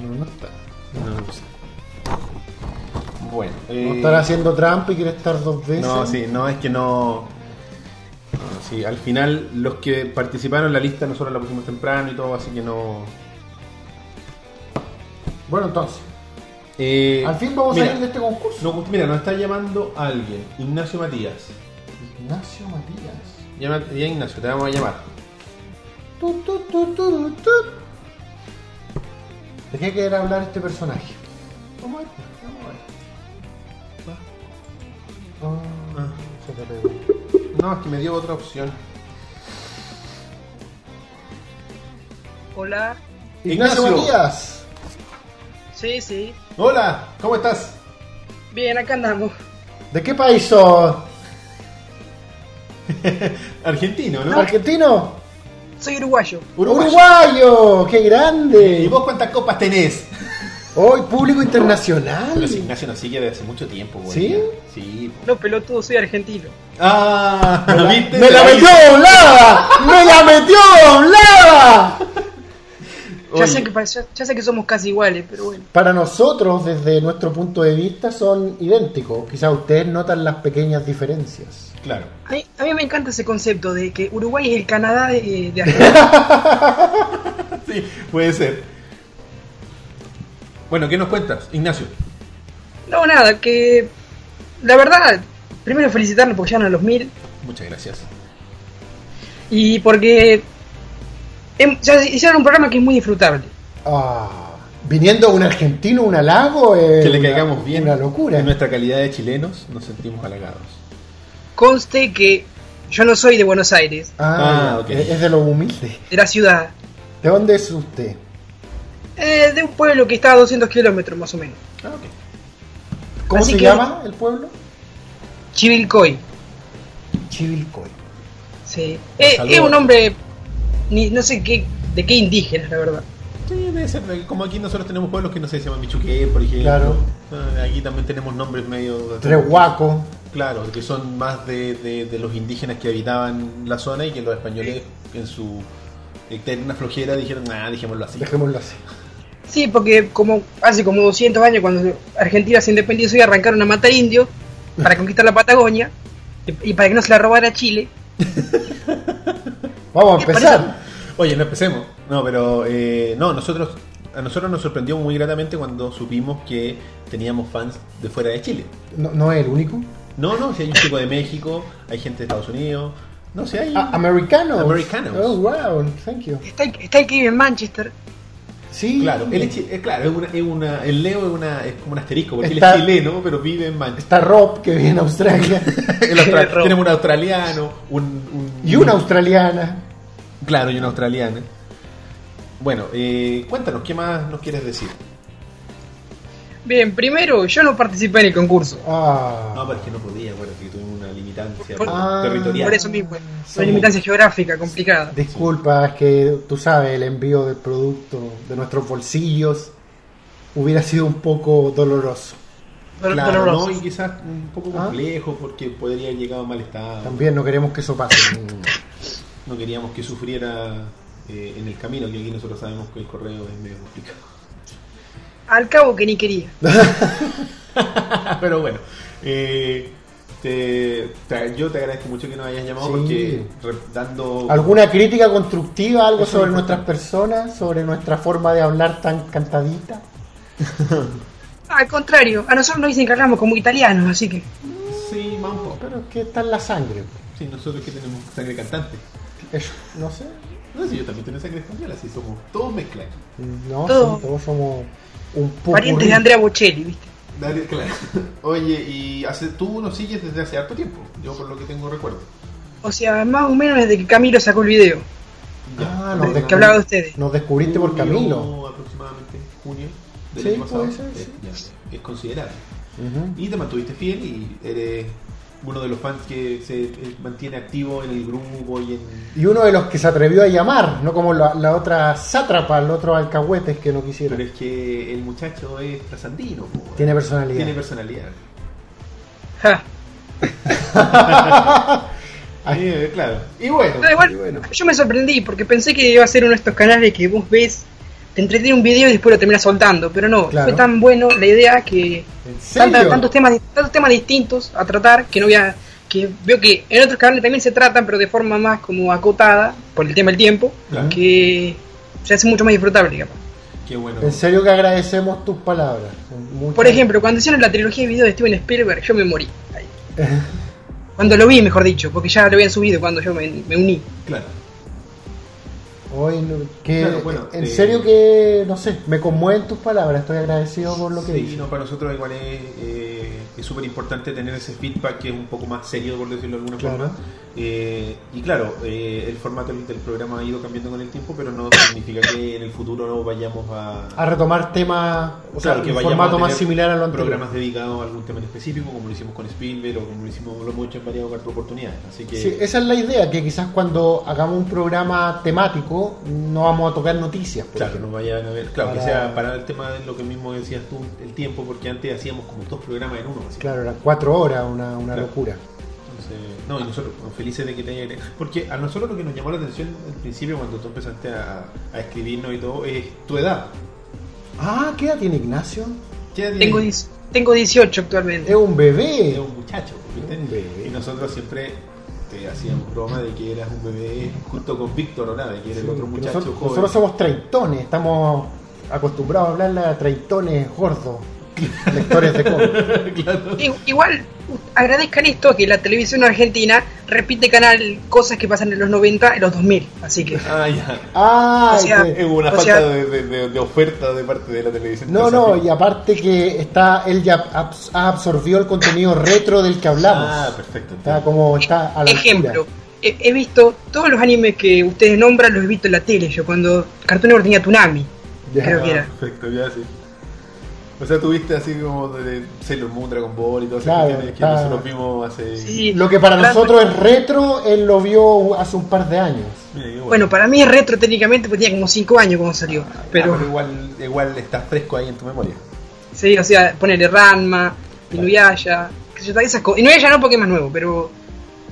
Speaker 2: No, no está.
Speaker 1: No, no sé. Bueno,
Speaker 2: No
Speaker 1: eh,
Speaker 2: estará haciendo trampa y quiere estar dos veces.
Speaker 1: No, sí, no, es que no. no, sí, al final, los que participaron en la lista, nosotros la pusimos temprano y todo, así que no.
Speaker 2: Bueno, entonces,
Speaker 1: Eh,
Speaker 2: al fin vamos
Speaker 1: mira,
Speaker 2: a salir de este concurso.
Speaker 1: no, mira, nos está llamando alguien, Ignacio Matías.
Speaker 2: Ignacio Matías.
Speaker 1: Llama, ya Ignacio, te vamos a llamar.
Speaker 2: Tu, tu, tu, tu, tu, tu. ¿De qué querrá hablar este personaje?
Speaker 1: Vamos a ver, vamos a ver.
Speaker 2: Ah,
Speaker 1: Ah.
Speaker 2: se te pegó.
Speaker 1: No, es que me dio otra opción.
Speaker 6: Hola.
Speaker 2: Ignacio Matías.
Speaker 6: Sí, sí.
Speaker 1: Hola, ¿cómo estás?
Speaker 6: Bien, acá andamos.
Speaker 2: ¿De qué país sos?
Speaker 1: Argentino, ¿no?
Speaker 2: ¿Argentino?
Speaker 6: Soy uruguayo.
Speaker 1: Uruguayo.
Speaker 2: ¡Uruguayo! ¡Qué
Speaker 1: ¿Y
Speaker 2: grande!
Speaker 1: vos cuántas copas tenés?
Speaker 2: ¡Hoy público internacional!
Speaker 1: Pero si Ignacio nos sigue desde hace mucho tiempo, güey.
Speaker 2: ¿Sí?
Speaker 1: Sí.
Speaker 6: No, pelotudo, soy argentino.
Speaker 1: Ah, ¿viste?
Speaker 2: ¡Me la metió doblada! ¡Me la metió doblada!
Speaker 6: Ya
Speaker 1: Oye.
Speaker 6: sé, que, pa- ya, ya sé que somos casi iguales, pero bueno.
Speaker 2: Para nosotros, desde nuestro punto de vista, son idénticos. Quizás ustedes notan las pequeñas diferencias.
Speaker 1: Claro.
Speaker 6: A mí, a mí me encanta ese concepto de que Uruguay es el Canadá de, de Argentina.
Speaker 1: Sí, puede ser. Bueno, ¿qué nos cuentas, Ignacio?
Speaker 6: No, nada, que... La verdad, primero felicitarlos porque llegaron a los mil
Speaker 1: Muchas gracias.
Speaker 6: y porque... hem- ya hicieron un programa que es muy disfrutable.
Speaker 2: Ah, viniendo un argentino, un halago. es
Speaker 1: que le
Speaker 2: una-
Speaker 1: caigamos bien.
Speaker 2: Una locura.
Speaker 1: En nuestra calidad de chilenos nos sentimos halagados.
Speaker 6: Conste que yo no soy de Buenos Aires,
Speaker 2: Ah,
Speaker 1: Ah, ok.
Speaker 2: es es de los humildes.
Speaker 6: de la ciudad.
Speaker 2: ¿De dónde es usted?
Speaker 6: eh, de un pueblo que está a 200 kilómetros más o menos.
Speaker 1: Ah, ok.
Speaker 2: ¿Cómo
Speaker 6: Así
Speaker 2: se
Speaker 6: que-
Speaker 2: llama el pueblo?
Speaker 6: Chivilcoy.
Speaker 2: Chivilcoy.
Speaker 6: Sí. Eh,
Speaker 1: Saludos.
Speaker 6: es un hombre. ni- no sé qué, de qué indígena, la verdad.
Speaker 1: Sí, debe ser. eh, Como aquí nosotros tenemos pueblos que no sé, se llaman Michuquén, por ejemplo.
Speaker 2: Claro.
Speaker 1: Ah, Aquí también tenemos nombres medio.
Speaker 2: Trehuaco.
Speaker 1: Claro, que son más de, de- de los indígenas que habitaban la zona y que los españoles en su eterna flojera dijeron, nada, dejémoslo así.
Speaker 2: Dejémoslo así.
Speaker 6: Sí, porque como hace como 200 años, cuando Argentina se independizó y arrancaron a matar indios para conquistar la Patagonia y y para que no se la robara Chile.
Speaker 2: Vamos a
Speaker 6: ¿Te
Speaker 2: empezar.
Speaker 1: Oye, no empecemos. No, pero eh, no, nosotros a nosotros nos sorprendió muy gratamente cuando supimos que teníamos fans de fuera de Chile.
Speaker 2: No, no es el único.
Speaker 1: No, no, si hay un chico de México, hay gente de Estados Unidos, no sé, hay...
Speaker 2: Ah, americanos.
Speaker 1: Americanos.
Speaker 2: Oh, wow. Thank you.
Speaker 6: Está el, está el que vive en Manchester.
Speaker 2: Sí.
Speaker 1: Claro, él es, chi- eh, claro, es una, es una- el Leo es, una, es como un asterisco, porque
Speaker 2: Está-
Speaker 1: él es chileno, pero vive en Manchester.
Speaker 2: Está Rob, que vive en Australia.
Speaker 1: El austral-
Speaker 6: Error.
Speaker 1: tenemos un australiano, un, un-
Speaker 2: y una australiana.
Speaker 1: Claro, y una australiana. Bueno, eh, cuéntanos, ¿qué más nos quieres decir?
Speaker 6: Bien, primero, yo no participé en el concurso.
Speaker 2: Ah.
Speaker 1: No, pero es que no podía, bueno, que tuvimos una limitancia
Speaker 6: Por-
Speaker 1: por- territorial.
Speaker 6: Por eso mismo.
Speaker 2: Somos-
Speaker 6: Una limitancia geográfica complicada.
Speaker 2: Disculpa, es que tú sabes, el envío del producto de nuestros bolsillos hubiera sido un poco doloroso.
Speaker 6: Dol-
Speaker 1: Claro,
Speaker 6: dolorosa.
Speaker 1: ¿no? y quizás un poco
Speaker 2: Ah.
Speaker 1: complejo porque podría haber llegado en mal estado.
Speaker 2: También no queremos que eso pase.
Speaker 1: Mm. No queríamos que sufriera eh, en el camino, que aquí nosotros sabemos que el correo es medio complicado.
Speaker 6: Al cabo que ni quería.
Speaker 1: Pero bueno, eh, te- te- yo te agradezco mucho que nos hayas llamado
Speaker 2: Sí.
Speaker 1: porque re- dando...
Speaker 2: ¿Alguna crítica constructiva, algo
Speaker 1: Eso es
Speaker 2: sobre
Speaker 1: importante.
Speaker 2: nuestras personas, sobre nuestra forma de hablar tan cantadita?
Speaker 6: Al contrario, a nosotros nos dicen que hablamos como italianos, así que.
Speaker 1: Sí, más un poco.
Speaker 2: Pero es que está en la sangre.
Speaker 1: Sí, nosotros que tenemos sangre cantante.
Speaker 2: Eso, no sé.
Speaker 1: No sé, yo también tengo sangre española, así somos todos mezclados.
Speaker 2: No,
Speaker 6: Todo.
Speaker 2: sí, todos somos un poco.
Speaker 6: Parientes de Andrea Bocelli, ¿viste?
Speaker 1: Dale, claro. Oye, y hace, tú nos sigues desde hace harto tiempo, yo por lo que tengo recuerdo.
Speaker 6: O sea, más o menos desde que Camilo sacó el video.
Speaker 2: Ah,
Speaker 1: Nos
Speaker 2: nos,
Speaker 6: que
Speaker 2: descubrí-
Speaker 6: hablaba de ustedes.
Speaker 2: nos descubriste por
Speaker 1: junio,
Speaker 2: Camilo.
Speaker 1: Aproximadamente junio del
Speaker 2: Sí,
Speaker 1: año pasado.
Speaker 2: puede ser,
Speaker 1: Es-
Speaker 2: sí.
Speaker 1: ya, es considerable.
Speaker 2: Ujú.
Speaker 1: Y te mantuviste fiel y eres uno de los fans que se eh, mantiene activo en el grupo y en...
Speaker 2: Y uno de los que se atrevió a llamar, no como la, la otra sátrapa, el otro alcahuetes que no quisiera.
Speaker 1: Pero es que el muchacho es trasandino. po, weón.
Speaker 2: Tiene personalidad.
Speaker 1: Tiene personalidad.
Speaker 6: Ja.
Speaker 2: Ay.
Speaker 1: Eh, claro. Y bueno.
Speaker 6: No, Ah, igual,
Speaker 2: Y bueno.
Speaker 6: yo me sorprendí porque pensé que iba a ser uno de estos canales que vos ves, te entretiene un video y después lo terminas soltando, pero no,
Speaker 2: Claro.
Speaker 6: fue tan bueno la idea que
Speaker 2: ¿En serio?
Speaker 6: tantas- tantos temas tantos temas distintos a tratar que no había que veo que en otros canales también se tratan pero de forma más como acotada por el tema del tiempo
Speaker 1: Claro.
Speaker 6: que se hace mucho más disfrutable capaz.
Speaker 1: Qué bueno.
Speaker 2: En serio que agradecemos tus palabras. Muchas-
Speaker 6: Por ejemplo, cuando hicieron la trilogía de videos de Steven Spielberg, yo me morí. ahí. Cuando lo vi, mejor dicho, porque ya lo habían subido cuando yo me, me uní.
Speaker 1: Claro.
Speaker 2: Hoy no- que-
Speaker 1: Claro, bueno,
Speaker 2: en
Speaker 1: eh,
Speaker 2: serio que, no sé, me conmueven tus palabras. Estoy agradecido por lo que
Speaker 1: Sí,
Speaker 2: dices.
Speaker 1: no, para nosotros igual es eh, es súper importante tener ese feedback que es un poco más serio, por decirlo de alguna
Speaker 2: Claro.
Speaker 1: forma. Eh, y claro, eh, el formato del del programa ha ido cambiando con el tiempo, pero no significa que en el futuro no vayamos a...
Speaker 2: A retomar temas, o sea,
Speaker 1: Claro, que
Speaker 2: un
Speaker 1: vayamos
Speaker 2: formato
Speaker 1: a
Speaker 2: más
Speaker 1: tener
Speaker 2: similar a lo anterior.
Speaker 1: Programas dedicados a algún tema en específico, como lo hicimos con Spielberg o como lo hicimos lo hemos hecho en varias otras oportunidades. Así que...
Speaker 2: Sí, esa es la idea, que quizás cuando hagamos un programa temático no vamos a tocar noticias. por
Speaker 1: Claro,
Speaker 2: ejemplo.
Speaker 1: no vayan a ver. Claro,
Speaker 2: Para-
Speaker 1: que sea para el tema de lo que mismo decías tú, el tiempo, porque antes hacíamos como dos programas en uno. así.
Speaker 2: Claro, eran cuatro horas, una, una
Speaker 1: Claro.
Speaker 2: locura.
Speaker 1: Entonces, no, y nosotros bueno, felices de que te haya Porque a nosotros lo que nos llamó la atención al principio cuando tú empezaste a, a escribirnos y todo es tu edad.
Speaker 2: Ah, ¿qué edad tiene Ignacio?
Speaker 1: ¿Qué edad
Speaker 6: Tengo,
Speaker 1: tienes?
Speaker 6: 10 tengo 18 actualmente.
Speaker 2: Es un bebé.
Speaker 1: Eres un muchacho, pues, ¿viste?
Speaker 2: Un bebé.
Speaker 1: Y nosotros siempre te hacíamos broma de que eras un bebé junto con Víctor o nada, de que eres
Speaker 2: Sí,
Speaker 1: el otro
Speaker 2: que
Speaker 1: muchacho
Speaker 2: nosotros,
Speaker 1: joven.
Speaker 2: nosotros somos treintones, estamos acostumbrados a hablarle a treintones gordos, lectores de cómics.
Speaker 1: Claro.
Speaker 6: I- Igual, u- agradezcan esto, que la televisión argentina repite canal cosas que pasan en los 90, en los 2000. Así que...
Speaker 1: Ah, ya.
Speaker 2: Ah,
Speaker 6: O sea,
Speaker 2: que-
Speaker 1: Eh, Hubo una
Speaker 6: O
Speaker 1: falta
Speaker 6: sea-
Speaker 1: de, de- de- de oferta de parte de la televisión.
Speaker 2: no, no,
Speaker 1: Entonces,
Speaker 2: y aparte que está él ya abs- absorbió el contenido retro del que hablamos.
Speaker 1: Ah, perfecto.
Speaker 2: Está como está a la
Speaker 6: Ejemplo,
Speaker 2: altura.
Speaker 6: he, he visto todos los animes que ustedes nombran, los he visto en la tele. Yo cuando Cartoon Network tenía Tsunami.
Speaker 2: Ya.
Speaker 6: creo que era.
Speaker 1: Perfecto, ya sí. O sea, tuviste así como de Sailor Moon, Dragon Ball y todas esas
Speaker 2: Claro,
Speaker 1: cuestiones que
Speaker 2: claro.
Speaker 1: nosotros vimos hace.
Speaker 6: Sí,
Speaker 2: Lo que para
Speaker 6: hablando-
Speaker 2: nosotros es retro, él lo vio hace un par de años.
Speaker 1: Mira, qué
Speaker 6: Bueno, para mí es retro técnicamente, porque tenía como 5 años cuando salió.
Speaker 1: Ah,
Speaker 6: Pero...
Speaker 1: igual, igual está fresco ahí en tu memoria.
Speaker 6: Sí, o sea, ponerle Ranma, Inuyasha, qué sé yo, esas cosas. Inuyasha no porque es más nuevo, pero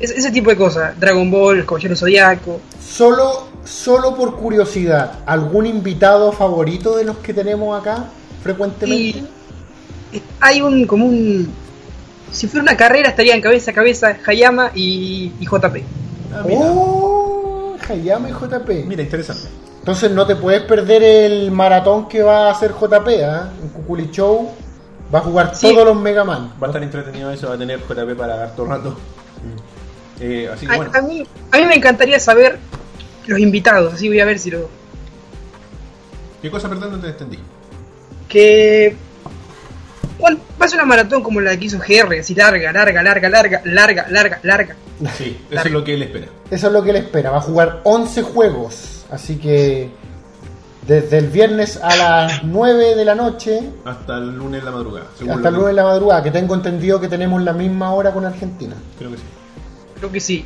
Speaker 6: ese, ese tipo de cosas. Dragon Ball, Caballero Zodiaco.
Speaker 2: Solo, solo por curiosidad, ¿algún invitado favorito de los que tenemos acá frecuentemente?
Speaker 6: Y eh, hay un como un... Si fuera una carrera estarían cabeza a cabeza Hayama y, y JP.
Speaker 1: Ah, mira.
Speaker 2: ¡Oh! Hayama y JP.
Speaker 1: Mira, interesante.
Speaker 2: Entonces no te puedes perder el maratón que va a hacer JP, ¿ah? En Cuculi Show va a jugar
Speaker 6: Sí.
Speaker 2: todos los Mega Man.
Speaker 1: Va a estar entretenido eso, va a tener JP para harto rato. Eh, así que
Speaker 6: A,
Speaker 1: bueno,
Speaker 6: a mí, a mí me encantaría saber los invitados, así voy a ver si lo...
Speaker 1: ¿qué cosa perdón no te entendí?
Speaker 6: Que... ¿Cuál- Va a ser una maratón como la que hizo GR, así larga, larga, larga, larga, larga, larga, larga.
Speaker 1: Sí, eso
Speaker 6: Claro.
Speaker 1: es lo que él espera.
Speaker 2: Eso es lo que él espera, va a jugar 11 juegos. Así que desde el viernes a las 9 de la noche
Speaker 1: Hasta el lunes en la madrugada. según
Speaker 2: hasta el
Speaker 1: lo que-
Speaker 2: 9 de la madrugada, que tengo entendido que tenemos la misma hora con Argentina.
Speaker 1: Creo que sí.
Speaker 6: Creo que sí.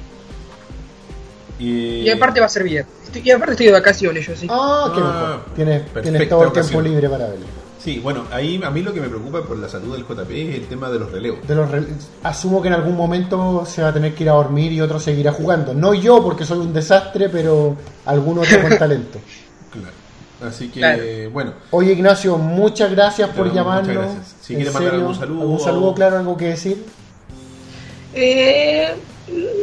Speaker 1: Y,
Speaker 6: Y aparte va a ser bien. Estoy- y aparte estoy de vacaciones yo, así. que-
Speaker 2: Ah, qué
Speaker 1: Ah,
Speaker 2: mejor. Tienes,
Speaker 1: perfecta
Speaker 2: tienes todo el
Speaker 1: ocasión.
Speaker 2: tiempo libre para verlo.
Speaker 1: Sí, bueno, ahí a mí lo que me preocupa por la salud del JP es el tema de los relevos.
Speaker 2: De los rel- asumo que en algún momento se va a tener que ir a dormir y otro seguirá jugando. No yo porque soy un desastre, pero alguno otro con talento.
Speaker 1: Claro. Así que,
Speaker 6: Claro.
Speaker 1: bueno,
Speaker 2: Oye Ignacio, muchas gracias
Speaker 1: Claro,
Speaker 2: por
Speaker 1: muchas
Speaker 2: llamarnos.
Speaker 1: gracias. Si
Speaker 2: En
Speaker 1: quiere mandar
Speaker 2: serio,
Speaker 1: algún saludo
Speaker 2: algún
Speaker 1: o-
Speaker 2: saludo, claro, algo que decir.
Speaker 6: Eh,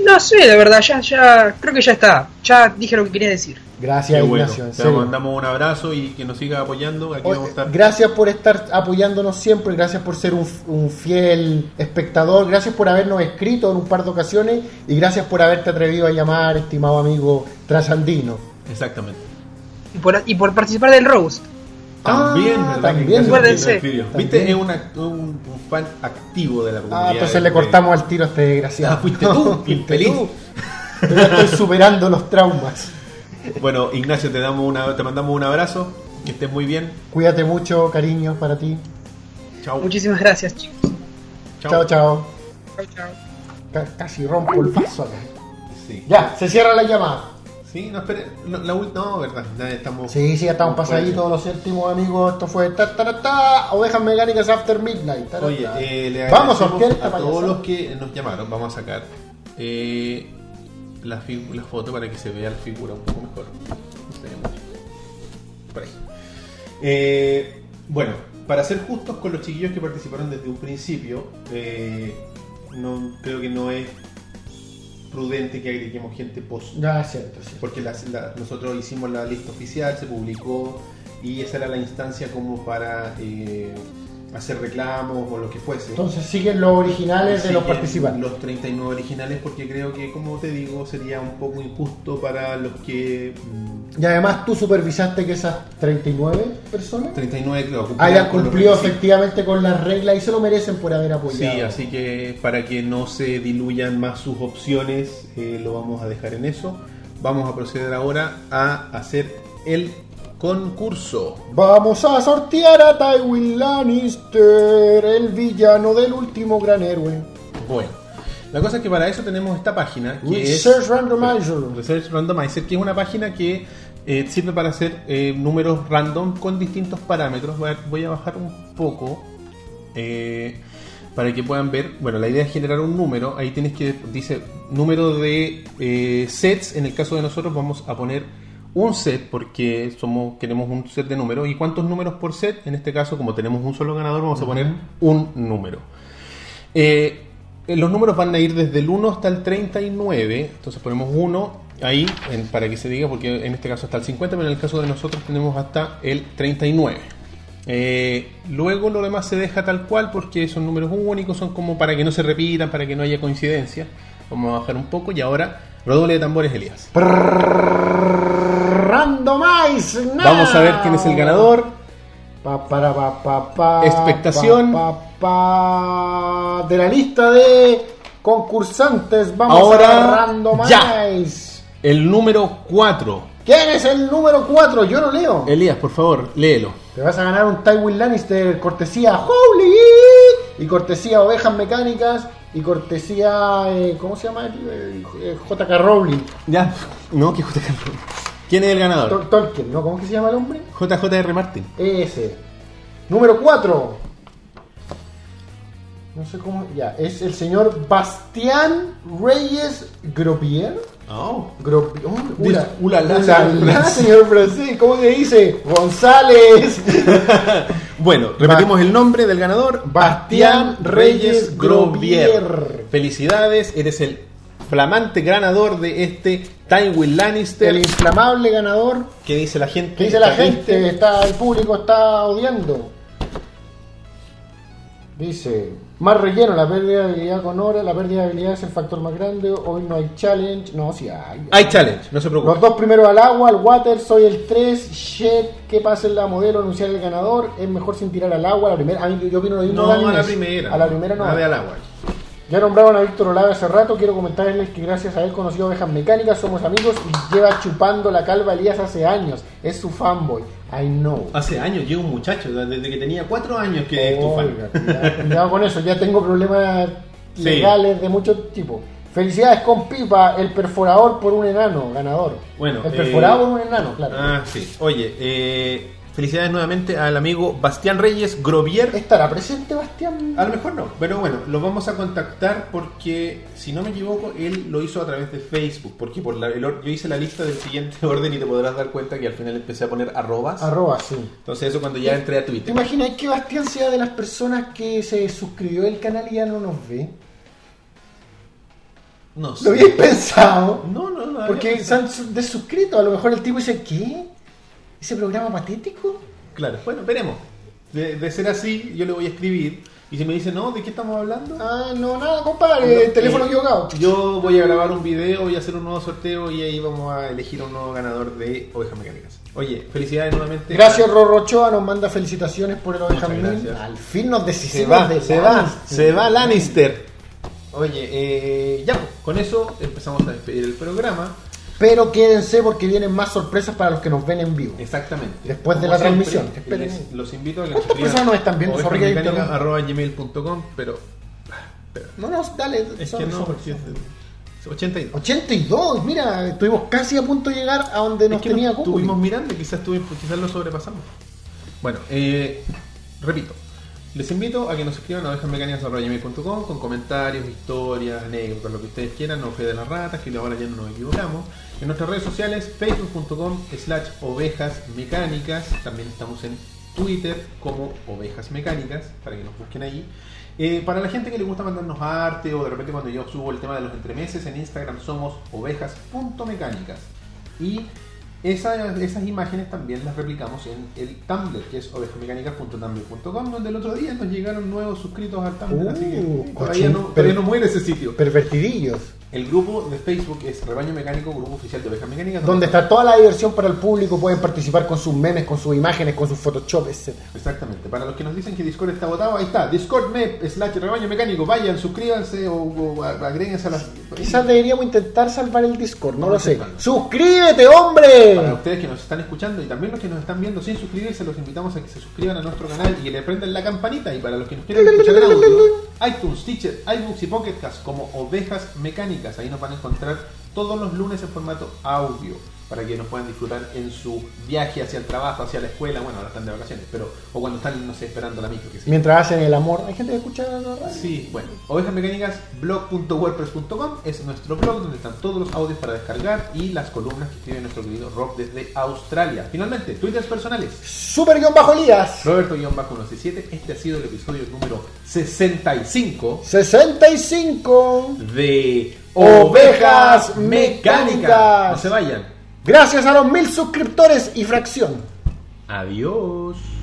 Speaker 6: no sé, la verdad, ya, ya, creo que ya está. Ya dije lo que quería decir.
Speaker 2: Gracias
Speaker 1: Qué bueno.
Speaker 2: Ignacio, en
Speaker 1: Te
Speaker 2: serio.
Speaker 1: mandamos un abrazo y que nos siga apoyando. Aquí
Speaker 2: Oye,
Speaker 1: vamos a estar.
Speaker 2: Gracias por estar apoyándonos siempre, gracias por ser un, un fiel espectador, gracias por habernos escrito en un par de ocasiones y gracias por haberte atrevido a llamar, estimado amigo trasandino.
Speaker 1: Exactamente.
Speaker 6: Y por, y por participar del Roast.
Speaker 1: También,
Speaker 2: Ah,
Speaker 1: ¿verdad?
Speaker 2: también.
Speaker 1: Que casi
Speaker 6: Acuérdense.
Speaker 1: nos escribió.
Speaker 2: También.
Speaker 1: Viste, es una- un, un fan activo de la comunidad.
Speaker 2: Ah, entonces
Speaker 1: Eh,
Speaker 2: le cortamos al tiro a este desgraciado.
Speaker 1: Ah, fuiste tú,
Speaker 2: Fuiste
Speaker 1: infeliz.
Speaker 2: tú. Yo ya estoy superando los traumas.
Speaker 1: Bueno, Ignacio, te, damos una, te mandamos un abrazo. Que estés muy bien.
Speaker 2: Cuídate mucho, cariño, para ti.
Speaker 1: Chao.
Speaker 6: Muchísimas gracias, chicos.
Speaker 2: Chao, chao.
Speaker 6: Chao, chao.
Speaker 2: Ca- casi rompo el paso acá.
Speaker 1: Sí.
Speaker 2: Ya, se cierra la llamada.
Speaker 1: Sí, no, espere. no, La, ul- no, verdad. ya estamos.
Speaker 2: Sí, sí, ya estamos
Speaker 1: Oye.
Speaker 2: pasaditos los séptimos amigos. Esto fue ta, ta, ta, ta, Ovejas Mecánicas After Midnight. Ta, ta,
Speaker 1: Oye,
Speaker 2: ta.
Speaker 1: eh, le
Speaker 2: vamos a sortear
Speaker 1: agradecemos
Speaker 2: esta
Speaker 1: a todos
Speaker 2: payasada.
Speaker 1: los que nos llamaron. Vamos a sacar eh, la, fi- la foto para que se vea la figura un poco mejor. No se ve mucho. Por ahí. Eh, bueno, para ser justos con los chiquillos que participaron desde un principio, eh, no, creo que no es prudente que agreguemos gente post
Speaker 2: Ya, cierto, cierto.
Speaker 1: porque las- la- nosotros hicimos la lista oficial, se publicó y esa era la instancia como para eh, hacer reclamos o lo que fuese.
Speaker 2: Entonces siguen los originales de los
Speaker 1: Siguen
Speaker 2: participantes.
Speaker 1: eh, Los 39 originales porque creo que, como te digo, sería un poco injusto para los que... mm,
Speaker 2: Y además tú supervisaste que esas 39 personas
Speaker 1: 39 creo cumplieron
Speaker 2: hayan
Speaker 1: con los
Speaker 2: cumplido
Speaker 1: requisitos.
Speaker 2: Ah, efectivamente con las reglas y se lo merecen por haber apoyado.
Speaker 1: Sí, así que para que no se diluyan más sus opciones, eh, lo vamos a dejar en eso. Vamos a proceder ahora a hacer el concurso.
Speaker 2: Vamos a sortear a Tywin Lannister, el villano del último gran héroe.
Speaker 1: Bueno, la cosa es que para eso tenemos esta página que
Speaker 2: Research
Speaker 1: es
Speaker 2: Randomizer.
Speaker 1: Research Randomizer, que es una página que eh, sirve para hacer eh, números random con distintos parámetros. Voy a, voy a bajar un poco eh, para que puedan ver. Bueno, la idea es generar un número. Ahí tienes que dice número de eh, sets. En el caso de nosotros vamos a poner un set porque somos queremos un set de números y cuántos números por set. En este caso, como tenemos un solo ganador, vamos a poner un número. Eh, eh, los números van a ir desde el 1 hasta el 39. Entonces ponemos 1 ahí en- para que se diga, porque en este caso hasta el 50, pero en el caso de nosotros tenemos hasta el 39. Eh, luego lo demás se deja tal cual porque son números únicos, son como para que no se repitan, para que no haya coincidencia. Vamos a bajar un poco y ahora redoble de tambores, Elías.
Speaker 2: Randomize. now.
Speaker 1: Vamos a ver quién es el ganador.
Speaker 2: Pa, para, pa, pa, pa,
Speaker 1: Expectación.
Speaker 2: pa, pa, pa, de la lista de concursantes, vamos
Speaker 1: Ahora,
Speaker 2: a randomize.
Speaker 1: El número 4.
Speaker 2: ¿Quién es el número 4? Yo no leo.
Speaker 1: Elías, por favor, léelo.
Speaker 2: Te vas a ganar un Tywin Lannister, cortesía Holy y cortesía Ovejas Mecánicas y cortesía, eh, ¿cómo se llama? Eh, eh, JK Rowling,
Speaker 1: Ya, no, que JK. ¿Quién es el ganador?
Speaker 2: Tol- Tolkien, ¿no? ¿Cómo es que se llama el hombre?
Speaker 1: JJR Martin.
Speaker 2: Ese. Número 4. No sé cómo, ya, es el señor Bastián Reyes Gropier.
Speaker 1: Oh.
Speaker 2: Gropi- oh, ula-
Speaker 1: Dis- ulala, señor
Speaker 2: ulala,
Speaker 1: Francis.
Speaker 2: señor Francis, ¿cómo se dice? González.
Speaker 1: Bueno, repetimos el nombre del ganador, Bastián Reyes Grovier. Felicidades, eres el flamante ganador de este Tywin
Speaker 2: El
Speaker 1: Lannister.
Speaker 2: inflamable ganador
Speaker 1: ¿Qué dice la gente?
Speaker 2: ¿Qué dice la
Speaker 1: ¿Está
Speaker 2: gente?
Speaker 1: triste?
Speaker 2: Está, el público está odiando. Dice, más relleno, la pérdida de habilidad con hora, la pérdida de habilidad es el factor más grande, hoy no hay challenge, no, sí hay.
Speaker 1: Hay challenge, no se
Speaker 2: Los
Speaker 1: preocupe.
Speaker 2: dos primeros al agua, al water, soy el 3, shit, que pase la modelo, anunciar el ganador, es mejor sin tirar al agua, la primera, a mí, yo opino lo mismo
Speaker 1: No,
Speaker 2: de
Speaker 1: a la
Speaker 2: Agnes.
Speaker 1: primera.
Speaker 2: A la primera no.
Speaker 1: Nave al agua.
Speaker 2: Ya nombraron a Víctor Olave hace rato, quiero comentarles que gracias a él conocí a Ovejas Mecánicas, somos amigos y lleva chupando la calva a Elías hace años. Es su fanboy, I know.
Speaker 1: Hace años llega un muchacho, desde que tenía cuatro años que Ah, es tu
Speaker 2: Oiga,
Speaker 1: fan.
Speaker 2: cuidado, cuidado con eso, ya tengo problemas
Speaker 1: Sí.
Speaker 2: legales de mucho tipo. Felicidades con Pipa, el perforador por un enano, ganador.
Speaker 1: Bueno,
Speaker 2: el
Speaker 1: eh,
Speaker 2: perforado por un enano, claro.
Speaker 1: Ah, sí. Oye, eh, felicidades nuevamente al amigo Bastián Reyes Grovier.
Speaker 2: ¿Estará presente, Bastián?
Speaker 1: A lo mejor no, pero bueno, lo vamos a contactar porque, si no me equivoco, él lo hizo a través de Facebook. Porque por la- el or- yo hice la lista del siguiente orden y te podrás dar cuenta que al final empecé a poner arrobas.
Speaker 2: Arroba, sí.
Speaker 1: Entonces, eso cuando ya entré a
Speaker 2: ¿Te
Speaker 1: Twitter.
Speaker 2: imaginas que Bastián sea de las personas que se suscribió al canal y ya no nos ve?
Speaker 1: No
Speaker 2: Lo
Speaker 1: sé.
Speaker 2: habíais pensado.
Speaker 1: No, no, no. había
Speaker 2: Porque se
Speaker 1: pensado.
Speaker 2: han su- desuscrito. A lo mejor el tipo dice, ¿qué? ¿Ese programa patético?
Speaker 1: Claro, bueno, veremos. De, de ser así, yo le voy a escribir. Y si me dice, no, ¿de qué estamos hablando?
Speaker 2: Ah, no, nada, compadre.
Speaker 1: No,
Speaker 2: teléfono
Speaker 1: eh,
Speaker 2: equivocado.
Speaker 1: Yo voy a grabar un video y hacer un nuevo sorteo y ahí vamos a elegir un nuevo ganador de Ovejas Mecánicas. Oye, felicidades nuevamente.
Speaker 2: Gracias, Rorrochoa. Nos manda felicitaciones por el Oveja
Speaker 1: Muchas
Speaker 2: Mil.
Speaker 1: gracias.
Speaker 2: Al fin nos
Speaker 1: Se
Speaker 2: deshicimos
Speaker 1: va,
Speaker 2: de
Speaker 1: se va,
Speaker 2: Lannister.
Speaker 1: se va Lannister. Oye, eh, ya, pues, con eso empezamos a despedir el programa.
Speaker 2: Pero quédense porque vienen más sorpresas para los que nos ven en vivo.
Speaker 1: Exactamente.
Speaker 2: Después de
Speaker 1: Como
Speaker 2: la transmisión. Esperen.
Speaker 1: les- Los invito a que
Speaker 2: ¿Cuántas personas nos están viendo? Sorry que interrumpa.
Speaker 1: gmail.com, pero
Speaker 2: No, no, dale.
Speaker 1: es
Speaker 2: sorry,
Speaker 1: que no,
Speaker 2: sorry,
Speaker 1: porque
Speaker 2: sorry.
Speaker 1: es 82.
Speaker 2: 82, mira, estuvimos casi a punto de llegar a donde
Speaker 1: Es
Speaker 2: nos
Speaker 1: que
Speaker 2: tenía
Speaker 1: no
Speaker 2: Google.
Speaker 1: estuvimos mirando, quizás, tuvi- quizás lo sobrepasamos. Bueno, eh, repito. Les invito a que nos escriban a ovejasmecánicas.com con comentarios, historias, anécdotas, lo que ustedes quieran, no fe de las ratas, que ahora ya no nos equivocamos. En nuestras redes sociales, facebook.com slash ovejas mecánicas. También estamos en Twitter como ovejas mecánicas, para que nos busquen ahí. Eh, para la gente que le gusta mandarnos arte o de repente cuando yo subo el tema de los entremeses, en Instagram somos ovejas.mecánicas. Y esa- esas imágenes también las replicamos en el Tumblr, que es ovejamecánicas.tumblr.com, donde el otro día nos llegaron nuevos suscritos al Tumblr,
Speaker 2: Uh,
Speaker 1: así que todavía
Speaker 2: cochín,
Speaker 1: no,
Speaker 2: pero-
Speaker 1: todavía no muere ese sitio.
Speaker 2: Pervertidillos.
Speaker 1: El grupo de Facebook es Rebaño Mecánico, grupo oficial de Ovejas Mecánicas.
Speaker 2: Donde está toda la diversión para el público, pueden participar con sus memes, con sus imágenes, con sus Photoshop, etc.
Speaker 1: Exactamente. Para los que nos dicen que Discord está votado, ahí está. Discord Mep slash Rebaño Mecánico. Vayan, suscríbanse o, o a- agréguense a las...
Speaker 2: Quizás deberíamos intentar salvar el Discord, no
Speaker 1: Vamos
Speaker 2: lo sé.
Speaker 1: intentando.
Speaker 2: ¡Suscríbete,
Speaker 1: Para
Speaker 2: hombre!
Speaker 1: ustedes que nos están escuchando y también los que nos están viendo sin suscribirse, los invitamos a que se suscriban a nuestro canal y que le prendan la campanita. Y para los que nos quieren escuchar en audio, iTunes, Teacher, iBooks y Pocket Cast como Ovejas Mecánicas. Ahí nos van a encontrar todos los lunes en formato audio para que nos puedan disfrutar en su viaje hacia el trabajo, hacia la escuela. Bueno, ahora están de vacaciones, pero o cuando están, no sé, esperando la micro, que sí.
Speaker 2: Mientras hacen el amor, hay gente que escucha la radio.
Speaker 1: Sí, bueno, ovejasmecánicasblog.wordpress.com es nuestro blog donde están todos los audios para descargar y las columnas que escribe nuestro querido Rob desde Australia. Finalmente, twitters personales.
Speaker 2: Super guión bajo Elías.
Speaker 1: Roberto-167, este ha sido el episodio número 65
Speaker 2: 65.
Speaker 1: de
Speaker 2: Ovejas Mecánicas.
Speaker 1: No se vayan.
Speaker 2: Gracias a los mil suscriptores y fracción.
Speaker 1: Adiós.